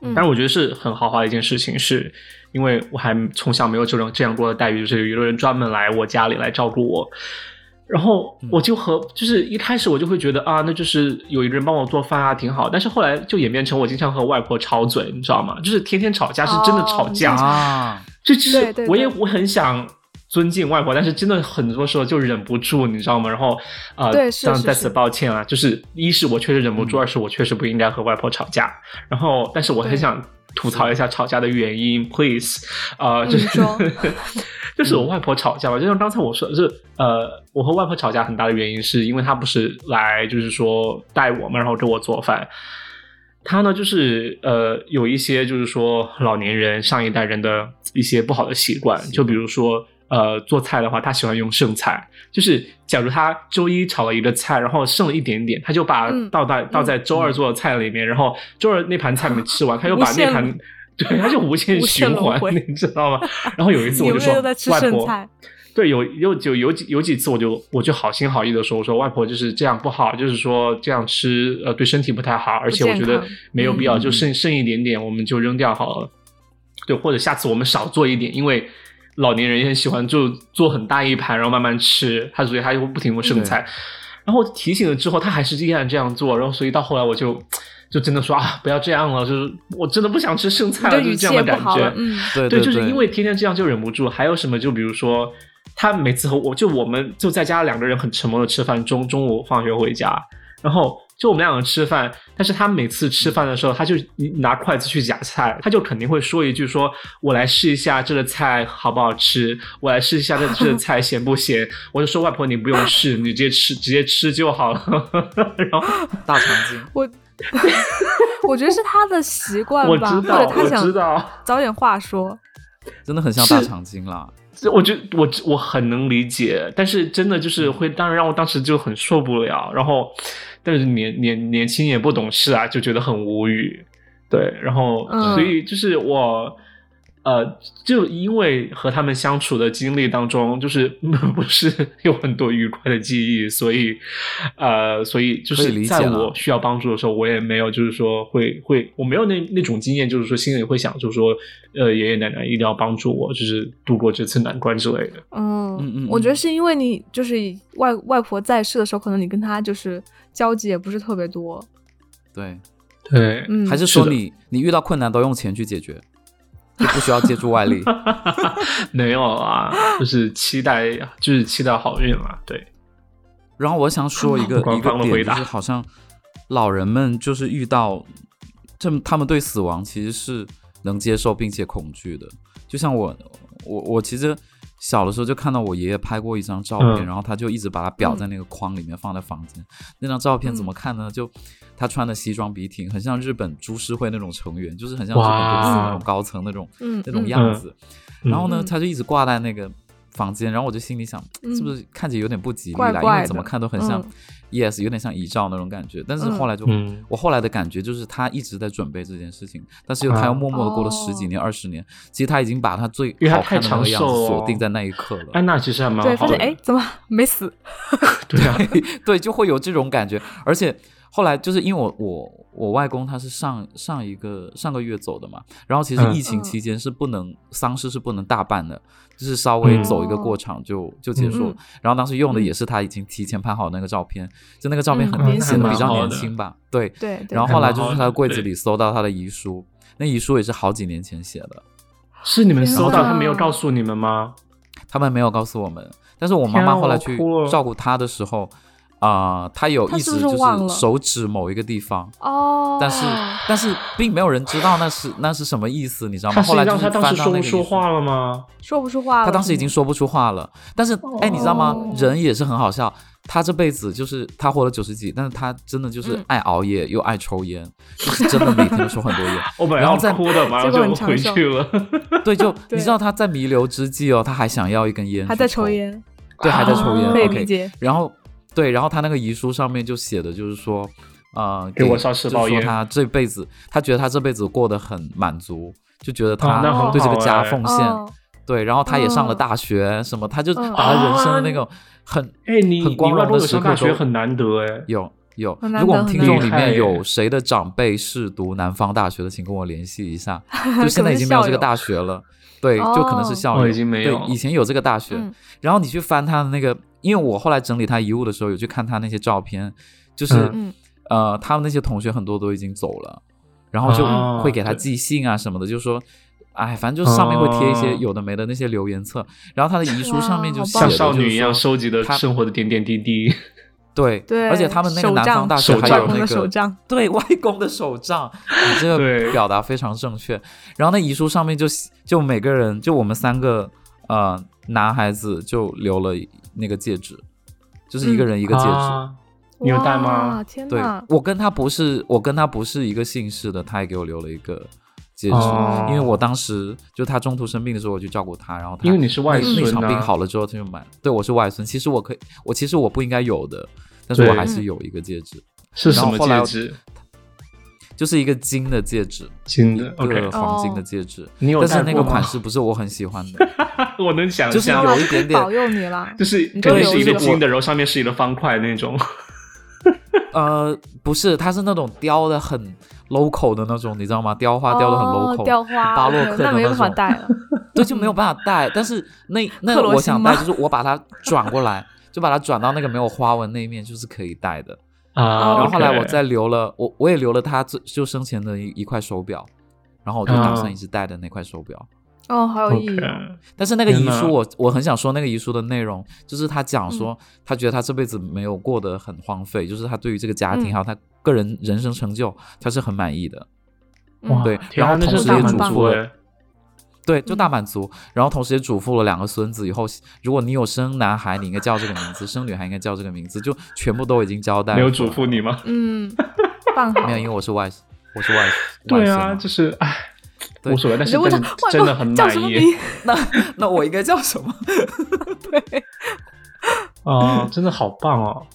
[SPEAKER 3] 嗯
[SPEAKER 1] 但是我觉得是很豪华的一件事情，是因为我还从小没有这种这样过的待遇，就是有一个人专门来我家里来照顾我。然后我就和就是一开始我就会觉得啊，那就是有一个人帮我做饭啊，挺好。但是后来就演变成我经常和外婆吵嘴，你知道吗？就是天天吵架，是真的吵架。
[SPEAKER 3] 哦
[SPEAKER 2] 啊，
[SPEAKER 1] 就就
[SPEAKER 3] 对
[SPEAKER 1] 是
[SPEAKER 3] 对
[SPEAKER 1] 我也
[SPEAKER 3] 对
[SPEAKER 1] 我很想尊敬外婆，但是真的很多时候就忍不住，你知道吗？然后啊，
[SPEAKER 3] 对是
[SPEAKER 1] 当然
[SPEAKER 3] 是
[SPEAKER 1] 在
[SPEAKER 3] 是
[SPEAKER 1] 此抱歉啊，就是一是我确实忍不住，
[SPEAKER 2] 嗯
[SPEAKER 1] 二是我确实不应该和外婆吵架。然后，但是我很
[SPEAKER 3] 对
[SPEAKER 1] 想吐槽一下吵架的原因，please，啊、呃，
[SPEAKER 3] 嗯
[SPEAKER 1] 就是、
[SPEAKER 3] 说
[SPEAKER 1] 就是
[SPEAKER 3] 嗯
[SPEAKER 1] 我外婆吵架嘛，就像刚才我说的，就是呃，我和外婆吵架很大的原因是因为她不是来就是说带我嘛，然后给我做饭。她呢，就是呃，有一些就是说老年人上一代人的一些不好的习惯，就比如说呃，做菜的话，她喜欢用剩菜，就是假如她周一炒了一个菜，然后剩了一点点，她就把
[SPEAKER 3] 嗯
[SPEAKER 1] 倒在、倒在周二做的菜里面，然后周二那盘菜没吃完，她又把
[SPEAKER 3] 无
[SPEAKER 1] 那
[SPEAKER 3] 限
[SPEAKER 1] 盘。对，她就无限
[SPEAKER 3] 无限
[SPEAKER 1] 循
[SPEAKER 3] 轮
[SPEAKER 1] 环，
[SPEAKER 3] 回
[SPEAKER 1] 你知道 吗？然后有一次我
[SPEAKER 3] 永
[SPEAKER 1] 就
[SPEAKER 3] 远
[SPEAKER 1] 说，
[SPEAKER 3] 都在吃
[SPEAKER 1] 外
[SPEAKER 3] 剩
[SPEAKER 1] 婆，
[SPEAKER 3] 菜，
[SPEAKER 1] 对，有有就有几有几次，我就我就好心好意的说，我说外婆就是这样不好，就是说这样吃呃对身体不太好，而且我
[SPEAKER 3] 健
[SPEAKER 1] 觉得
[SPEAKER 3] 康
[SPEAKER 1] 没有必要，
[SPEAKER 2] 嗯
[SPEAKER 1] 就剩剩一点点我们就扔掉好了。对，或者下次我们少做一点，因为老年人也很喜欢就做很大一盘，然后慢慢吃，他所以他就会不停的剩菜。然后我提醒了之后，他还是依然这样做，然后所以到后来我就就真的说啊，不要这样了，就是我真的不想吃剩菜
[SPEAKER 3] 你
[SPEAKER 1] 了，
[SPEAKER 3] 的
[SPEAKER 1] 就
[SPEAKER 3] 语
[SPEAKER 1] 是这
[SPEAKER 3] 气
[SPEAKER 1] 样
[SPEAKER 3] 也
[SPEAKER 1] 的
[SPEAKER 3] 不
[SPEAKER 1] 感
[SPEAKER 3] 好
[SPEAKER 1] 觉
[SPEAKER 3] 了，。 嗯，
[SPEAKER 2] 对
[SPEAKER 1] 对
[SPEAKER 2] 对，
[SPEAKER 1] 就是因为天天这样就忍不住。还有什么？就比如说，他每次和我就我们就在家两个人很沉默的吃饭，中中午放学回家，然后就我们两个吃饭，但是他每次吃饭的时候，他就拿筷子去夹菜，他就肯定会说一句说：“我来试一下这个菜好不好吃，我来试一下这这个菜咸不咸。”我就说：“外婆，你不用试，你直接吃，直接吃就好了。” 然后
[SPEAKER 2] 大肠经，
[SPEAKER 3] 我我觉得是他的习惯
[SPEAKER 1] 我
[SPEAKER 3] 吧，或
[SPEAKER 1] 知道，
[SPEAKER 3] 者他
[SPEAKER 1] 我知
[SPEAKER 3] 想
[SPEAKER 1] 道。
[SPEAKER 3] 找点话说。
[SPEAKER 2] 真的很像大
[SPEAKER 1] 是
[SPEAKER 2] 肠经啦。
[SPEAKER 1] 这我觉得我我很能理解，但是真的就是会，当然让我当时就很受不了，然后，但是年年年轻也不懂事啊，就觉得很无语，对，然后、
[SPEAKER 3] 嗯
[SPEAKER 1] 所以就是我，呃，就因为和他们相处的经历当中，就是 不是有很多愉快的记忆，所以，呃，所以就
[SPEAKER 2] 可以
[SPEAKER 1] 是
[SPEAKER 2] 理解
[SPEAKER 1] 在
[SPEAKER 2] 了
[SPEAKER 1] 我需要帮助的时候，我也没有就是说会会我没有那那种经验，就是说心里会想，就是说呃爷爷奶奶一定要帮助我，就是度过这次难关之类的。
[SPEAKER 3] 嗯
[SPEAKER 2] 嗯嗯
[SPEAKER 3] 我觉得
[SPEAKER 2] 嗯
[SPEAKER 3] 是因为你就是以外外婆在世的时候，可能你跟她就是交集也不是特别多。
[SPEAKER 2] 对，
[SPEAKER 1] 对，
[SPEAKER 3] 嗯，
[SPEAKER 2] 还是
[SPEAKER 1] 是
[SPEAKER 2] 说
[SPEAKER 1] 的
[SPEAKER 2] 你你遇到困难都用钱去解决？就不需要借助外力。
[SPEAKER 1] 没有啊，就是期待，就是期待好运嘛。对，
[SPEAKER 2] 然后我想说一个
[SPEAKER 1] 嗯官
[SPEAKER 2] 一个
[SPEAKER 1] 方的回
[SPEAKER 2] 点，就
[SPEAKER 1] 答
[SPEAKER 2] 是好像老人们就是遇到，这他们对死亡其实是能接受并且恐惧的。就像我，我我其实小的时候就看到我爷爷拍过一张照片，
[SPEAKER 1] 嗯
[SPEAKER 2] 然后他就一直把它裱在那个框里面，放在房间。那张照片
[SPEAKER 1] 嗯
[SPEAKER 2] 怎么看呢？就他穿的西装笔挺，很像日本株式会那种成员，就是很像日本公司那
[SPEAKER 1] 哇
[SPEAKER 2] 种高层那种
[SPEAKER 3] 嗯
[SPEAKER 2] 那种
[SPEAKER 3] 嗯
[SPEAKER 2] 样
[SPEAKER 1] 嗯
[SPEAKER 2] 子。然后呢，
[SPEAKER 3] 嗯
[SPEAKER 2] 他就一直挂在那个房间，然后我就心里想，
[SPEAKER 3] 嗯
[SPEAKER 2] 是不是看起有点不吉利
[SPEAKER 3] 怪
[SPEAKER 2] 啦？因
[SPEAKER 3] 怪的嗯
[SPEAKER 2] 为怎么看都很像、yes，有点像遗照那种感觉。但是后来就，
[SPEAKER 1] 嗯
[SPEAKER 2] 我后来的感觉就是他一直在准备这件事情，但是又
[SPEAKER 1] 啊
[SPEAKER 3] 哦
[SPEAKER 2] 他又默默的过了十几年、二十、年，其实他已经把他最
[SPEAKER 1] 因为他
[SPEAKER 2] 好看的
[SPEAKER 1] 太
[SPEAKER 2] 那
[SPEAKER 1] 长
[SPEAKER 2] 个样子
[SPEAKER 1] 寿了
[SPEAKER 2] 锁定在那一刻了。
[SPEAKER 1] 安娜其实还蛮
[SPEAKER 3] 对，
[SPEAKER 1] 好
[SPEAKER 3] 发
[SPEAKER 1] 的
[SPEAKER 3] 现，哎，怎么没死？
[SPEAKER 1] 对啊，
[SPEAKER 2] 对，就会有这种感觉。而且后来就是因为我我我外公他是上上一个上个月走的嘛，然后其实
[SPEAKER 1] 嗯
[SPEAKER 2] 疫情
[SPEAKER 3] 嗯
[SPEAKER 2] 期间是不能、丧事是不能大办的，就是稍微
[SPEAKER 1] 嗯
[SPEAKER 2] 走一个过场就、就结束了。
[SPEAKER 3] 嗯
[SPEAKER 2] 然后当时用的
[SPEAKER 3] 嗯
[SPEAKER 2] 也是他已经提前拍好那个照片，就那个照片
[SPEAKER 3] 嗯
[SPEAKER 2] 很
[SPEAKER 3] 啊
[SPEAKER 2] 年
[SPEAKER 3] 那
[SPEAKER 2] 轻
[SPEAKER 3] 还
[SPEAKER 2] 的，比
[SPEAKER 3] 蛮
[SPEAKER 2] 较
[SPEAKER 1] 好
[SPEAKER 2] 年
[SPEAKER 1] 的
[SPEAKER 2] 轻吧，对。
[SPEAKER 3] 对，对
[SPEAKER 2] 然后
[SPEAKER 1] 还
[SPEAKER 2] 后来
[SPEAKER 1] 蛮
[SPEAKER 2] 就是
[SPEAKER 1] 好
[SPEAKER 2] 他的
[SPEAKER 1] 的
[SPEAKER 2] 柜子
[SPEAKER 1] 对
[SPEAKER 2] 里搜到他的遗书，那遗书也是好几年前写的，
[SPEAKER 1] 是你们
[SPEAKER 3] 天
[SPEAKER 1] 搜到
[SPEAKER 3] 哪
[SPEAKER 1] 他没有告诉你们吗？
[SPEAKER 2] 他们没有告诉我们。但是我妈
[SPEAKER 1] 天啊
[SPEAKER 2] 妈后来
[SPEAKER 1] 我
[SPEAKER 2] 去
[SPEAKER 1] 哭了
[SPEAKER 2] 照顾她的时候，啊、她有
[SPEAKER 3] 她
[SPEAKER 2] 一
[SPEAKER 3] 是
[SPEAKER 2] 直
[SPEAKER 3] 不是
[SPEAKER 2] 就
[SPEAKER 3] 忘了
[SPEAKER 2] 是手指某一个地方，
[SPEAKER 3] 哦，
[SPEAKER 2] 但是但是并没有人知道那是那是什么意思，你知道吗？
[SPEAKER 1] 他是
[SPEAKER 2] 后来就
[SPEAKER 1] 让
[SPEAKER 2] 是
[SPEAKER 1] 他
[SPEAKER 2] 翻到
[SPEAKER 1] 当时说
[SPEAKER 2] 那
[SPEAKER 1] 不
[SPEAKER 2] 个
[SPEAKER 1] 说
[SPEAKER 2] 遗书
[SPEAKER 1] 话了吗？
[SPEAKER 3] 说不出话了。嗯
[SPEAKER 2] 他当时已经
[SPEAKER 3] 是
[SPEAKER 2] 说不出话了，但是哎，你知道吗
[SPEAKER 3] 哦？
[SPEAKER 2] 人也是很好笑。他这辈子就是他活了九十几，但是他真的就是
[SPEAKER 3] 嗯
[SPEAKER 2] 爱熬夜又爱抽烟，就是真的每天都抽很多 烟。
[SPEAKER 1] 我本来
[SPEAKER 2] 然
[SPEAKER 1] 要
[SPEAKER 2] 后在
[SPEAKER 1] ？Oh 哭的，马上
[SPEAKER 3] 结果很
[SPEAKER 1] 就
[SPEAKER 3] 长
[SPEAKER 1] 回
[SPEAKER 3] 寿
[SPEAKER 1] 去了。
[SPEAKER 2] 对，就你
[SPEAKER 3] 对
[SPEAKER 2] 知道他在弥留之际哦，他还想要一根烟，
[SPEAKER 3] 吗还在抽，烟，
[SPEAKER 2] 对，还在抽烟
[SPEAKER 3] 啊
[SPEAKER 1] 啊
[SPEAKER 3] 可以
[SPEAKER 2] OK
[SPEAKER 3] 理解。
[SPEAKER 2] 然后对，然后他那个遗书上面就写的就是说，呃，
[SPEAKER 1] 给我烧十包
[SPEAKER 2] 就是
[SPEAKER 1] 烟
[SPEAKER 2] 说他这辈子，他觉得他这辈子过得很满足，就觉得
[SPEAKER 1] 啊
[SPEAKER 3] 那
[SPEAKER 2] 他
[SPEAKER 3] 很
[SPEAKER 2] 对这个
[SPEAKER 1] 好
[SPEAKER 2] 家
[SPEAKER 1] 哎
[SPEAKER 2] 奉献，
[SPEAKER 3] 哦，
[SPEAKER 2] 对，然后他也上了
[SPEAKER 3] 嗯
[SPEAKER 2] 大学，什么，他就
[SPEAKER 3] 嗯
[SPEAKER 2] 把他人生的那种很
[SPEAKER 1] 哦哎，你
[SPEAKER 2] 很
[SPEAKER 1] 你
[SPEAKER 2] 光
[SPEAKER 1] 外
[SPEAKER 2] 荣
[SPEAKER 1] 公
[SPEAKER 2] 的
[SPEAKER 1] 有
[SPEAKER 2] 时
[SPEAKER 1] 上
[SPEAKER 2] 刻
[SPEAKER 1] 大学
[SPEAKER 2] 都
[SPEAKER 1] 很难得哎。
[SPEAKER 2] 有有
[SPEAKER 3] 很，难
[SPEAKER 2] 如果我
[SPEAKER 3] 得
[SPEAKER 2] 们
[SPEAKER 3] 很
[SPEAKER 2] 听
[SPEAKER 3] 难
[SPEAKER 2] 众
[SPEAKER 1] 得
[SPEAKER 2] 里面
[SPEAKER 1] 厉害
[SPEAKER 2] 有
[SPEAKER 1] 耶
[SPEAKER 2] 谁的长辈是读南方大学的，请跟我联系一 下。就现在已经没有这个大学了，对，就可能是校
[SPEAKER 1] 哦
[SPEAKER 2] 友，
[SPEAKER 1] 已经没有
[SPEAKER 2] 对，以前有这个大学，
[SPEAKER 3] 嗯
[SPEAKER 2] 然后你去翻他的那个，因为我后来整理他遗物的时候，有去看他那些照片，就是、
[SPEAKER 3] 嗯
[SPEAKER 2] 呃，他们那些同学很多都已经走了，然后就
[SPEAKER 1] 哦
[SPEAKER 2] 会给他寄信啊什么的，就说。哎，反正就是上面会贴一些
[SPEAKER 1] 哦
[SPEAKER 2] 有的没的那些留言册，然后他的遗书上面就
[SPEAKER 3] 哇好
[SPEAKER 2] 写
[SPEAKER 1] 像
[SPEAKER 3] 棒
[SPEAKER 2] 的，
[SPEAKER 1] 少
[SPEAKER 2] 就
[SPEAKER 1] 女
[SPEAKER 2] 是
[SPEAKER 1] 一样
[SPEAKER 2] 说
[SPEAKER 1] 收集的
[SPEAKER 2] 他
[SPEAKER 1] 生活的点点滴滴，
[SPEAKER 2] 对，
[SPEAKER 3] 对
[SPEAKER 2] 而且他们那个
[SPEAKER 3] 手
[SPEAKER 2] 南
[SPEAKER 3] 杖
[SPEAKER 2] 方大学
[SPEAKER 1] 手
[SPEAKER 2] 还
[SPEAKER 1] 杖
[SPEAKER 2] 有
[SPEAKER 3] 我
[SPEAKER 2] 那
[SPEAKER 3] 的
[SPEAKER 2] 个
[SPEAKER 3] 手杖，
[SPEAKER 2] 对外公的手杖，你这个
[SPEAKER 1] 对
[SPEAKER 2] 表达非常正确。然后那遗书上面就写就每个人就我们三个呃男孩子就留了那个戒指，就是一个人一
[SPEAKER 1] 一
[SPEAKER 2] 个戒指。
[SPEAKER 1] 啊
[SPEAKER 3] 啊
[SPEAKER 1] 你有带吗
[SPEAKER 3] 哇？天
[SPEAKER 2] 对
[SPEAKER 3] 哪，
[SPEAKER 2] 我跟他不是我跟他不是一个姓氏的，他也给我留了一个戒指，
[SPEAKER 1] 哦
[SPEAKER 2] 因为我当时就他中途生病的时候我去照顾他，然后他
[SPEAKER 1] 因为你是外孙啊
[SPEAKER 2] 那
[SPEAKER 1] 呐
[SPEAKER 2] 场病好了之后他就买。对我是外孙，其实我可以我其实我不应该有的，但是我
[SPEAKER 1] 对
[SPEAKER 2] 还是有一个戒指。
[SPEAKER 1] 是什
[SPEAKER 2] 然后
[SPEAKER 1] 么
[SPEAKER 2] 后来
[SPEAKER 1] 戒
[SPEAKER 2] 我
[SPEAKER 1] 指？
[SPEAKER 2] 就是一个金的戒指，
[SPEAKER 1] 金
[SPEAKER 2] 一
[SPEAKER 1] 的
[SPEAKER 2] 个
[SPEAKER 1] ，OK，
[SPEAKER 2] 黄
[SPEAKER 3] 哦
[SPEAKER 2] 金的戒指，
[SPEAKER 1] 你有
[SPEAKER 2] 但是
[SPEAKER 1] 戴
[SPEAKER 2] 那
[SPEAKER 1] 过
[SPEAKER 2] 个
[SPEAKER 1] 吗
[SPEAKER 2] 款式不是我很喜欢的，
[SPEAKER 1] 我能想
[SPEAKER 2] 就是
[SPEAKER 1] 象，
[SPEAKER 2] 有一点点
[SPEAKER 3] 保佑你了。
[SPEAKER 1] 就是
[SPEAKER 3] 你
[SPEAKER 1] 感
[SPEAKER 2] 对
[SPEAKER 1] 觉是一
[SPEAKER 2] 就
[SPEAKER 1] 个
[SPEAKER 2] 是我
[SPEAKER 1] 金的，然后上面是一个方块那种。
[SPEAKER 2] 呃，不是，它是那种雕的很 local 的那种，你知道吗？雕花雕的很
[SPEAKER 3] 哦
[SPEAKER 2] local，、
[SPEAKER 3] 雕花
[SPEAKER 2] 巴洛
[SPEAKER 3] 对
[SPEAKER 2] 克的
[SPEAKER 3] 那没
[SPEAKER 2] 那
[SPEAKER 3] 办法
[SPEAKER 2] 种
[SPEAKER 3] 戴了。
[SPEAKER 2] 对，就没有办法戴。但是那那
[SPEAKER 3] 克
[SPEAKER 2] 个
[SPEAKER 3] 罗
[SPEAKER 2] 我
[SPEAKER 3] 心
[SPEAKER 2] 想
[SPEAKER 3] 吗
[SPEAKER 2] 戴，就是我把它转过来，就把它转到那个没有花纹那一面，就是可以戴的。
[SPEAKER 1] 啊
[SPEAKER 2] 然后后来
[SPEAKER 1] OK
[SPEAKER 2] 我再留了，我我也留了他最就生前的一一块手表，然后我就打
[SPEAKER 1] 嗯
[SPEAKER 2] 算一直戴的那块手表。
[SPEAKER 3] 哦，好有意义
[SPEAKER 1] OK
[SPEAKER 3] 哦。
[SPEAKER 2] 但是那个
[SPEAKER 1] 天
[SPEAKER 2] 遗
[SPEAKER 1] 哪
[SPEAKER 2] 书我，我很想说那个遗书的内容，就是他讲说，
[SPEAKER 3] 嗯
[SPEAKER 2] 他觉得他这辈子没有过得很荒废，就是他对于这个家庭
[SPEAKER 3] 嗯
[SPEAKER 2] 还有他个人人生成就，他是很满意的。
[SPEAKER 3] 嗯
[SPEAKER 2] 对
[SPEAKER 1] 天啊
[SPEAKER 2] 然后
[SPEAKER 1] 那
[SPEAKER 2] 同
[SPEAKER 1] 是
[SPEAKER 3] 时
[SPEAKER 1] 大
[SPEAKER 3] 也
[SPEAKER 1] 满
[SPEAKER 3] 嘱
[SPEAKER 1] 足
[SPEAKER 2] 咐
[SPEAKER 1] 哎
[SPEAKER 2] 了
[SPEAKER 3] 嗯
[SPEAKER 2] 对，就大满足。然后同时也嘱咐了两个孙子，以后如果你有生男孩，你应该叫这个名字；生女孩应该叫这个名字，就全部都已经交代。
[SPEAKER 1] 没有嘱咐，你吗？
[SPEAKER 3] 嗯，办好
[SPEAKER 2] 没有，因为我是外，我是外，外
[SPEAKER 1] 对
[SPEAKER 2] 孙
[SPEAKER 1] 啊，
[SPEAKER 2] 嘛
[SPEAKER 1] 就是唉，
[SPEAKER 2] 对
[SPEAKER 1] 无所谓，但
[SPEAKER 3] 你
[SPEAKER 1] 是
[SPEAKER 3] 就问他
[SPEAKER 1] 真的真的
[SPEAKER 3] 外
[SPEAKER 1] 很
[SPEAKER 3] 公叫
[SPEAKER 1] 满
[SPEAKER 3] 什么
[SPEAKER 1] 意
[SPEAKER 3] 名？
[SPEAKER 2] 那那我应该叫什么？
[SPEAKER 3] 对，
[SPEAKER 1] 啊，真的好棒哦！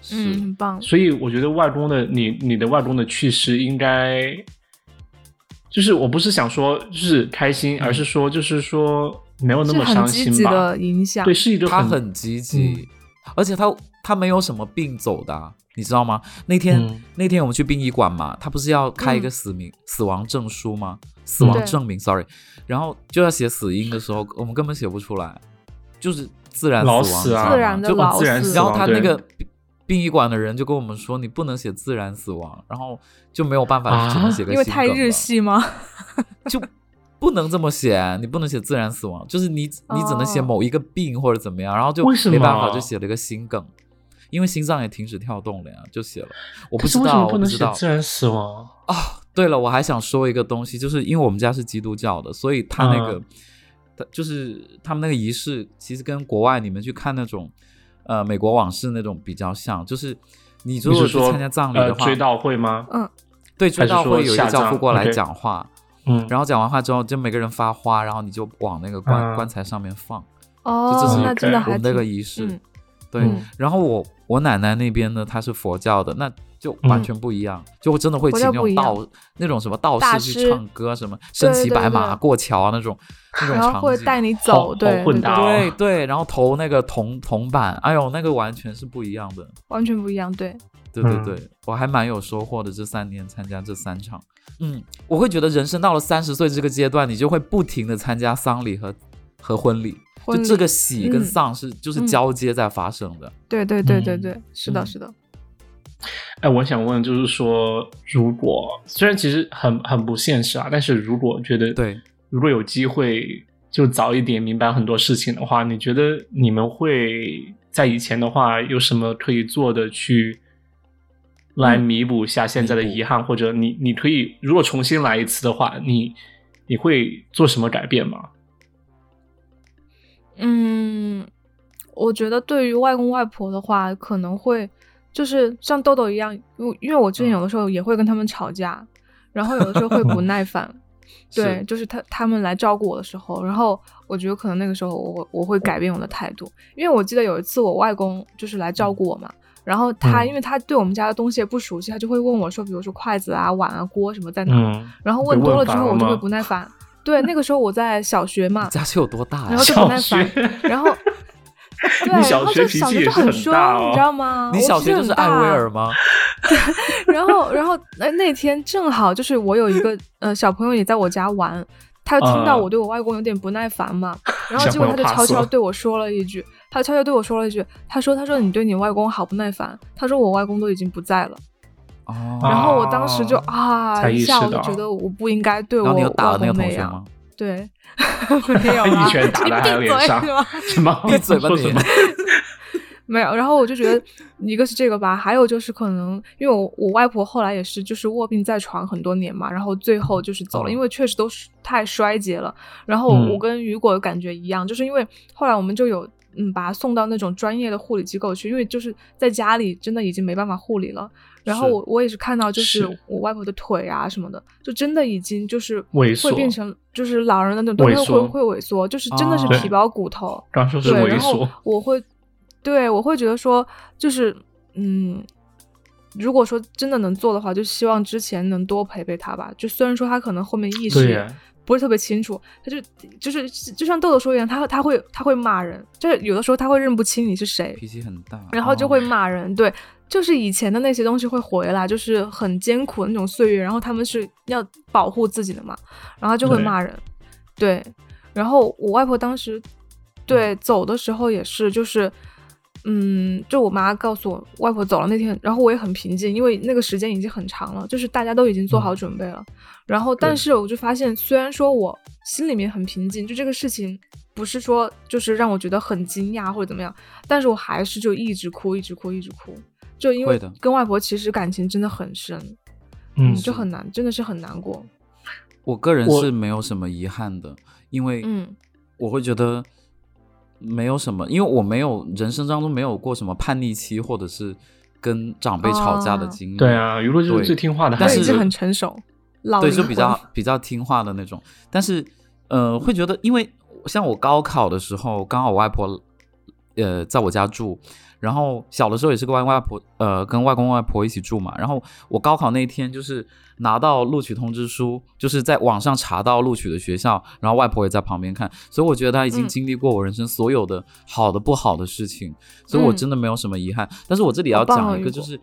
[SPEAKER 2] 是、
[SPEAKER 3] 嗯，很棒。
[SPEAKER 1] 所以我觉得外公的你你的外公的去世应该，就是我不是想说就是开心，而是说就是说没有那
[SPEAKER 3] 嗯是
[SPEAKER 1] 么
[SPEAKER 3] 很
[SPEAKER 1] 伤
[SPEAKER 3] 积
[SPEAKER 1] 心
[SPEAKER 3] 极
[SPEAKER 1] 吧？
[SPEAKER 3] 的影响
[SPEAKER 1] 对，，是一个
[SPEAKER 2] 他
[SPEAKER 1] 很嗯
[SPEAKER 2] 很积极，而且他他没有什么病走的啊、你知道吗？那天、
[SPEAKER 1] 嗯
[SPEAKER 2] 那天我们去殡仪馆嘛，他不是要开一个
[SPEAKER 3] 嗯
[SPEAKER 2] 死明、死亡证书吗？
[SPEAKER 1] 嗯
[SPEAKER 2] 死亡
[SPEAKER 3] 对
[SPEAKER 2] 证明，sorry，然后就要写死因的时候，我们根本写不出来，就是自然
[SPEAKER 1] 老
[SPEAKER 2] 死亡，
[SPEAKER 1] 死啊
[SPEAKER 2] 你知道吗就
[SPEAKER 3] 自然的老
[SPEAKER 1] 自然
[SPEAKER 3] 死
[SPEAKER 1] 死
[SPEAKER 2] 然
[SPEAKER 1] 亡
[SPEAKER 2] 后他
[SPEAKER 1] 对
[SPEAKER 2] 那个殡殡仪馆的人就跟我们说，你不能写自然死亡，然后就没有办法，
[SPEAKER 1] 啊
[SPEAKER 2] 只能写个
[SPEAKER 3] 因为
[SPEAKER 2] 心
[SPEAKER 3] 太
[SPEAKER 2] 梗
[SPEAKER 3] 日
[SPEAKER 2] 了
[SPEAKER 3] 系吗？
[SPEAKER 2] 就不能这么写，你不能写自然死亡，就是你你只能写
[SPEAKER 3] 哦
[SPEAKER 2] 某一个病或者怎么样，然后就
[SPEAKER 1] 为什
[SPEAKER 2] 没办法
[SPEAKER 1] 么
[SPEAKER 2] 就写了一个心梗，因为心脏也停止跳动了呀，就写了。我不
[SPEAKER 1] 可
[SPEAKER 2] 知
[SPEAKER 1] 是为什
[SPEAKER 2] 道，
[SPEAKER 1] 么
[SPEAKER 2] 我
[SPEAKER 1] 不
[SPEAKER 2] 不
[SPEAKER 1] 能
[SPEAKER 2] 知
[SPEAKER 1] 写
[SPEAKER 2] 道
[SPEAKER 1] 自然死亡？
[SPEAKER 2] 啊、对了，我还想说一个东西，就是因为我们家是基督教的，所以他那
[SPEAKER 1] 嗯
[SPEAKER 2] 个，他就是他们那个仪式，其实跟国外你们去看那种，呃，美国往事那种比较像，就是你如
[SPEAKER 1] 你
[SPEAKER 2] 果
[SPEAKER 1] 是
[SPEAKER 2] 去
[SPEAKER 1] 说
[SPEAKER 2] 参加葬礼
[SPEAKER 1] 呃
[SPEAKER 2] 的话，
[SPEAKER 1] 追悼会吗？
[SPEAKER 3] 嗯
[SPEAKER 2] 对追
[SPEAKER 1] 还是
[SPEAKER 2] 悼
[SPEAKER 1] 说
[SPEAKER 2] 会有一
[SPEAKER 1] 下
[SPEAKER 2] 个教父
[SPEAKER 1] 葬
[SPEAKER 2] 过来
[SPEAKER 1] ？OK
[SPEAKER 2] 讲话，
[SPEAKER 1] 嗯，
[SPEAKER 2] 然后讲完话之后，就每个人发花，然后你就往那个棺、
[SPEAKER 1] 嗯
[SPEAKER 2] 棺材上面放，就这
[SPEAKER 3] 哦
[SPEAKER 2] 是，
[SPEAKER 3] 那真的
[SPEAKER 2] 我
[SPEAKER 3] 还
[SPEAKER 2] 们那
[SPEAKER 3] 挺
[SPEAKER 2] 个仪式。
[SPEAKER 3] 嗯
[SPEAKER 2] 对，
[SPEAKER 1] 嗯
[SPEAKER 2] 然后我我奶奶那边呢，她是佛教的，那就完全不一样，就真的会请那
[SPEAKER 3] 佛教不
[SPEAKER 2] 种
[SPEAKER 3] 一样
[SPEAKER 2] 道那种什么道
[SPEAKER 3] 大
[SPEAKER 2] 士
[SPEAKER 3] 师
[SPEAKER 2] 去唱歌，什么身骑
[SPEAKER 3] 对对
[SPEAKER 2] 白马
[SPEAKER 3] 对
[SPEAKER 2] 过桥啊那种那种
[SPEAKER 3] 然后
[SPEAKER 2] 场
[SPEAKER 3] 会
[SPEAKER 2] 景。
[SPEAKER 3] 带你
[SPEAKER 1] 好
[SPEAKER 3] 走，
[SPEAKER 1] 好
[SPEAKER 3] 对，
[SPEAKER 1] 混
[SPEAKER 3] 对
[SPEAKER 1] 搭
[SPEAKER 3] 对
[SPEAKER 1] 哦
[SPEAKER 2] 对对，然后投那个铜铜板，哎呦，那个完全是不一样的。
[SPEAKER 3] 完全不一样，对，
[SPEAKER 2] 对对
[SPEAKER 1] 嗯
[SPEAKER 2] 对，我还蛮有收获的。这三年参加这三场，嗯，我会觉得人生到了三十岁这个阶段，你就会不停的参加丧礼和和婚礼，
[SPEAKER 3] 婚
[SPEAKER 2] 就
[SPEAKER 3] 礼
[SPEAKER 2] 这个喜跟
[SPEAKER 3] 嗯
[SPEAKER 2] 丧是、就是
[SPEAKER 3] 嗯
[SPEAKER 2] 交接在发生的。
[SPEAKER 3] 对对对对
[SPEAKER 1] 嗯
[SPEAKER 3] 对，是的，
[SPEAKER 2] 嗯
[SPEAKER 3] 是的，
[SPEAKER 1] 哎，我想问，就是说，如果虽然其实很很不现实啊，但是如果觉得
[SPEAKER 2] 对，
[SPEAKER 1] 如果有机会就早一点明白很多事情的话，你觉得你们会在以前的话有什么可以做的去来
[SPEAKER 2] 嗯
[SPEAKER 1] 弥补一下现在的
[SPEAKER 2] 弥补
[SPEAKER 1] 遗憾，或者你你可以如果重新来一次的话，你你会做什么改变吗？
[SPEAKER 3] 嗯，我觉得对于外公外婆的话，可能会就是像豆豆一样，因为因为我之
[SPEAKER 1] 嗯
[SPEAKER 3] 前有的时候也会跟他们吵架，然后有的时候会不 耐烦，对，
[SPEAKER 2] 是，
[SPEAKER 3] 就是他他们来照顾我的时候，然后我觉得可能那个时候我我会改变我的态度，因为我记得有一次我外公就是来照顾我嘛，然后他
[SPEAKER 1] 嗯
[SPEAKER 3] 因为他对我们家的东西也不熟悉，他就会问我说，比如说筷子啊、碗啊、锅什么在哪，
[SPEAKER 1] 嗯，
[SPEAKER 3] 然后
[SPEAKER 1] 被
[SPEAKER 3] 问多
[SPEAKER 1] 问
[SPEAKER 3] 了之
[SPEAKER 1] 烦
[SPEAKER 3] 后
[SPEAKER 1] 了
[SPEAKER 3] 我就会
[SPEAKER 1] 吗
[SPEAKER 3] 不耐烦。对，那个时候我在小学嘛
[SPEAKER 2] 你，家是有多大呀
[SPEAKER 3] 啊然后？就不
[SPEAKER 1] 小
[SPEAKER 3] 耐
[SPEAKER 1] 学
[SPEAKER 3] 烦，然后对，然
[SPEAKER 1] 小
[SPEAKER 3] 后
[SPEAKER 1] 学
[SPEAKER 3] 就
[SPEAKER 1] 脾
[SPEAKER 3] 小
[SPEAKER 1] 气
[SPEAKER 3] 学
[SPEAKER 1] 也
[SPEAKER 3] 就是很
[SPEAKER 1] 很
[SPEAKER 3] 凶，
[SPEAKER 1] 大哦
[SPEAKER 3] 你知道吗？
[SPEAKER 2] 你
[SPEAKER 3] 我
[SPEAKER 2] 小
[SPEAKER 3] 脾
[SPEAKER 2] 学
[SPEAKER 3] 气
[SPEAKER 2] 就是
[SPEAKER 3] 很
[SPEAKER 2] 艾薇
[SPEAKER 3] 大
[SPEAKER 2] 儿。吗？
[SPEAKER 3] 然后，然后那那天正好就是我有一个呃小朋友也在我家玩，他就听到
[SPEAKER 1] 嗯
[SPEAKER 3] 我对我外公有点不耐烦嘛，然后
[SPEAKER 1] 小
[SPEAKER 3] 结果
[SPEAKER 1] 朋
[SPEAKER 3] 他
[SPEAKER 1] 友
[SPEAKER 3] 就
[SPEAKER 1] 怕
[SPEAKER 3] 悄悄
[SPEAKER 1] 死
[SPEAKER 3] 对我说了一句，他悄悄对我说了一句，他说他说你对你外公好不耐烦，他说我外公都已经不在了，
[SPEAKER 2] 哦，
[SPEAKER 1] 啊
[SPEAKER 3] 然后我当时就
[SPEAKER 1] 哦
[SPEAKER 3] 啊
[SPEAKER 1] 才意
[SPEAKER 3] 一
[SPEAKER 1] 识
[SPEAKER 3] 下我就
[SPEAKER 1] 到
[SPEAKER 3] 觉得我不应该对
[SPEAKER 2] 然
[SPEAKER 3] 我啊
[SPEAKER 2] 后你有打
[SPEAKER 3] 外
[SPEAKER 2] 了那个
[SPEAKER 3] 公
[SPEAKER 2] 同
[SPEAKER 3] 那
[SPEAKER 2] 学
[SPEAKER 3] 样
[SPEAKER 2] 吗，？
[SPEAKER 3] 对，没有啊，
[SPEAKER 1] 一拳打
[SPEAKER 3] 你
[SPEAKER 1] 在他的
[SPEAKER 3] 闭
[SPEAKER 1] 脸
[SPEAKER 3] 嘴
[SPEAKER 1] 上
[SPEAKER 3] 是吗？
[SPEAKER 1] 什么？
[SPEAKER 2] 闭嘴吧
[SPEAKER 1] 说
[SPEAKER 2] 你
[SPEAKER 1] 什么？
[SPEAKER 3] 没有，然后我就觉 得一个是这个吧，还有就是可能因为我我外婆后来也是就是卧病在床很多年嘛，然后最后就是走了，
[SPEAKER 2] 哦
[SPEAKER 3] 因为确实都是太衰竭了。然后我,、
[SPEAKER 1] 嗯
[SPEAKER 3] 我跟雨果感觉一样，就是因为后来我们就有嗯把她送到那种专业的护理机构去，因为就是在家里真的已经没办法护理了。然后
[SPEAKER 2] 是
[SPEAKER 3] 我我也是看到就是
[SPEAKER 1] 是
[SPEAKER 3] 我外婆的腿啊什么的，就真的已经就是
[SPEAKER 1] 萎缩
[SPEAKER 3] 会变成就是老人的那种，
[SPEAKER 1] 萎
[SPEAKER 3] 对，会
[SPEAKER 1] 缩啊
[SPEAKER 3] 会萎缩，就是真的是
[SPEAKER 2] 哦
[SPEAKER 3] 皮包骨头。
[SPEAKER 1] 刚 说是
[SPEAKER 3] 对，
[SPEAKER 1] 猥
[SPEAKER 3] 然后
[SPEAKER 1] 琐，
[SPEAKER 3] 我会，对我会觉得说，就是嗯，如果说真的能做的话，就希望之前能多陪陪他吧。就虽然说他可能后面
[SPEAKER 1] 对
[SPEAKER 3] 意识
[SPEAKER 1] 呀，
[SPEAKER 3] 不是特别清楚，他就就是就像豆豆说一样，他他会他会骂人，就是有的时候他会认不清你是谁，
[SPEAKER 2] 脾气很大，
[SPEAKER 3] 然后就
[SPEAKER 2] 哦
[SPEAKER 3] 会骂人，对。就是以前的那些东西会回来，就是很艰苦的那种岁月，然后他们是要保护自己的嘛，然后就会
[SPEAKER 1] 对
[SPEAKER 3] 骂人，对。然后我外婆当时
[SPEAKER 1] 嗯
[SPEAKER 3] 对走的时候也是，就是嗯，就我妈告诉我外婆走了那天，然后我也很平静，因为那个时间已经很长了，就是大家都已经做好准备了。然后，
[SPEAKER 1] 嗯
[SPEAKER 3] 但
[SPEAKER 1] 对
[SPEAKER 3] 是我就发现，虽然说我心里面很平静，就这个事情不是说就是让我觉得很惊讶或者怎么样，但是我还是就一直哭，一直哭，一直哭，就因
[SPEAKER 2] 会
[SPEAKER 3] 为
[SPEAKER 2] 的
[SPEAKER 3] 跟外婆其实感情真的很深，
[SPEAKER 1] 嗯，
[SPEAKER 3] 就很难，真的是很难过。
[SPEAKER 2] 我个人
[SPEAKER 1] 我
[SPEAKER 2] 是没有什么遗憾的，因为
[SPEAKER 3] 嗯
[SPEAKER 2] 我会觉得没有什么，因为我没有人生当中没有过什么叛逆期，或者是跟长辈吵架的
[SPEAKER 3] 哦
[SPEAKER 2] 经历。
[SPEAKER 1] 对，啊，娱乐就是
[SPEAKER 2] 对
[SPEAKER 1] 最听话的孩
[SPEAKER 2] 但
[SPEAKER 1] 子，
[SPEAKER 3] 我
[SPEAKER 2] 是
[SPEAKER 3] 已经很成熟，老
[SPEAKER 2] 对，
[SPEAKER 3] 灵
[SPEAKER 2] 就比较
[SPEAKER 3] 魂
[SPEAKER 2] 比较听话的那种。但是，呃，会觉得，因为像我高考的时候，刚好我外婆，呃，在我家住，然后小的时候也是跟外外婆，呃，跟外公外婆一起住嘛。然后我高考那一天就是拿到录取通知书，就是在网上查到录取的学校，然后外婆也在旁边看，所以我觉得她已经
[SPEAKER 3] 嗯
[SPEAKER 2] 经历过我人生所有的好的不好的事情，所以我
[SPEAKER 3] 嗯
[SPEAKER 2] 真的没有什么遗憾。但是我这里要
[SPEAKER 3] 好棒哦
[SPEAKER 2] 讲一
[SPEAKER 3] 雨
[SPEAKER 2] 个，
[SPEAKER 3] 果
[SPEAKER 2] 就是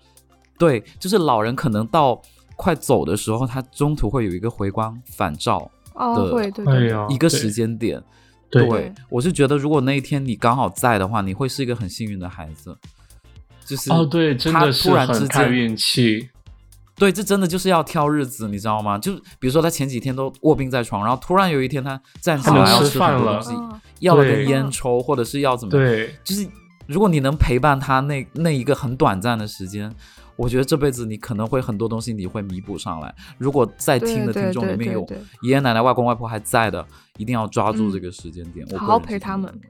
[SPEAKER 2] 对，就是老人可能到快走的时候，他中途会有一个回光返照
[SPEAKER 3] 哦，
[SPEAKER 2] 的
[SPEAKER 3] 会对
[SPEAKER 1] 哎
[SPEAKER 3] 对，
[SPEAKER 1] 呀，
[SPEAKER 2] 一个
[SPEAKER 1] 对
[SPEAKER 2] 时间点。
[SPEAKER 1] 对
[SPEAKER 3] 对
[SPEAKER 2] 我是觉得如果那一天你刚好在的话，你会是一个很幸运的孩子。就是
[SPEAKER 1] 哦，对，真
[SPEAKER 2] 他
[SPEAKER 1] 的是
[SPEAKER 2] 突然之
[SPEAKER 1] 很看
[SPEAKER 2] 间
[SPEAKER 1] 运气。
[SPEAKER 2] 对，这真的就是要挑日子，你知道吗？就比如说他前几天都卧病在床，然后突然有一天他站起
[SPEAKER 1] 他
[SPEAKER 2] 来
[SPEAKER 1] 能
[SPEAKER 2] 要
[SPEAKER 1] 吃
[SPEAKER 2] 吃
[SPEAKER 1] 饭
[SPEAKER 2] 很多
[SPEAKER 1] 了
[SPEAKER 2] 东西，
[SPEAKER 3] 哦
[SPEAKER 2] 要了根
[SPEAKER 1] 对
[SPEAKER 2] 烟抽，或者是要怎么样，
[SPEAKER 1] 对，
[SPEAKER 2] 就是如果你能陪伴他那那一个很短暂的时间，我觉得这辈子你可能会很多东西你会弥补上来。如果在
[SPEAKER 3] 对
[SPEAKER 2] 听的
[SPEAKER 3] 对
[SPEAKER 2] 听众
[SPEAKER 3] 对
[SPEAKER 2] 里面
[SPEAKER 3] 对
[SPEAKER 2] 有
[SPEAKER 3] 对
[SPEAKER 2] 爷爷奶奶、外公外婆还在的，一定要抓住
[SPEAKER 3] 嗯
[SPEAKER 2] 这个时间点，我个人
[SPEAKER 3] 好好
[SPEAKER 2] 是这
[SPEAKER 3] 陪
[SPEAKER 2] 么
[SPEAKER 3] 他们
[SPEAKER 2] 认为。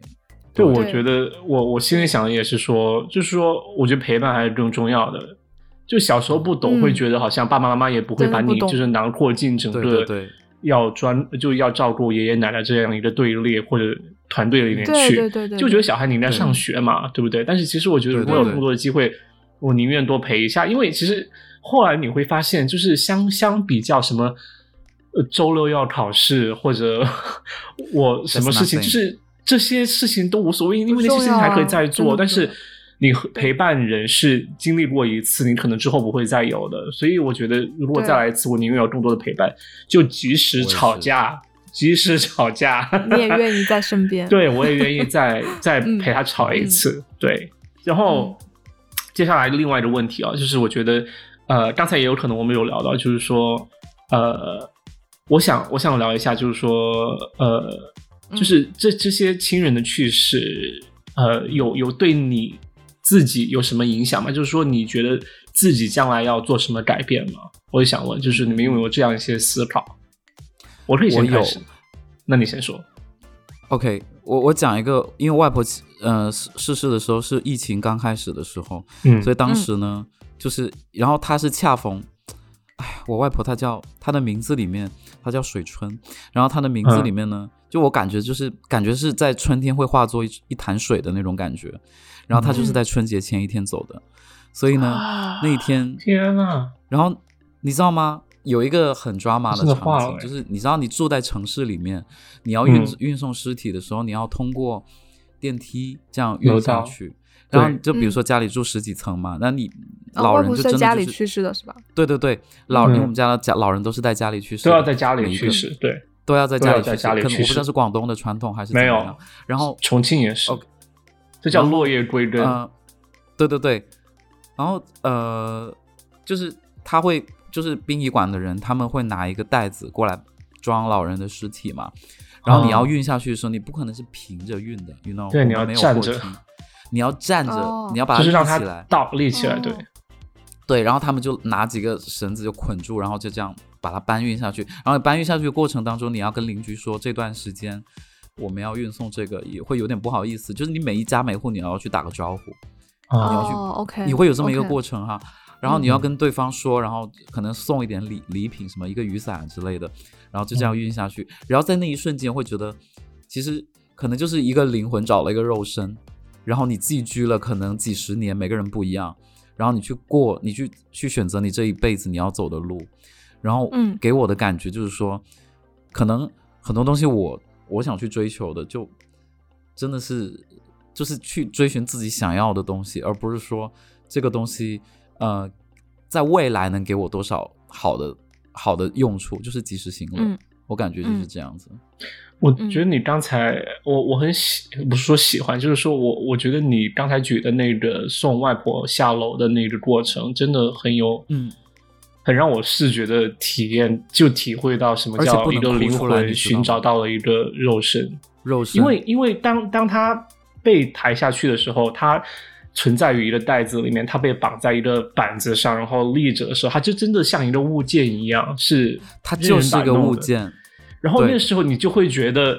[SPEAKER 1] 对，我
[SPEAKER 3] 对
[SPEAKER 1] 觉得我我心里想的也是说，就是说，我觉得陪伴还是更重要的。就小时候不懂，
[SPEAKER 3] 嗯
[SPEAKER 1] 会觉得好像爸爸妈妈也不会
[SPEAKER 3] 真的
[SPEAKER 1] 把
[SPEAKER 3] 不
[SPEAKER 1] 你
[SPEAKER 3] 懂
[SPEAKER 1] 就是囊括进整
[SPEAKER 2] 对
[SPEAKER 1] 个
[SPEAKER 2] 对对
[SPEAKER 1] 要专就要照顾爷爷奶奶这样一个队列或者团队里面去。
[SPEAKER 3] 对对对对，
[SPEAKER 1] 就觉得小孩你应该
[SPEAKER 2] 对
[SPEAKER 1] 上学嘛，对不对？但是其实我觉得，
[SPEAKER 2] 对
[SPEAKER 1] 如果有
[SPEAKER 2] 对对
[SPEAKER 1] 更多的机会，我宁愿多陪一下，因为其实后来你会发现，就是相相比较什么，呃，周六要考试或者 我什么事情，
[SPEAKER 2] nothing
[SPEAKER 1] 就是这些事情都无所谓，因
[SPEAKER 3] 不
[SPEAKER 1] 为那些
[SPEAKER 3] 重
[SPEAKER 1] 事情
[SPEAKER 3] 要
[SPEAKER 1] 还可以
[SPEAKER 3] 啊
[SPEAKER 1] 再
[SPEAKER 3] 真
[SPEAKER 1] 做，
[SPEAKER 3] 的
[SPEAKER 1] 但
[SPEAKER 3] 不重
[SPEAKER 1] 是
[SPEAKER 3] 要。
[SPEAKER 1] 你和陪伴人是经历过一次，你可能之后不会再有的，所以我觉得如果
[SPEAKER 3] 对啊
[SPEAKER 1] 再来一次，我宁愿有更多的陪伴，就即使
[SPEAKER 2] 我也
[SPEAKER 1] 吵
[SPEAKER 2] 是
[SPEAKER 1] 架，即使吵架，
[SPEAKER 3] 你也愿意在身 边。
[SPEAKER 1] 对，我也愿意 再再
[SPEAKER 3] 嗯
[SPEAKER 1] 陪他吵一次。对，然后、接下来另外一个问题啊，就是我觉得，呃，刚才也有可能我们有聊到，就是说，呃，我想我想聊一下，就是说，呃，
[SPEAKER 3] 嗯
[SPEAKER 1] 就是这这些亲人的去世，呃，有有对你自己有什么影响吗？就是说，你觉得自己将来要做什么改变吗？我也想问，就是你们有没有这样一些思考？我可以先
[SPEAKER 2] 我
[SPEAKER 1] 开
[SPEAKER 2] 有
[SPEAKER 1] 始，那你先说。
[SPEAKER 2] OK，我我讲一个，因为外婆呃逝逝世的时候是疫情刚开始的时候，
[SPEAKER 1] 嗯
[SPEAKER 2] 所以当
[SPEAKER 3] 嗯
[SPEAKER 2] 时呢，就是然后她是恰逢，哎，我外婆她叫她的名字里面她叫水春，然后她的名字
[SPEAKER 1] 嗯
[SPEAKER 2] 里面呢，就我感觉就是感觉是在春天会化作一一潭水的那种感觉，然后她就是
[SPEAKER 3] 嗯
[SPEAKER 2] 在春节前一天走的，所以呢
[SPEAKER 1] 啊
[SPEAKER 2] 那一天
[SPEAKER 1] 天啊呐，
[SPEAKER 2] 然后你知道吗？有一个很抓马的
[SPEAKER 1] 真的
[SPEAKER 2] 场
[SPEAKER 1] 化了
[SPEAKER 2] 景，
[SPEAKER 1] 欸
[SPEAKER 2] 就是你知道你住在城市里面，你要运、
[SPEAKER 1] 嗯
[SPEAKER 2] 运送尸体的时候，你要通过电梯这样
[SPEAKER 1] 楼
[SPEAKER 2] 运
[SPEAKER 1] 道
[SPEAKER 2] 上去。然后
[SPEAKER 1] 对嗯
[SPEAKER 2] 就比如
[SPEAKER 3] 嗯
[SPEAKER 2] 说家里住十几层嘛，那你
[SPEAKER 3] 哦
[SPEAKER 2] 老
[SPEAKER 3] 外
[SPEAKER 2] 人
[SPEAKER 3] 婆
[SPEAKER 2] 就是
[SPEAKER 3] 在
[SPEAKER 2] 真的
[SPEAKER 3] 家
[SPEAKER 2] 就
[SPEAKER 3] 里
[SPEAKER 2] 是
[SPEAKER 3] 去世的是吧？
[SPEAKER 2] 对对对，老因为
[SPEAKER 1] 嗯
[SPEAKER 2] 我们家的家老人都是在家里去世的，
[SPEAKER 1] 都要在家里
[SPEAKER 2] 每一
[SPEAKER 1] 去
[SPEAKER 2] 个
[SPEAKER 1] 世，对，
[SPEAKER 2] 都要在
[SPEAKER 1] 都
[SPEAKER 2] 家
[SPEAKER 1] 要
[SPEAKER 2] 里去
[SPEAKER 1] 在
[SPEAKER 2] 世。
[SPEAKER 1] 家里
[SPEAKER 2] 可能
[SPEAKER 1] 去
[SPEAKER 2] 我不知道
[SPEAKER 1] 世
[SPEAKER 2] 是广东的传统还是怎
[SPEAKER 1] 没
[SPEAKER 2] 么
[SPEAKER 1] 有
[SPEAKER 2] 样。然后
[SPEAKER 1] 重庆也是
[SPEAKER 2] OK，
[SPEAKER 1] 这叫
[SPEAKER 2] 然后
[SPEAKER 1] 落叶归根。
[SPEAKER 2] 嗯，对对对，然后呃，就是他会，就是殡仪馆的人，他们会拿一个袋子过来装老人的尸体嘛，然后你要
[SPEAKER 1] 哦
[SPEAKER 2] 运下去的时候，你不可能是平着运的，you know，
[SPEAKER 1] 对
[SPEAKER 2] 我
[SPEAKER 1] 你
[SPEAKER 2] 们
[SPEAKER 1] 要
[SPEAKER 2] 没有
[SPEAKER 1] 站
[SPEAKER 2] 货
[SPEAKER 1] 着
[SPEAKER 2] 梯，你要站着，
[SPEAKER 3] 哦
[SPEAKER 2] 你要把
[SPEAKER 1] 就是让
[SPEAKER 2] 立
[SPEAKER 1] 它
[SPEAKER 2] 起来，
[SPEAKER 1] 倒立起来，对
[SPEAKER 3] 哦
[SPEAKER 2] 对，然后他们就拿几个绳子就捆住，然后就这样把它搬运下去。然后搬运下去的过程当中，你要跟邻居说这段时间我们要运送这个，也会有点不好意思，就是你每一家每户你要去打个招呼。
[SPEAKER 1] 啊
[SPEAKER 2] 你要去
[SPEAKER 3] 哦，OK，
[SPEAKER 2] 你会有这么一个
[SPEAKER 3] OK 嗯
[SPEAKER 2] 过程哈。然后你要跟对方说，然后可能送一点礼礼品，什么一个雨伞之类的，然后就这
[SPEAKER 3] 嗯
[SPEAKER 2] 样运下去。然后在那一瞬间会觉得，其实可能就是一个灵魂找了一个肉身，然后你寄居了可能几十年，每个人不一样，然后你去过，你去去选择你这一辈子你要走的路。然后
[SPEAKER 3] 嗯
[SPEAKER 2] 给我的感觉就是说，可能很多东西我我想去追求的，就真的是就是去追寻自己想要的东西，而不是说这个东西呃在未来能给我多少好的好的用处，就是及时行乐。
[SPEAKER 3] 嗯
[SPEAKER 2] 我感觉就是
[SPEAKER 3] 嗯
[SPEAKER 2] 这样子。
[SPEAKER 1] 我
[SPEAKER 3] 嗯
[SPEAKER 1] 觉得你刚才，我我很喜，不是说喜欢，就是说我我觉得你刚才举的那个送外婆下楼的那个过程，真的很有，
[SPEAKER 2] 嗯，
[SPEAKER 1] 很让我视觉的体验，就体会到什么
[SPEAKER 2] 而且
[SPEAKER 1] 叫
[SPEAKER 2] 不
[SPEAKER 1] 一
[SPEAKER 2] 能
[SPEAKER 1] 个
[SPEAKER 2] 哭
[SPEAKER 1] 灵
[SPEAKER 2] 出来你
[SPEAKER 1] 魂
[SPEAKER 2] 知道
[SPEAKER 1] 寻
[SPEAKER 2] 吗
[SPEAKER 1] 找到了一个肉身，
[SPEAKER 2] 肉身，
[SPEAKER 1] 因为因为当当他被抬下去的时候，他存在于一个袋子里面，他被绑在一个板子上，然后立着的时候，他就真的像一个物件一样，是
[SPEAKER 2] 它
[SPEAKER 1] 任人
[SPEAKER 2] 就是
[SPEAKER 1] 摆
[SPEAKER 2] 一个
[SPEAKER 1] 弄
[SPEAKER 2] 物
[SPEAKER 1] 的。
[SPEAKER 2] 件，
[SPEAKER 1] 然后
[SPEAKER 2] 对
[SPEAKER 1] 那时候你就会觉得，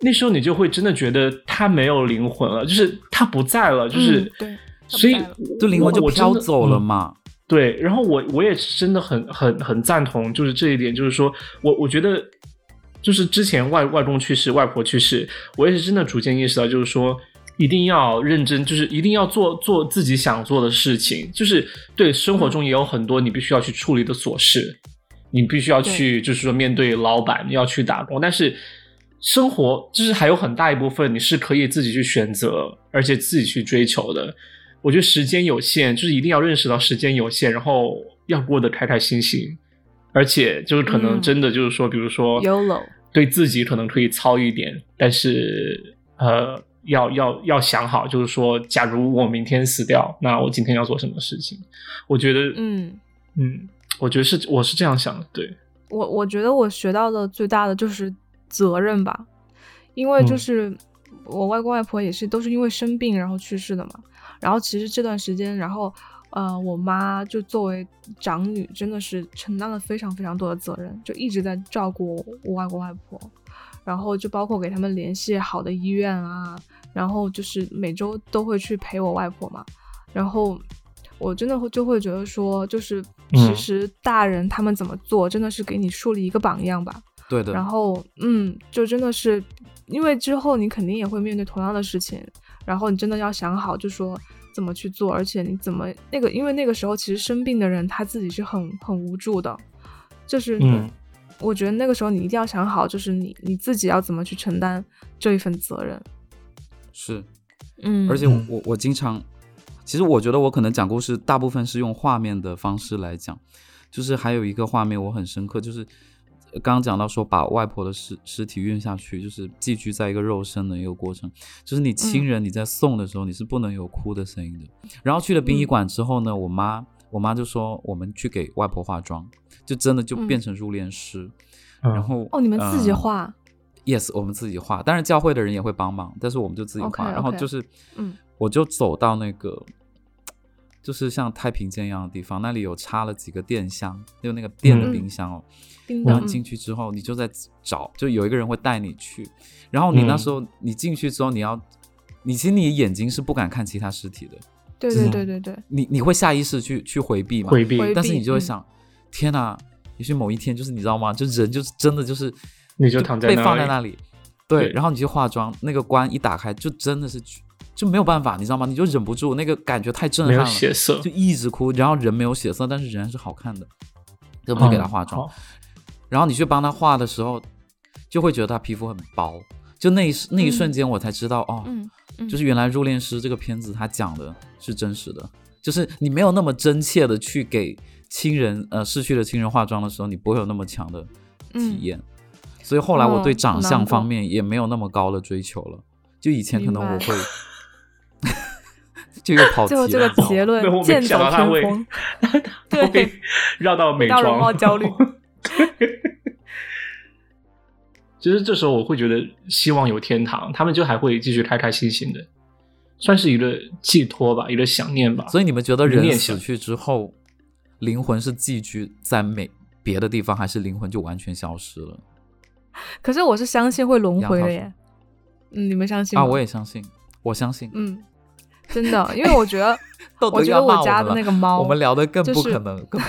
[SPEAKER 1] 那时候你就会真的觉得他没有灵魂了，就是他不在了，就是、
[SPEAKER 3] 嗯对它不
[SPEAKER 1] 所以
[SPEAKER 3] 在了
[SPEAKER 2] 就灵魂就
[SPEAKER 1] 我我真
[SPEAKER 2] 飘
[SPEAKER 1] 的
[SPEAKER 2] 走了
[SPEAKER 1] 嗯
[SPEAKER 2] 嘛。
[SPEAKER 1] 对，然后我我也真的很很很赞同，就是这一点，就是说我我觉得，就是之前外外公去世、外婆去世，我也是真的逐渐意识到，就是说一定要认真，就是一定要做做自己想做的事情，就是对生活中也有很多你必须要去处理的琐事，你必须要去就是说面对老板，要去打工，但是。生活就是还有很大一部分你是可以自己去选择，而且自己去追求的。我觉得时间有限，就是一定要认识到时间有限，然后要过得开开心心，而且就是可能
[SPEAKER 3] 嗯
[SPEAKER 1] 真的就是说，比如说
[SPEAKER 3] YOLO
[SPEAKER 1] 对自己可能可以糙一点，但是呃，要要要想好，就是说，假如我明天死掉，那我今天要做什么事情？我觉得，
[SPEAKER 3] 嗯，
[SPEAKER 1] 嗯，我觉得是我是这样想的，对，
[SPEAKER 3] 我我觉得我学到的最大的就是责任吧，因为就
[SPEAKER 1] 嗯
[SPEAKER 3] 是我外公外婆也是都是因为生病然后去世的嘛。然后其实这段时间，然后呃，我妈就作为长女，真的是承担了非常非常多的责任，就一直在照顾我外公外婆，然后就包括给他们联系好的医院啊，然后就是每周都会去陪我外婆嘛，然后。我真的会就会觉得说，就是其
[SPEAKER 1] 嗯
[SPEAKER 3] 实大人他们怎么做，真的是给你树立一个榜样吧。
[SPEAKER 2] 对的，
[SPEAKER 3] 然后，嗯，就真的是，因为之后你肯定也会面对同样的事情，然后你真的要想好，就说怎么去做，而且你怎么那个，因为那个时候其实生病的人他自己是很很无助的，就是，
[SPEAKER 1] 嗯
[SPEAKER 3] 我觉得那个时候你一定要想好，就是你你自己要怎么去承担这一份责任，
[SPEAKER 2] 是，
[SPEAKER 3] 嗯，
[SPEAKER 2] 而且我
[SPEAKER 1] 嗯
[SPEAKER 2] 我我经常，其实我觉得我可能讲故事大部分是用画面的方式来讲，就是还有一个画面我很深刻，就是呃刚刚讲到说把外婆的尸尸体运下去，就是寄居在一个肉身的一个过程，就是你
[SPEAKER 3] 嗯
[SPEAKER 2] 亲人你在送的时候你是不能有哭的声音的。然后去了殡仪
[SPEAKER 3] 嗯
[SPEAKER 2] 馆之后呢，我妈我妈就说我们去给外婆化妆，就真的就
[SPEAKER 3] 嗯
[SPEAKER 2] 变成入殓师，
[SPEAKER 1] 嗯
[SPEAKER 2] 然后
[SPEAKER 3] 哦，你们自己
[SPEAKER 2] 呃
[SPEAKER 3] 画，
[SPEAKER 2] Yes，我们自己画，当然教会的人也会帮忙，但是我们就自己画。
[SPEAKER 3] OK，OK
[SPEAKER 2] 然后就是，
[SPEAKER 3] 嗯，
[SPEAKER 2] 我就走到那个，就是像太平间一样的地方，那里有插了几个电箱，就那个电的
[SPEAKER 3] 嗯
[SPEAKER 2] 冰箱哦。
[SPEAKER 3] 叮
[SPEAKER 2] 然
[SPEAKER 3] 当
[SPEAKER 2] 后进去之后，你就在找，就有一个人会带你去。然后你那
[SPEAKER 1] 嗯
[SPEAKER 2] 时候、你进去之后，你要，你其实你眼睛是不敢看其他尸体的，
[SPEAKER 3] 对
[SPEAKER 2] 就是
[SPEAKER 3] 对对对对，
[SPEAKER 2] 你你会下意识去去回避嘛？
[SPEAKER 1] 回避，
[SPEAKER 3] 回
[SPEAKER 2] 但是
[SPEAKER 3] 避
[SPEAKER 2] 你就会
[SPEAKER 3] 嗯
[SPEAKER 2] 想，天哪！也许某一天，就是你知道吗？就人就是真的就是，
[SPEAKER 1] 你就躺在
[SPEAKER 2] 被
[SPEAKER 1] 那
[SPEAKER 2] 放在
[SPEAKER 1] 里
[SPEAKER 2] 那里，对，
[SPEAKER 1] 对
[SPEAKER 2] 然后你去化妆，那个关一打开，就真的是去就没有办法，你知道吗？你就忍不住，那个感觉太震
[SPEAKER 1] 没
[SPEAKER 2] 撼
[SPEAKER 1] 有
[SPEAKER 2] 了，
[SPEAKER 1] 血色，
[SPEAKER 2] 就一直哭，然后人没有血色，但是人还是好看的，就不给他化妆。
[SPEAKER 1] 嗯好
[SPEAKER 2] 然后你去帮他化的时候，就会觉得他皮肤很薄，就那一时那一瞬间我才知道、哦，
[SPEAKER 3] 嗯嗯
[SPEAKER 2] 就是原来《入殓师》这个片子，它讲的是真实的，就是你没有那么真切的去给亲人呃逝去的亲人化妆的时候，你不会有那么强的
[SPEAKER 3] 嗯
[SPEAKER 2] 体验。所以后来我对
[SPEAKER 3] 哦
[SPEAKER 2] 长
[SPEAKER 3] 难
[SPEAKER 2] 相
[SPEAKER 3] 过
[SPEAKER 2] 方面也没有那么高的追求了，就以前可能
[SPEAKER 3] 明白
[SPEAKER 2] 我 会就又跑题
[SPEAKER 3] 嗯最后
[SPEAKER 2] 了。
[SPEAKER 3] 这个
[SPEAKER 2] 你知道吗
[SPEAKER 3] 结论
[SPEAKER 1] 那我没
[SPEAKER 3] 剑走
[SPEAKER 1] 想到他
[SPEAKER 3] 偏
[SPEAKER 1] 会
[SPEAKER 3] 锋，
[SPEAKER 1] 他会绕到美
[SPEAKER 3] 到容貌
[SPEAKER 1] 妆，
[SPEAKER 3] 焦虑
[SPEAKER 1] 其实这时候我会觉得希望有天堂，他们就还会继续开开心心的，算是一个寄托吧，一个想念吧。
[SPEAKER 2] 所以你们觉得
[SPEAKER 1] 一个
[SPEAKER 2] 人
[SPEAKER 1] 念
[SPEAKER 2] 死
[SPEAKER 1] 想
[SPEAKER 2] 去之后，灵魂是寄居在每别的地方，还是灵魂就完全消失了？
[SPEAKER 3] 可是我是相信会轮回的
[SPEAKER 2] 杨
[SPEAKER 3] 耶，嗯，你们相信吗？
[SPEAKER 2] 啊，我也相信，我相信。
[SPEAKER 3] 嗯，真的，因为我 觉得
[SPEAKER 2] 豆豆
[SPEAKER 3] 我觉
[SPEAKER 2] 又要
[SPEAKER 3] 得
[SPEAKER 2] 骂
[SPEAKER 3] 我家
[SPEAKER 2] 们
[SPEAKER 3] 的
[SPEAKER 2] 了
[SPEAKER 3] 那个猫，
[SPEAKER 2] 我们聊的更
[SPEAKER 3] 就
[SPEAKER 2] 不
[SPEAKER 3] 是
[SPEAKER 2] 可能，更不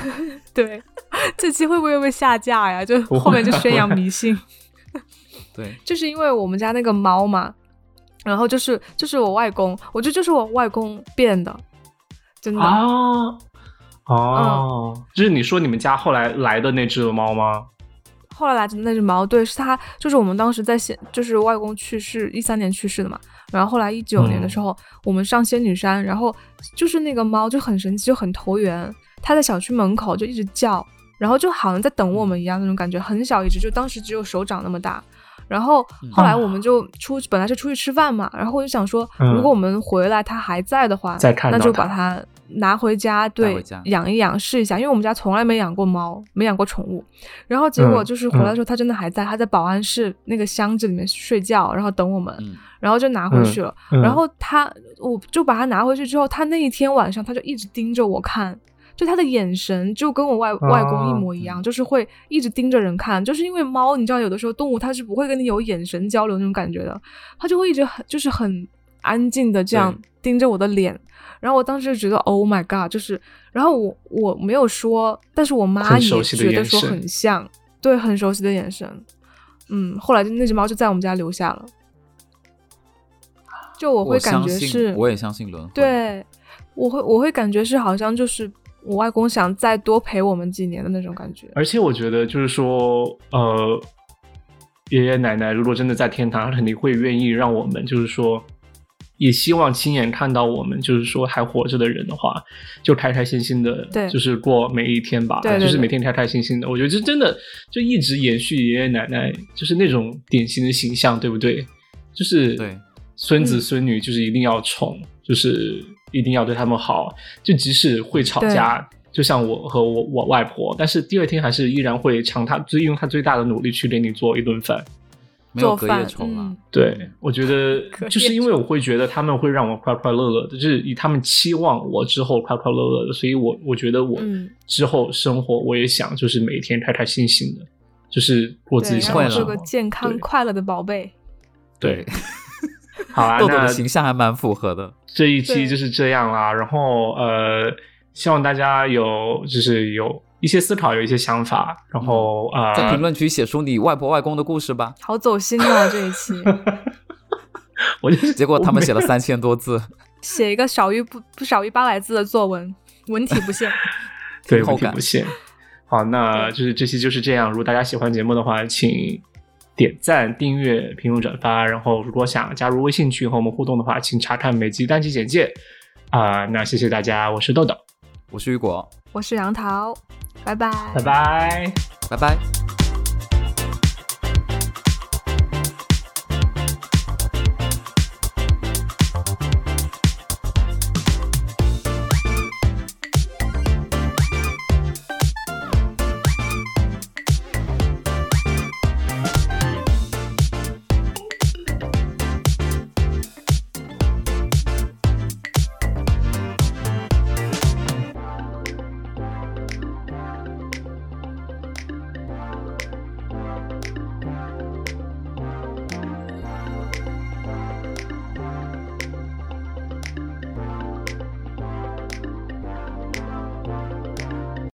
[SPEAKER 3] 对， 这期会不会被下架呀？就
[SPEAKER 1] 不会
[SPEAKER 3] 后面就 宣扬迷信，
[SPEAKER 2] 对，
[SPEAKER 3] 就是因为我们家那个猫嘛，然后就是就是我外公，我觉得就是我外公变的，真的，嗯
[SPEAKER 1] 啊哦，就是你说你们家后来来的那只猫吗？
[SPEAKER 3] 后来来的那只猫，对，是它，就是我们当时在仙，就是外公去世一三年去世的嘛，然后后来一九年的时候，我们上仙女山，然后就是那个猫就很神奇，就很投缘，它在小区门口就一直叫，然后就好像在等我们一样那种感觉，很小一只，就当时只有手掌那么大。然后后来我们就出，去，本来是出去吃饭嘛，然后我就想说，
[SPEAKER 1] 嗯
[SPEAKER 3] 如果我们回来它还在的话，
[SPEAKER 1] 再看
[SPEAKER 3] 那
[SPEAKER 1] 到
[SPEAKER 3] 就把
[SPEAKER 1] 它
[SPEAKER 3] 它拿回家，
[SPEAKER 2] 带
[SPEAKER 3] 对
[SPEAKER 2] 回家，
[SPEAKER 3] 养一养，试一下，因为我们家从来没养过猫，没养过宠物。然后结果
[SPEAKER 1] 嗯
[SPEAKER 3] 就是回来
[SPEAKER 1] 嗯
[SPEAKER 3] 的时候，它真的还在，它在保安室那个箱子里面睡觉，然后等我们，
[SPEAKER 2] 嗯，
[SPEAKER 3] 然后就拿回去了。
[SPEAKER 1] 嗯
[SPEAKER 3] 然后它，我就把它拿回去之后，它那一天晚上它就一直盯着我看，就它的眼神就跟我外、
[SPEAKER 1] 啊
[SPEAKER 3] 外公一模一样，就是会一直盯着人看，就是因为猫，你知道有的时候动物它是不会跟你有眼神交流那种感觉的，它就会一直很就是很安静的这样盯着我的脸。然后我当时就觉得，Oh my god！就是，然后我我没有说，但是我妈
[SPEAKER 1] 很
[SPEAKER 3] 也
[SPEAKER 1] 熟悉的
[SPEAKER 3] 觉得
[SPEAKER 1] 眼
[SPEAKER 3] 说
[SPEAKER 1] 神
[SPEAKER 3] 很像，对，很熟悉的眼神。嗯，后来就那只猫就在我们家留下了。就我
[SPEAKER 2] 我
[SPEAKER 3] 会感
[SPEAKER 2] 相
[SPEAKER 3] 觉
[SPEAKER 2] 信
[SPEAKER 3] 是，
[SPEAKER 2] 我也相信轮回。，
[SPEAKER 3] 对，我会我会感觉是好像就是我外公想再多陪我们几年的那种感觉。
[SPEAKER 1] 而且我觉得就是说，呃，爷爷奶奶如果真的在天堂，肯定会愿意让我们，就是说，也希望亲眼看到我们，就是说还活着的人的话，就开开心心的，
[SPEAKER 3] 对
[SPEAKER 1] 就是过每一天吧，呃
[SPEAKER 3] 对对
[SPEAKER 1] 就是
[SPEAKER 3] 对
[SPEAKER 1] 每天开开心心的。我觉得这真的就一直延续爷爷奶奶就是那种典型的形象，对不对？就是
[SPEAKER 2] 对
[SPEAKER 1] 孙
[SPEAKER 3] 嗯
[SPEAKER 1] 子孙女就是一定要宠，就是一定要对他们好，就即使会吵架，就像我和我我外婆，但是第二天还是依然会尝她最用她最大的努力去给你做一顿饭。
[SPEAKER 2] 没有隔
[SPEAKER 3] 做
[SPEAKER 2] 夜
[SPEAKER 3] 饭
[SPEAKER 2] 仇了
[SPEAKER 3] 嗯。
[SPEAKER 1] 对，我觉得
[SPEAKER 3] 可
[SPEAKER 1] 就是
[SPEAKER 3] 也
[SPEAKER 1] 因为我会觉得他们会让我快快乐乐的，就是以他们期望我之后快快乐乐的，所以我我觉得我
[SPEAKER 3] 嗯
[SPEAKER 1] 之后生活我也想就是每一天开开心心的，就是过自
[SPEAKER 3] 对，
[SPEAKER 1] 己
[SPEAKER 3] 让
[SPEAKER 1] 想
[SPEAKER 2] 会
[SPEAKER 1] 要的
[SPEAKER 3] 我
[SPEAKER 1] 生
[SPEAKER 3] 做
[SPEAKER 2] 了
[SPEAKER 1] 活
[SPEAKER 3] 个。健康
[SPEAKER 1] 对
[SPEAKER 3] 快乐的宝贝。
[SPEAKER 1] 对，好啊，
[SPEAKER 2] 豆豆
[SPEAKER 1] 那
[SPEAKER 2] 的形象还蛮符合的。
[SPEAKER 1] 这一期
[SPEAKER 3] 对
[SPEAKER 1] 就是这样啦。然后呃，希望大家有就是有一些思考，有一些想法，然后啊、
[SPEAKER 2] 在
[SPEAKER 1] 呃
[SPEAKER 2] 评论区写出你外婆外公的故事吧。
[SPEAKER 3] 好走心啊！这一期
[SPEAKER 1] 我就是
[SPEAKER 2] 结果他们写了三千多字，
[SPEAKER 3] 写一个少于不不少于八百字的作文，文体不限。
[SPEAKER 1] 对，
[SPEAKER 2] 挺后
[SPEAKER 1] 问题
[SPEAKER 2] 感
[SPEAKER 1] 不限。好，那就是这期就是这样。如果大家喜欢节目的话，请点赞、订阅、评论、转发。然后，如果想加入微信群和我们互动的话，请查看每集单集简介。啊、那谢谢大家，我是豆豆，
[SPEAKER 2] 我是雨果，
[SPEAKER 3] 我是杨桃，拜拜，
[SPEAKER 1] 拜。拜。
[SPEAKER 2] 拜拜。